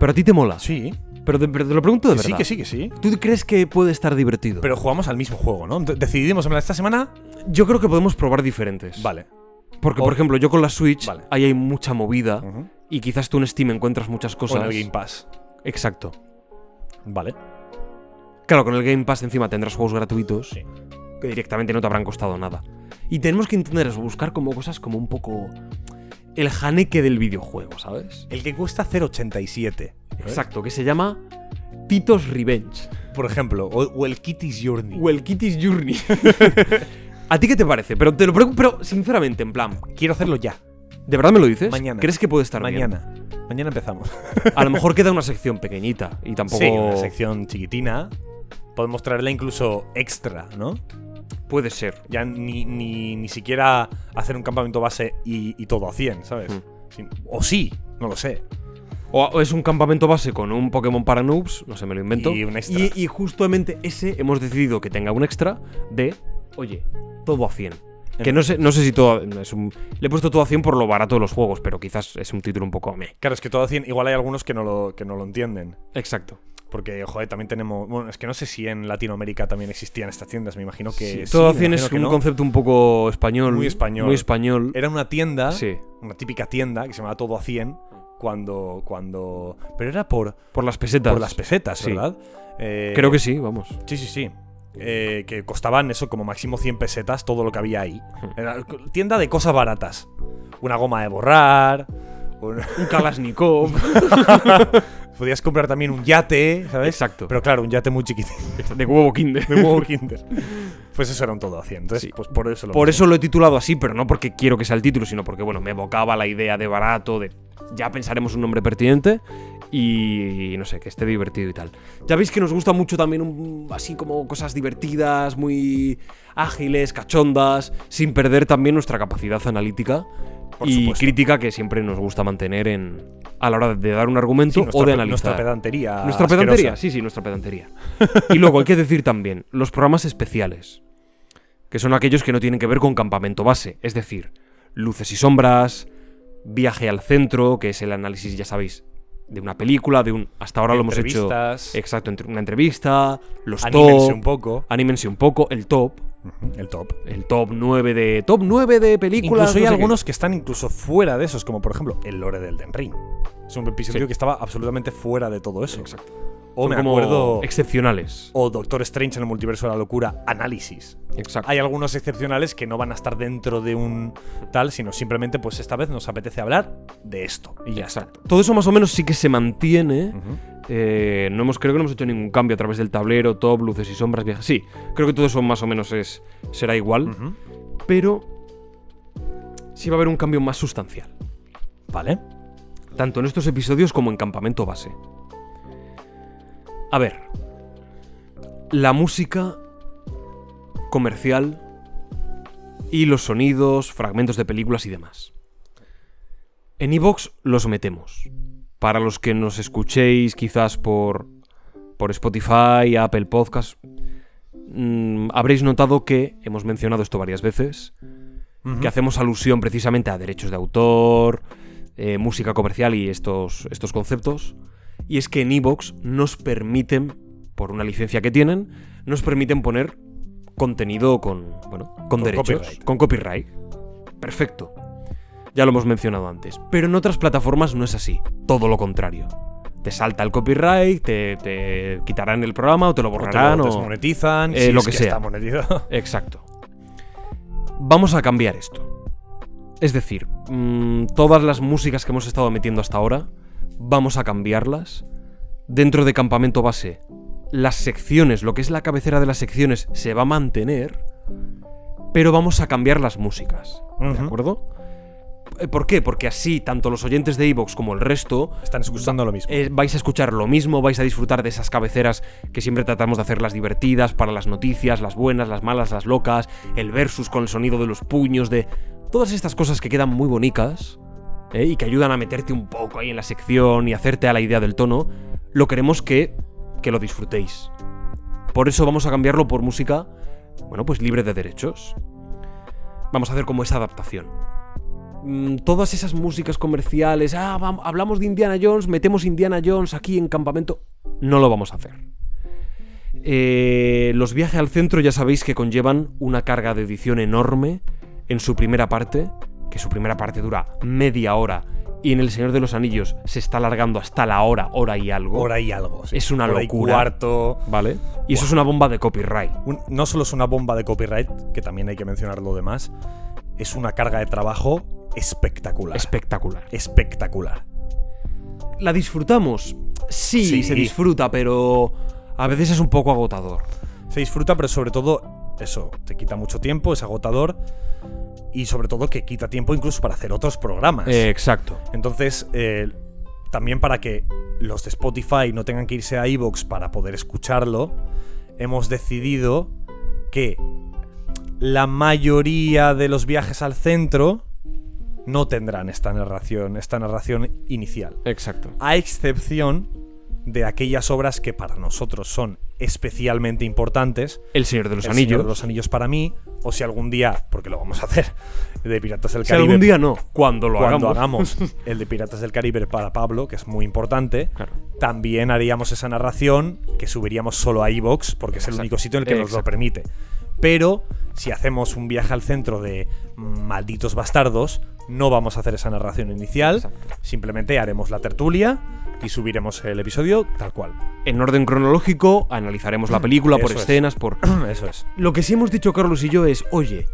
pero a ti te mola.
Sí.
Pero, te, pero te lo pregunto de
Que sí,
verdad.
que sí, que sí.
¿Tú crees que puede estar divertido?
Pero jugamos al mismo juego, ¿no? Ent- Decidimos, en plan, esta semana.
yo creo que podemos probar diferentes.
Vale.
Porque,
O-
por ejemplo, yo con la Switch,
Vale.
ahí hay mucha movida. Y quizás tú en Steam encuentras muchas
O
cosas.
en el Game Pass.
Exacto.
Vale.
Claro, con el Game Pass encima tendrás juegos gratuitos
Sí.
que directamente no te habrán costado nada. Y tenemos que entender eso, buscar como cosas como un poco el janeque del videojuego, ¿sabes?
El que cuesta 0.87.
Exacto, que se llama Tito's Revenge
Por ejemplo, o, o el Kitty's Journey.
o el Kitty's Journey. ¿A ti qué te parece? Pero te lo pregunto, pero sinceramente, en plan,
Quiero hacerlo ya.
¿de verdad me lo dices?
Mañana.
¿Crees que puede estar bien?
Mañana. Mañana empezamos.
A lo mejor queda una sección pequeñita y tampoco
Sí, una sección chiquitina. Podemos traerla incluso extra, ¿no?
puede ser.
Ya ni, ni, ni siquiera hacer un campamento base y, y todo a 100, ¿sabes?
Hmm.
Sin- O sí, no lo sé.
O o es un campamento base con un Pokémon para noobs, no sé, me lo invento.
Y un extra.
Y, y justamente ese hemos decidido que tenga un extra de, oye, todo a 100. Que no sé, no sé si todo. a- es un- le he puesto todo a 100 por lo barato de los juegos, pero quizás es un título un poco meh.
Claro, es que todo a 100, igual hay algunos que no lo, que no lo entienden.
Exacto.
Porque, joder, también tenemos. Bueno, es que no sé si en Latinoamérica también existían estas tiendas, me imagino que. sí,
todo a
me
100 es
imagino que
un
no.
concepto un poco español.
Muy español. Eh,
Muy español.
Era una tienda,
Sí.
una típica tienda que se llamaba Todo a 100, cuando. cuando Pero era por,
Por las pesetas.
por las pesetas,
Sí.
¿verdad? Eh,
Creo que sí, vamos.
Sí, sí, sí. Eh, que costaban eso como máximo 100 pesetas todo lo que había ahí.
Hmm.
Era tienda de cosas baratas. Una goma de borrar. un-
Un Kalashnikov.
Podías comprar también un yate, ¿sabes?
Exacto.
Pero claro, un yate muy chiquitito.
de huevo Kinder.
de huevo Kinder. Pues eso era un todo a 100. Entonces,
Sí.
pues por eso lo
Por
mismo.
eso lo he titulado así, pero no porque quiero que sea el título, sino porque, bueno, me evocaba la idea de barato, de ya pensaremos un nombre pertinente y no sé, que esté divertido y tal. Ya veis que nos gusta mucho también un- así como cosas divertidas, muy ágiles, cachondas, sin perder también nuestra capacidad analítica
Por
y
supuesto.
crítica que que nos gusta mantener en, a la hora de dar un argumento
Sí,
o de
pe-
analizar.
Nuestra pedantería.
Nuestra
Ah, asquerosa.
pedantería, sí, sí, nuestra pedantería. Y luego hay que decir también los programas especiales, que son aquellos que no tienen que ver con campamento base, es decir, luces y sombras, viaje al centro, que es el análisis, ya sabéis, de una película, de un hasta ahora lo hemos hecho
Entrevistas.
exacto, entre- una entrevista, los
Anímense
pues top,
un poco.
anímense un poco, el top,
El top.
el top 9 de top 9 de películas.
Incluso hay
no sé qué.
algunos que están incluso fuera de esos, como por ejemplo el lore del Den Ring. Es un episodio
Sí.
que estaba absolutamente fuera de todo eso.
Exacto.
O
Son
Oh, me
como
acuerdo.
excepcionales.
O Doctor Strange en el multiverso de la locura, análisis.
Exacto.
Hay algunos excepcionales que no van a estar dentro de un tal, sino simplemente, pues esta vez nos apetece hablar de esto. Y ya está.
Todo eso más o menos sí que se mantiene.
Ujú.
Eh, no hemos, creo que no hemos hecho ningún cambio a través del tablero, top, luces y sombras, viajes. Sí, creo que todo eso más o menos es, será igual,
Ujú.
pero sí va a haber un cambio más sustancial,
Vale.
tanto en estos episodios como en Campamento Base. A ver, la música comercial y los sonidos, fragmentos de películas y demás. En iVoox los metemos. Para los que nos escuchéis quizás por, por Spotify, Apple Podcast, mm, habréis notado que hemos mencionado esto varias veces,
Ujú.
que hacemos alusión precisamente a derechos de autor, eh, música comercial y estos, estos conceptos. Y es que en Evox nos permiten, por una licencia que tienen, nos permiten poner contenido con, bueno, con, derechos,
copyright.
con copyright. Perfecto. Ya lo hemos mencionado antes. Pero en otras plataformas no es así. Todo lo contrario. Te salta el copyright, te, te quitarán el programa o te lo
O te lo
borrarán o...
desmonetizan,
eh,
si
lo
es
que sea.
está monetizado.
Exacto. Vamos a cambiar esto. Es decir, mm, todas las músicas que hemos estado metiendo hasta ahora, vamos a cambiarlas. Dentro de Campamento Base, las secciones, lo que es la cabecera de las secciones, se va a mantener, pero vamos a cambiar las músicas. ¿De
Ujú.
acuerdo? Eh, ¿Por qué? Porque así, tanto los oyentes de Evox como el resto
Están escuchando lo mismo.
eh, vais a escuchar lo mismo, vais a disfrutar de esas cabeceras que siempre tratamos de hacerlas divertidas para las noticias, las buenas, las malas, las locas, el versus con el sonido de los puños, de todas estas cosas que quedan muy bonitas eh, y que ayudan a meterte un poco ahí en la sección y hacerte a la idea del tono, lo queremos que, que lo disfrutéis. Por eso vamos a cambiarlo por música, bueno, pues libre de derechos. Vamos a hacer como esa adaptación mm, todas esas músicas comerciales, ah, vam- hablamos de Indiana Jones, metemos Indiana Jones aquí en campamento, no lo vamos a hacer. Eh, los viajes al centro ya sabéis que conllevan una carga de edición enorme en su primera parte, que su primera parte dura media hora y en El Señor de los Anillos se está alargando hasta la hora, hora y algo.
Por ahí algo. sí.
Es una
Por ahí
locura.
cuarto.
¿Vale? Y eso es una bomba de copyright.
Un- no solo es una bomba de copyright, que también hay que mencionar lo demás, es una carga de trabajo espectacular.
Espectacular.
espectacular.
¿La disfrutamos? Sí,
Sí.
se disfruta, pero a veces es un poco agotador.
Se disfruta, pero sobre todo, eso, te quita mucho tiempo, es agotador y sobre todo que quita tiempo incluso para hacer otros programas.
Eh, exacto.
Entonces, eh, también para que los de Spotify no tengan que irse a iVoox para poder escucharlo, hemos decidido que la mayoría de los viajes al centro no tendrán esta narración, esta narración inicial.
Exacto.
a excepción de aquellas obras que para nosotros son especialmente importantes.
El Señor de los
El
Anillos.
Señor de los Anillos para mí, o si algún día, porque lo vamos a hacer, el de Piratas del
si
Caribe.
algún día no, cuando lo
cuando
hagamos.
hagamos. el de Piratas del Caribe para Pablo, que es muy importante,
Claro.
también haríamos esa narración que subiríamos solo a iVox, porque es el
Exacto.
único sitio en el que nos lo
Exacto.
permite. Pero si hacemos un viaje al centro de mm, malditos bastardos, no vamos a hacer esa narración inicial,
Exacto.
simplemente haremos la tertulia y subiremos el episodio tal cual.
En orden cronológico, analizaremos la película por
Eso es.
escenas, por.
Eso es.
Lo que sí hemos dicho Carlos y yo es, oye,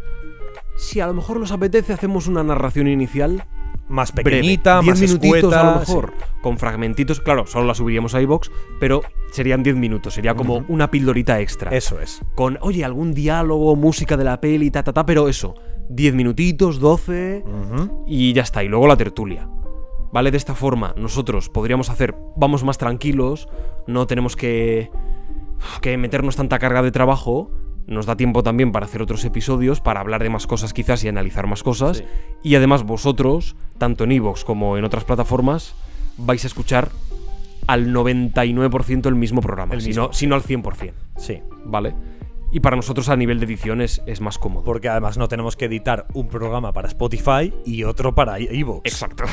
si a lo mejor nos apetece, hacemos una narración inicial
Más
breve,
pequeñita,
10
más
minutitos
escueta,
a lo mejor, con fragmentitos. Claro, solo la subiríamos a iBox, pero serían 10 minutos, sería como
Ujú.
una pildorita extra.
sí. Eso es.
Con, oye, algún diálogo, música de la peli, ta, ta, ta, pero eso, 10 minutitos, 12.
Ujú.
y ya está, y luego la tertulia. ¿Vale? De esta forma nosotros podríamos hacer, vamos más tranquilos, no tenemos que, que meternos tanta carga de trabajo, nos da tiempo también para hacer otros episodios, para hablar de más cosas quizás y analizar más cosas, y además vosotros, tanto en Evox como en otras plataformas, vais a escuchar al 99% el mismo programa,
El
si,
mismo.
No, si no al 100%,
Sí.
¿vale? Y para nosotros a nivel de edición es, es más cómodo.
Porque además no tenemos que editar un programa para Spotify y otro para i- iVoox.
Exacto.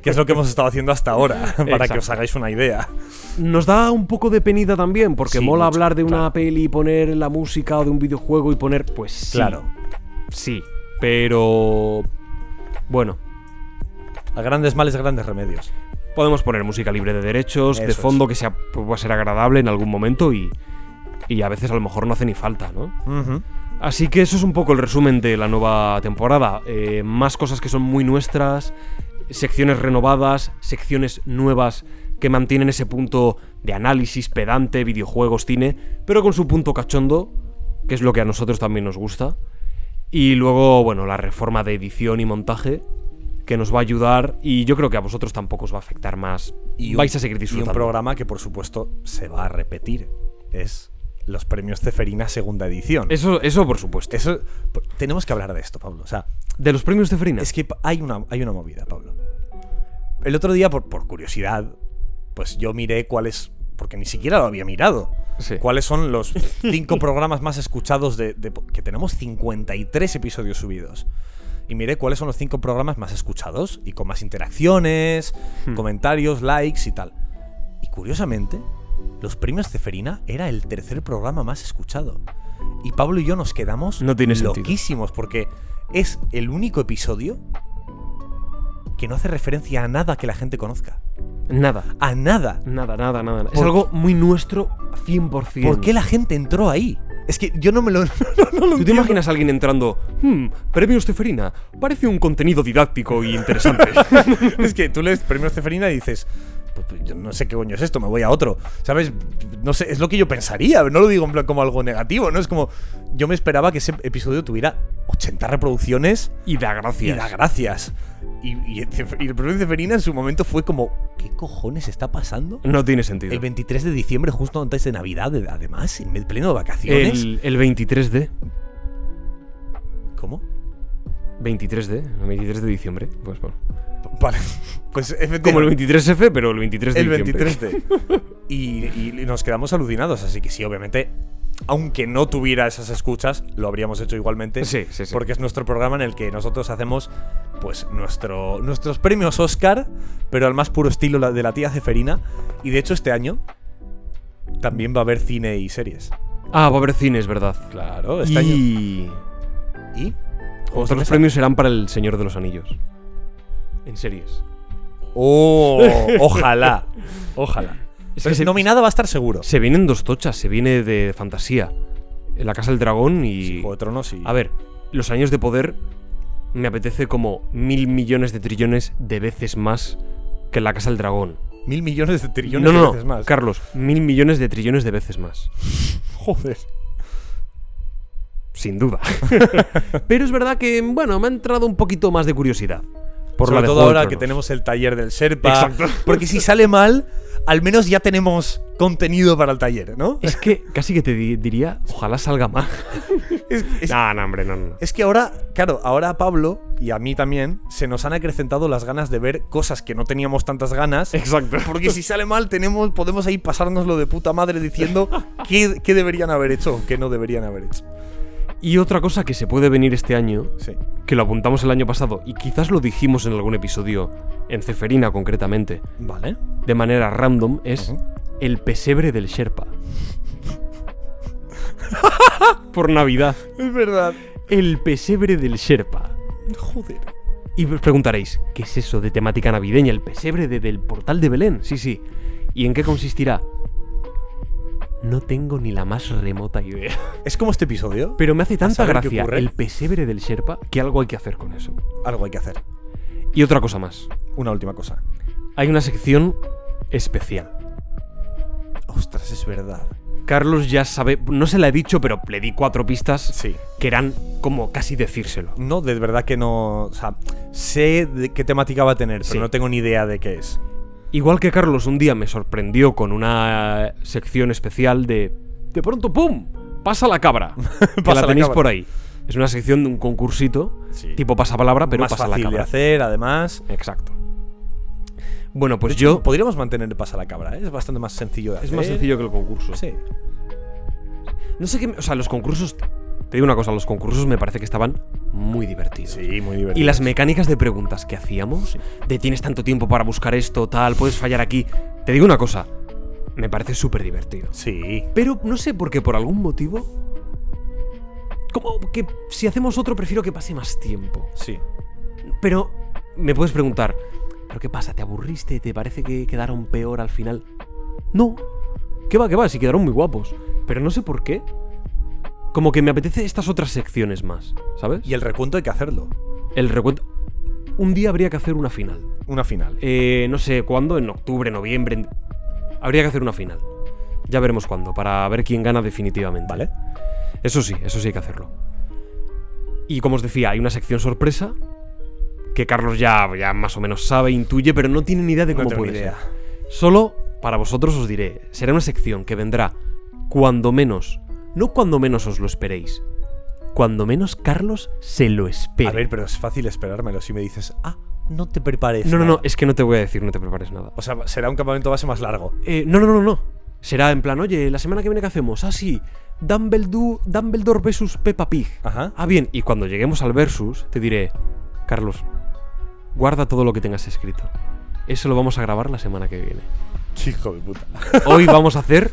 Que es lo que hemos estado haciendo hasta ahora, para que
Exacto.
os hagáis una idea.
Nos da un poco de penita también, porque
Sí,
mola
mucho,
hablar de una
claro.
peli y poner la música o de un videojuego y poner. Pues sí.
Claro.
Sí. Pero. Bueno,
A grandes males, grandes remedios.
podemos poner música libre de derechos, de
Eso es.
fondo que sea, pueda ser agradable en algún momento y. Y a veces a lo mejor no hace ni falta, ¿no? Así que eso es un poco el resumen de la nueva temporada. Eh, más cosas que son muy nuestras, secciones renovadas, secciones nuevas que mantienen ese punto de análisis, pedante, videojuegos, cine, pero con su punto cachondo, que es lo que a nosotros también nos gusta. Y luego, bueno, la reforma de edición y montaje, que nos va a ayudar y yo creo que a vosotros tampoco os va a afectar más.
Y un-
Vais a seguir
Y
disfrutando.
un programa que, por supuesto, se va a repetir. Es los premios Ceferina segunda edición.
Eso, eso por supuesto.
Eso, p- tenemos que hablar de esto, Pablo. O sea,
De los premios de Ferina.
es que pa- hay una, hay una movida, Pablo. El otro día, por, por curiosidad, pues yo miré cuáles. Porque ni siquiera lo había mirado.
Sí.
¿Cuáles son los cinco programas más escuchados de, de po- que tenemos 53 episodios subidos? Y miré cuáles son los cinco
Hmm.
programas más escuchados y con más interacciones, comentarios, likes y tal. Y curiosamente, los premios Ceferina era el tercer programa más escuchado. Y Pablo y yo nos quedamos
No tiene sentido.
loquísimos porque es el único episodio que no hace referencia a nada que la gente conozca.
Nada.
A nada.
Nada, nada, nada. nada. Es
¿Por-
algo muy nuestro 100%.
¿Por qué la gente entró ahí? Es que yo no me lo...
¿Tú te imaginas a alguien entrando? Hmm, premios Ceferina. Parece un contenido didáctico y interesante.
es que tú lees premios Ceferina y dices... "Pues, pues, Yo no sé qué coño es esto, me voy a otro. ¿Sabes? No sé, es lo que yo pensaría. No lo digo en plan como algo negativo, ¿no? Es como. Yo me esperaba que ese episodio tuviera 80 reproducciones
y da gracias.
Y da gracias. Y, y el Cef- y el premio Ceferina en su momento fue como, ¿qué cojones está pasando?
No tiene sentido.
El 23 de diciembre, justo antes de Navidad, eh, además, en el pleno de vacaciones.
El, el 23D.
¿Cómo?
23D. El 23 de diciembre. Pues bueno.
Vale. Pues
Como el
efectivamente.
23F, pero el 23 de
El
diciembre.
23 de. Y, y nos quedamos alucinados, así que sí, obviamente, aunque no tuviera esas escuchas, lo habríamos hecho igualmente.
Sí, sí, sí.
Porque es nuestro programa en el que nosotros hacemos, pues, nuestro, nuestros premios Oscar, pero al más puro estilo la- de la tía Ceferina. Y de hecho, este año también va a haber cine y series.
Ah, va a haber cine, es verdad.
Claro, este año. este
Y.
¿Y? ¿Juegos de
Otros
mesa?
premios serán para El Señor de los Anillos. En series.
¡Oh! Ojalá. Ojalá.
Es
Pero
que se-
nominada va a estar seguro.
Se vienen dos tochas. Se viene de fantasía. En La Casa del Dragón y.
Sí, Juego de Tronos y-
A ver, los años de poder me apetece como mil millones de trillones de veces más que la Casa del Dragón.
Mil millones de
no,
trillones
no,
de
no,
veces más.
Carlos, mil millones de trillones de veces más.
Joder.
Sin duda. Pero es verdad que, bueno, me ha entrado un poquito más de curiosidad. Por
Sobre
la de
todo
Juego de
ahora que
Tronos.
tenemos el taller del Serpa.
Exacto.
Porque si sale mal, al menos ya tenemos contenido para el taller, ¿no?
Es que casi que te di- diría, ojalá salga más.
Es, es-
No, no, hombre, no, no. no.
es que ahora, claro, ahora a Pablo y a mí también se nos han acrecentado las ganas de ver cosas que no teníamos tantas ganas.
Exacto.
Porque si sale mal, tenemos, podemos ahí pasárnoslo de puta madre diciendo qué, qué deberían haber hecho o qué no deberían haber hecho.
Y otra cosa que se puede venir este año
Sí.
que lo apuntamos el año pasado y quizás lo dijimos en algún episodio, en Ceferina concretamente,
Vale.
de manera random, es
Ujú.
el pesebre del Sherpa. Por Navidad.
Es verdad.
El pesebre del Sherpa.
Joder.
Y os preguntaréis, ¿qué es eso de temática navideña? El pesebre de- del portal de Belén. Sí, sí. ¿Y en qué consistirá? No tengo ni la más remota idea.
Es como este episodio.
Pero me hace tanta
saber qué
gracia
ocurre.
el pesebre del Sherpa que algo hay que hacer con eso.
Algo hay que hacer.
Y otra cosa más.
Una última cosa.
hay una sección especial.
Ostras, es verdad.
Carlos ya sabe, no se la he dicho, pero le di cuatro pistas
Sí.
que eran como casi decírselo.
No, de verdad que no. O sea, sé de qué temática va a tener,
Sí.
pero no tengo ni idea de qué es.
Igual que Carlos un día me sorprendió con una sección especial de... De pronto, ¡pum! Pasa la cabra. que
Pasa
la
la
tenéis
cabra.
por ahí. Es una sección de un concursito,
Sí.
tipo pasapalabra, pero
Más
pasa
fácil
la
de
cabra.
hacer, además.
Exacto. Bueno,
De
pues
hecho,
yo...
Podríamos mantener el pasa la cabra, ¿eh? es bastante más sencillo de hacer.
Es más sencillo que el concurso.
Sí.
No sé qué... me- O sea, los concursos... Te digo una cosa, los concursos me parece que estaban muy divertidos.
Sí, muy divertido.
Y las mecánicas de preguntas que hacíamos, de tienes tanto tiempo para buscar esto, tal, puedes fallar aquí. Te digo una cosa, me parece súper divertido.
Sí.
Pero no sé por qué, por algún motivo. Como que si hacemos otro, prefiero que pase más tiempo.
Sí.
Pero me puedes preguntar, ¿pero qué pasa? ¿Te aburriste? ¿Te parece que quedaron peor al final? No. ¿Qué va, qué va? Si quedaron muy guapos. Pero no sé por qué. Como que me apetece estas otras secciones más, ¿sabes?
Y el recuento hay que hacerlo.
El recuento. Un día habría que hacer una final.
Una final.
Eh, no sé cuándo, en octubre, noviembre. en- Habría que hacer una final. Ya veremos cuándo, para ver quién gana definitivamente.
¿Vale?
Eso sí, eso sí hay que hacerlo. Y como os decía, hay una sección sorpresa que Carlos ya, ya más o menos sabe, intuye, pero no tiene ni idea de
No
cómo
tengo ni
puede
idea.
ser. Solo para vosotros os diré, será una sección que vendrá cuando menos, no cuando menos os lo esperéis, cuando menos Carlos se lo espere.
A ver, pero es fácil esperármelo si me dices, ah, no te prepares.
no, no,
nada".
no, es que no te voy a decir, no te prepares nada.
O sea, será un campamento base más largo.
Eh, no, no, no, no. Será en plan, oye, la semana que viene ¿qué hacemos? Ah, sí, Dumbledore, Dumbledore versus Peppa Pig.
Ajá.
Ah, bien, y cuando lleguemos al versus, te diré, Carlos, guarda todo lo que tengas escrito. Eso lo vamos a grabar la semana que viene.
Hijo de puta.
Hoy vamos a hacer.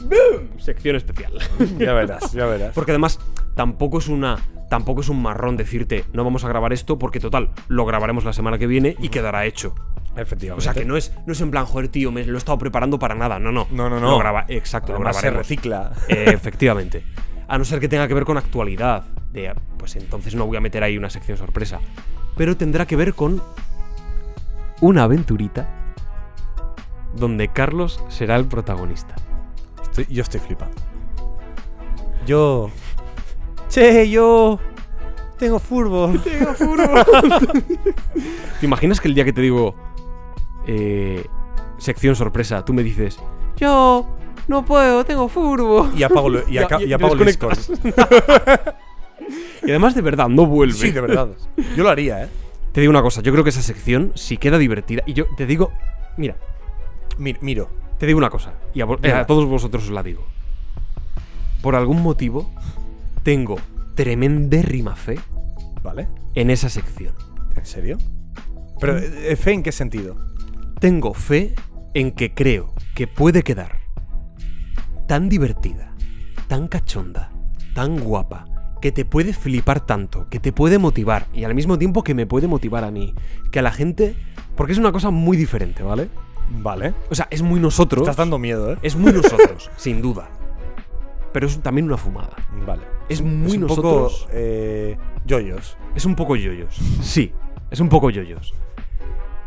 ¡Boom! Sección especial.
Ya verás, ya verás.
Porque además, tampoco es una. Tampoco es un marrón decirte, no vamos a grabar esto, porque total, lo grabaremos la semana que viene y quedará hecho.
Efectivamente.
O sea que no es, no es en plan, joder, tío, me lo he estado preparando para nada. No, no.
No, no, no.
Lo graba, exacto, lo
Además se
grabaremos.
recicla.
Eh, efectivamente. A no ser que tenga que ver con actualidad. De, ah, pues entonces no voy a meter ahí una sección sorpresa. Pero tendrá que ver con una aventurita donde Carlos será el protagonista.
Estoy- yo estoy flipando. Yo. Che, yo. Tengo fútbol.
¿Te imaginas que el día que te digo eh, sección sorpresa, tú me dices, yo no puedo, tengo furbo?
Y apago, lo- y
Ya-
aca-
ya-
y apago el Discord.
desconectas. Y además de verdad, no vuelve.
Sí, de verdad. Yo lo haría, ¿eh?
Te digo una cosa, yo creo que esa sección, si queda divertida, y yo te digo, mira,
Mi- miro.
Te digo una cosa, y a, vo- eh,
Venga.
a todos vosotros os la digo. Por algún motivo, tengo tremendérrima fe
¿Vale?
en esa sección.
¿En serio?
Mm.
Pero, eh, ¿fe en qué sentido?
Tengo fe en que creo que puede quedar tan divertida, tan cachonda, tan guapa, que te puede flipar tanto, que te puede motivar, y al mismo tiempo que me puede motivar a mí, que a la gente, porque es una cosa muy diferente, ¿vale?
Vale.
O sea, es muy nosotros.
Estás dando miedo, ¿eh?
Es muy nosotros, sin duda. Pero es también una fumada.
Vale.
Es muy
un
nosotros.
poco. Eh, yoyos.
Es un poco yoyos. Sí, es un poco yoyos.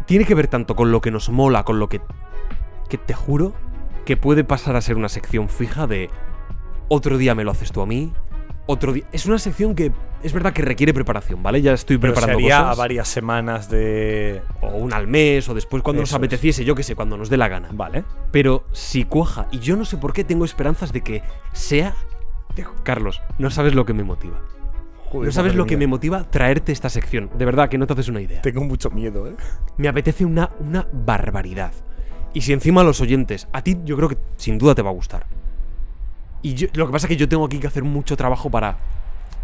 Tiene que ver tanto con lo que nos mola, con lo que. que te juro que puede pasar a ser una sección fija de. Otro día me lo haces tú a mí. Otro día. Es una sección que es verdad que requiere preparación, ¿vale? Ya estoy
Pero
preparando
sería a
cosas.
varias semanas de.
O un al mes, o después cuando nos
Eso es.
apeteciese, yo que sé, cuando nos dé la gana.
Vale.
Pero si cuaja, y yo no sé por qué tengo esperanzas de que sea. Carlos, no sabes lo que me motiva.
Joder,
No sabes
madre
lo que me
mía.
motiva traerte esta sección. De verdad que no te haces una idea.
Tengo mucho miedo, ¿eh?
Me apetece una, una barbaridad. Y si encima los oyentes, a ti yo creo que sin duda te va a gustar. Y yo- lo que pasa es que yo tengo aquí que hacer mucho trabajo para,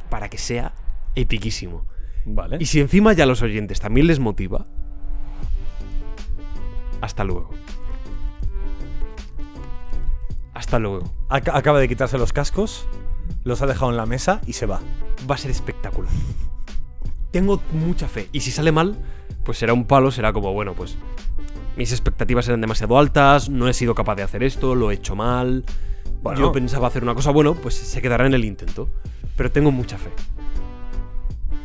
para que sea epiquísimo.
Vale.
Y si encima ya los oyentes también les motiva, hasta luego. Hasta luego.
Ac- acaba de quitarse los cascos, los ha dejado en la mesa y se va.
va a ser espectacular. Tengo mucha fe. Y si sale mal, pues será un palo, será como, bueno, pues mis expectativas eran demasiado altas, no he sido capaz de hacer esto, lo he hecho mal.
Bueno.
Yo pensaba hacer una cosa, bueno, pues se quedará en el intento. Pero tengo mucha fe.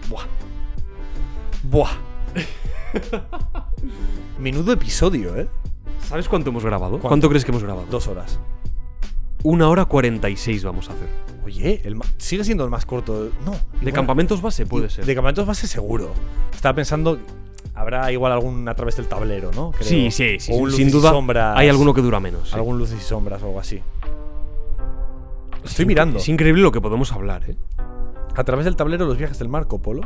Buah. Buah. Menudo episodio, ¿eh?
¿Sabes cuánto hemos grabado? ¿Cuánto, crees que hemos grabado?
Dos horas.
Una hora cuarenta y seis vamos a hacer.
Oye, el ma- sigue siendo el más corto. de- No.
De campamentos base puede ser.
De campamentos base seguro. Estaba pensando, habrá igual algún a través del tablero, ¿no? Creo.
sí, sí, sí.
O un
sin
Luces y
duda
sombras,
hay alguno que dura menos. sí.
Algún luces y sombras o algo así.
Es
Estoy
incre-
mirando.
Es increíble lo que podemos hablar, ¿eh?
A través del tablero los viajes del Marco Polo.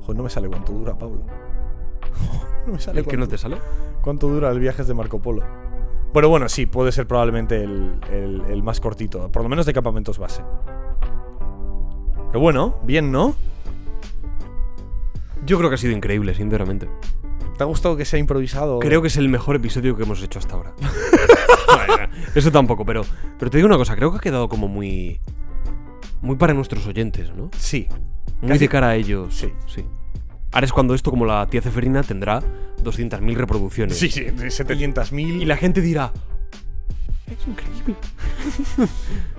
Joder, no me sale cuánto dura, Pablo. no me sale
¿El que no
cuánto-
te sale?
¿Cuánto dura el viajes de Marco Polo? Pero bueno, sí, puede ser probablemente el, el- el más cortito, por lo menos de campamentos base. Pero bueno, bien, ¿no?
Yo creo que ha sido increíble, sinceramente.
¿Te ha gustado que sea improvisado?
Creo que es el mejor episodio que hemos hecho hasta ahora. Bueno, Eso tampoco, pero, pero te digo una cosa, creo que ha quedado como muy. Muy para nuestros oyentes, ¿no?
sí.
Muy
Casi-
de cara a ellos.
Sí.
sí. Ahora es cuando esto, como la tía Ceferina, tendrá 200.000 reproducciones.
Sí, sí, de 700.000.
Y la gente dirá. Es increíble.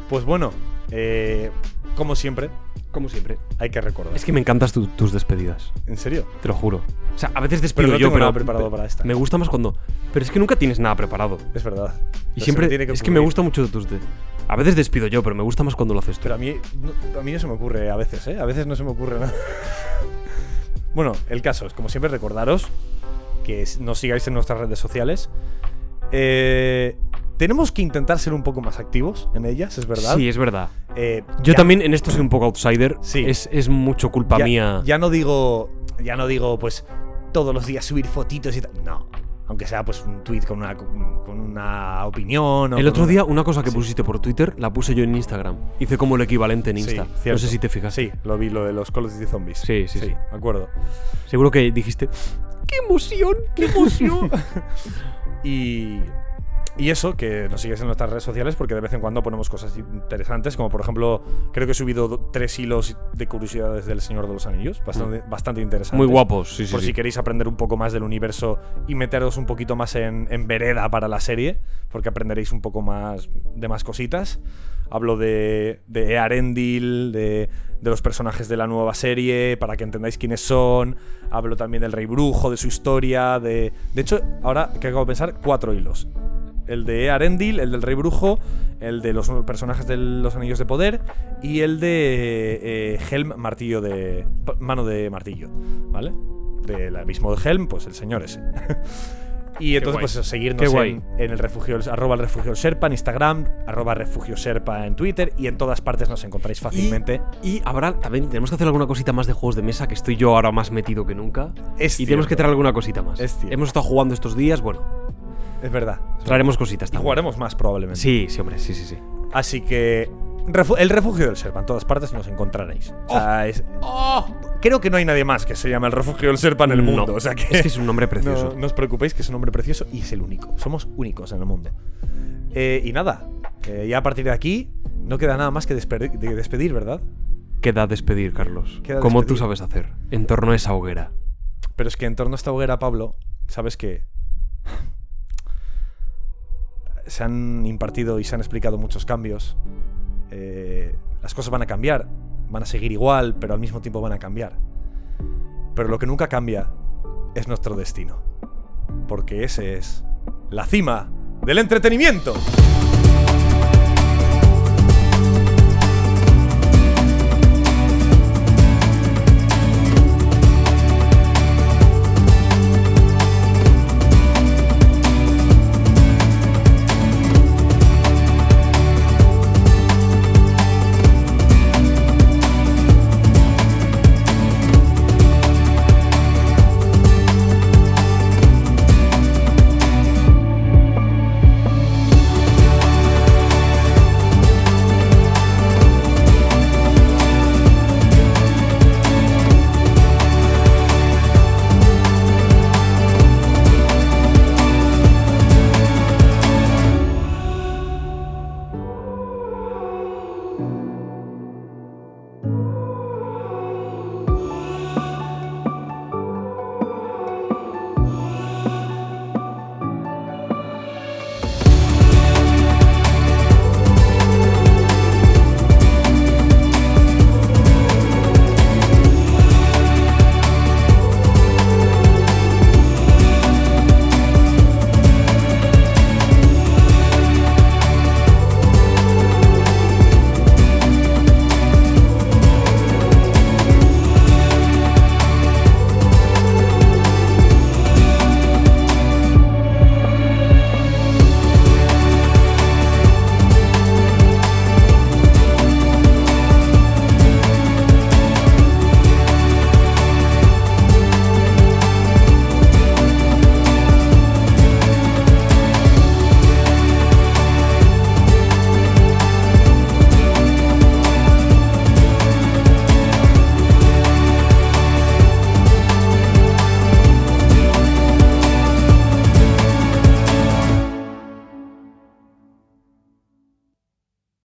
Pues bueno, eh, como siempre,
Como siempre.
hay que recordar.
Es que me encantas tu- tus despedidas,
¿En serio?
te lo juro. O sea, a veces despido
Pero no
yo,
tengo
pero.
nada preparado para esta.
Me gusta más cuando. Pero es que nunca tienes nada preparado.
Es verdad.
Y
Pero se
siempre.
me tiene
es que me
ocurrir.
gusta mucho tus. de- A veces despido yo, pero me gusta más cuando lo haces tú.
Pero a mí, no, a mí no se me ocurre a veces, ¿eh? A veces no se me ocurre nada. bueno, el caso es, como siempre, recordaros que s- nos sigáis en nuestras redes sociales. Eh, tenemos que intentar ser un poco más activos en ellas, es verdad.
Sí, es verdad.
Eh,
Yo
ya-
también en esto soy un poco outsider.
Sí.
Es, es mucho culpa
ya-
mía.
Ya no digo, ya no digo, pues, todos los días subir fotitos y tal. No. Aunque sea, pues, un tweet con una, con una opinión. o
El
con
otro
una-
día, una cosa que pusiste por Twitter, la puse yo en Instagram. Hice como el equivalente en
Sí,
Insta. no
cierto.
sé si te fijas.
Sí, lo vi, lo de los Call of Duty Zombies.
Sí, sí, sí.
Me acuerdo.
Seguro que dijiste, ¡Qué emoción! ¡Qué emoción!
Y, y eso, que nos sigues en nuestras redes sociales porque de vez en cuando ponemos cosas interesantes, como por ejemplo, creo que he subido do- tres hilos de curiosidades del Señor de los Anillos, bastante, bastante interesantes.
Muy guapos, sí, sí.
Por
sí.
si queréis aprender un poco más del universo y meteros un poquito más en, en vereda para la serie, porque aprenderéis un poco más de más cositas. Hablo de, de Earendil, de, de los personajes de la nueva serie, para que entendáis quiénes son. Hablo también del Rey Brujo, de su historia. De, de hecho, ahora que acabo de pensar, cuatro hilos. El de Arendil, el del Rey Brujo, el de los personajes de los Anillos de Poder y el de eh, Helm Martillo de. pa- Mano de Martillo, ¿vale? Del abismo de Helm, pues el señor ese. y entonces,
guay.
pues eso,
Qué
seguirnos
guay.
en, en el refugio, arroba el refugio Serpa en Instagram, arroba refugio Serpa en Twitter y en todas partes nos encontráis fácilmente.
Y, y habrá también tenemos que hacer alguna cosita más de juegos de mesa que estoy yo ahora más metido que nunca.
Es
y tenemos
cierto.
que traer alguna cosita más.
Es cierto.
Hemos estado jugando estos días, bueno,
Es verdad.
traeremos cositas
Y
también.
jugaremos más probablemente.
Sí, sí, hombre, sí, sí, sí.
Así que. refu- el refugio del Serpa, en todas partes nos encontraréis. O sea, es- Creo que no hay nadie más que se llame el refugio del Serpa en el
No.
mundo. O sea que.
Es que es un nombre precioso.
No, no os preocupéis, que es un hombre precioso y es el único. Somos únicos en el mundo. Eh, y nada, eh, ya a partir de aquí no queda nada más que desper- de despedir, ¿verdad?
Queda despedir, Carlos.
Queda
como tú
despedir.
sabes hacer, en torno a esa hoguera.
Pero es que en torno a esta hoguera, Pablo, sabes que se han impartido y se han explicado muchos cambios. Eh, las cosas van a cambiar, van a seguir igual, pero al mismo tiempo van a cambiar. Pero lo que nunca cambia es nuestro destino. Porque ese es la cima del entretenimiento.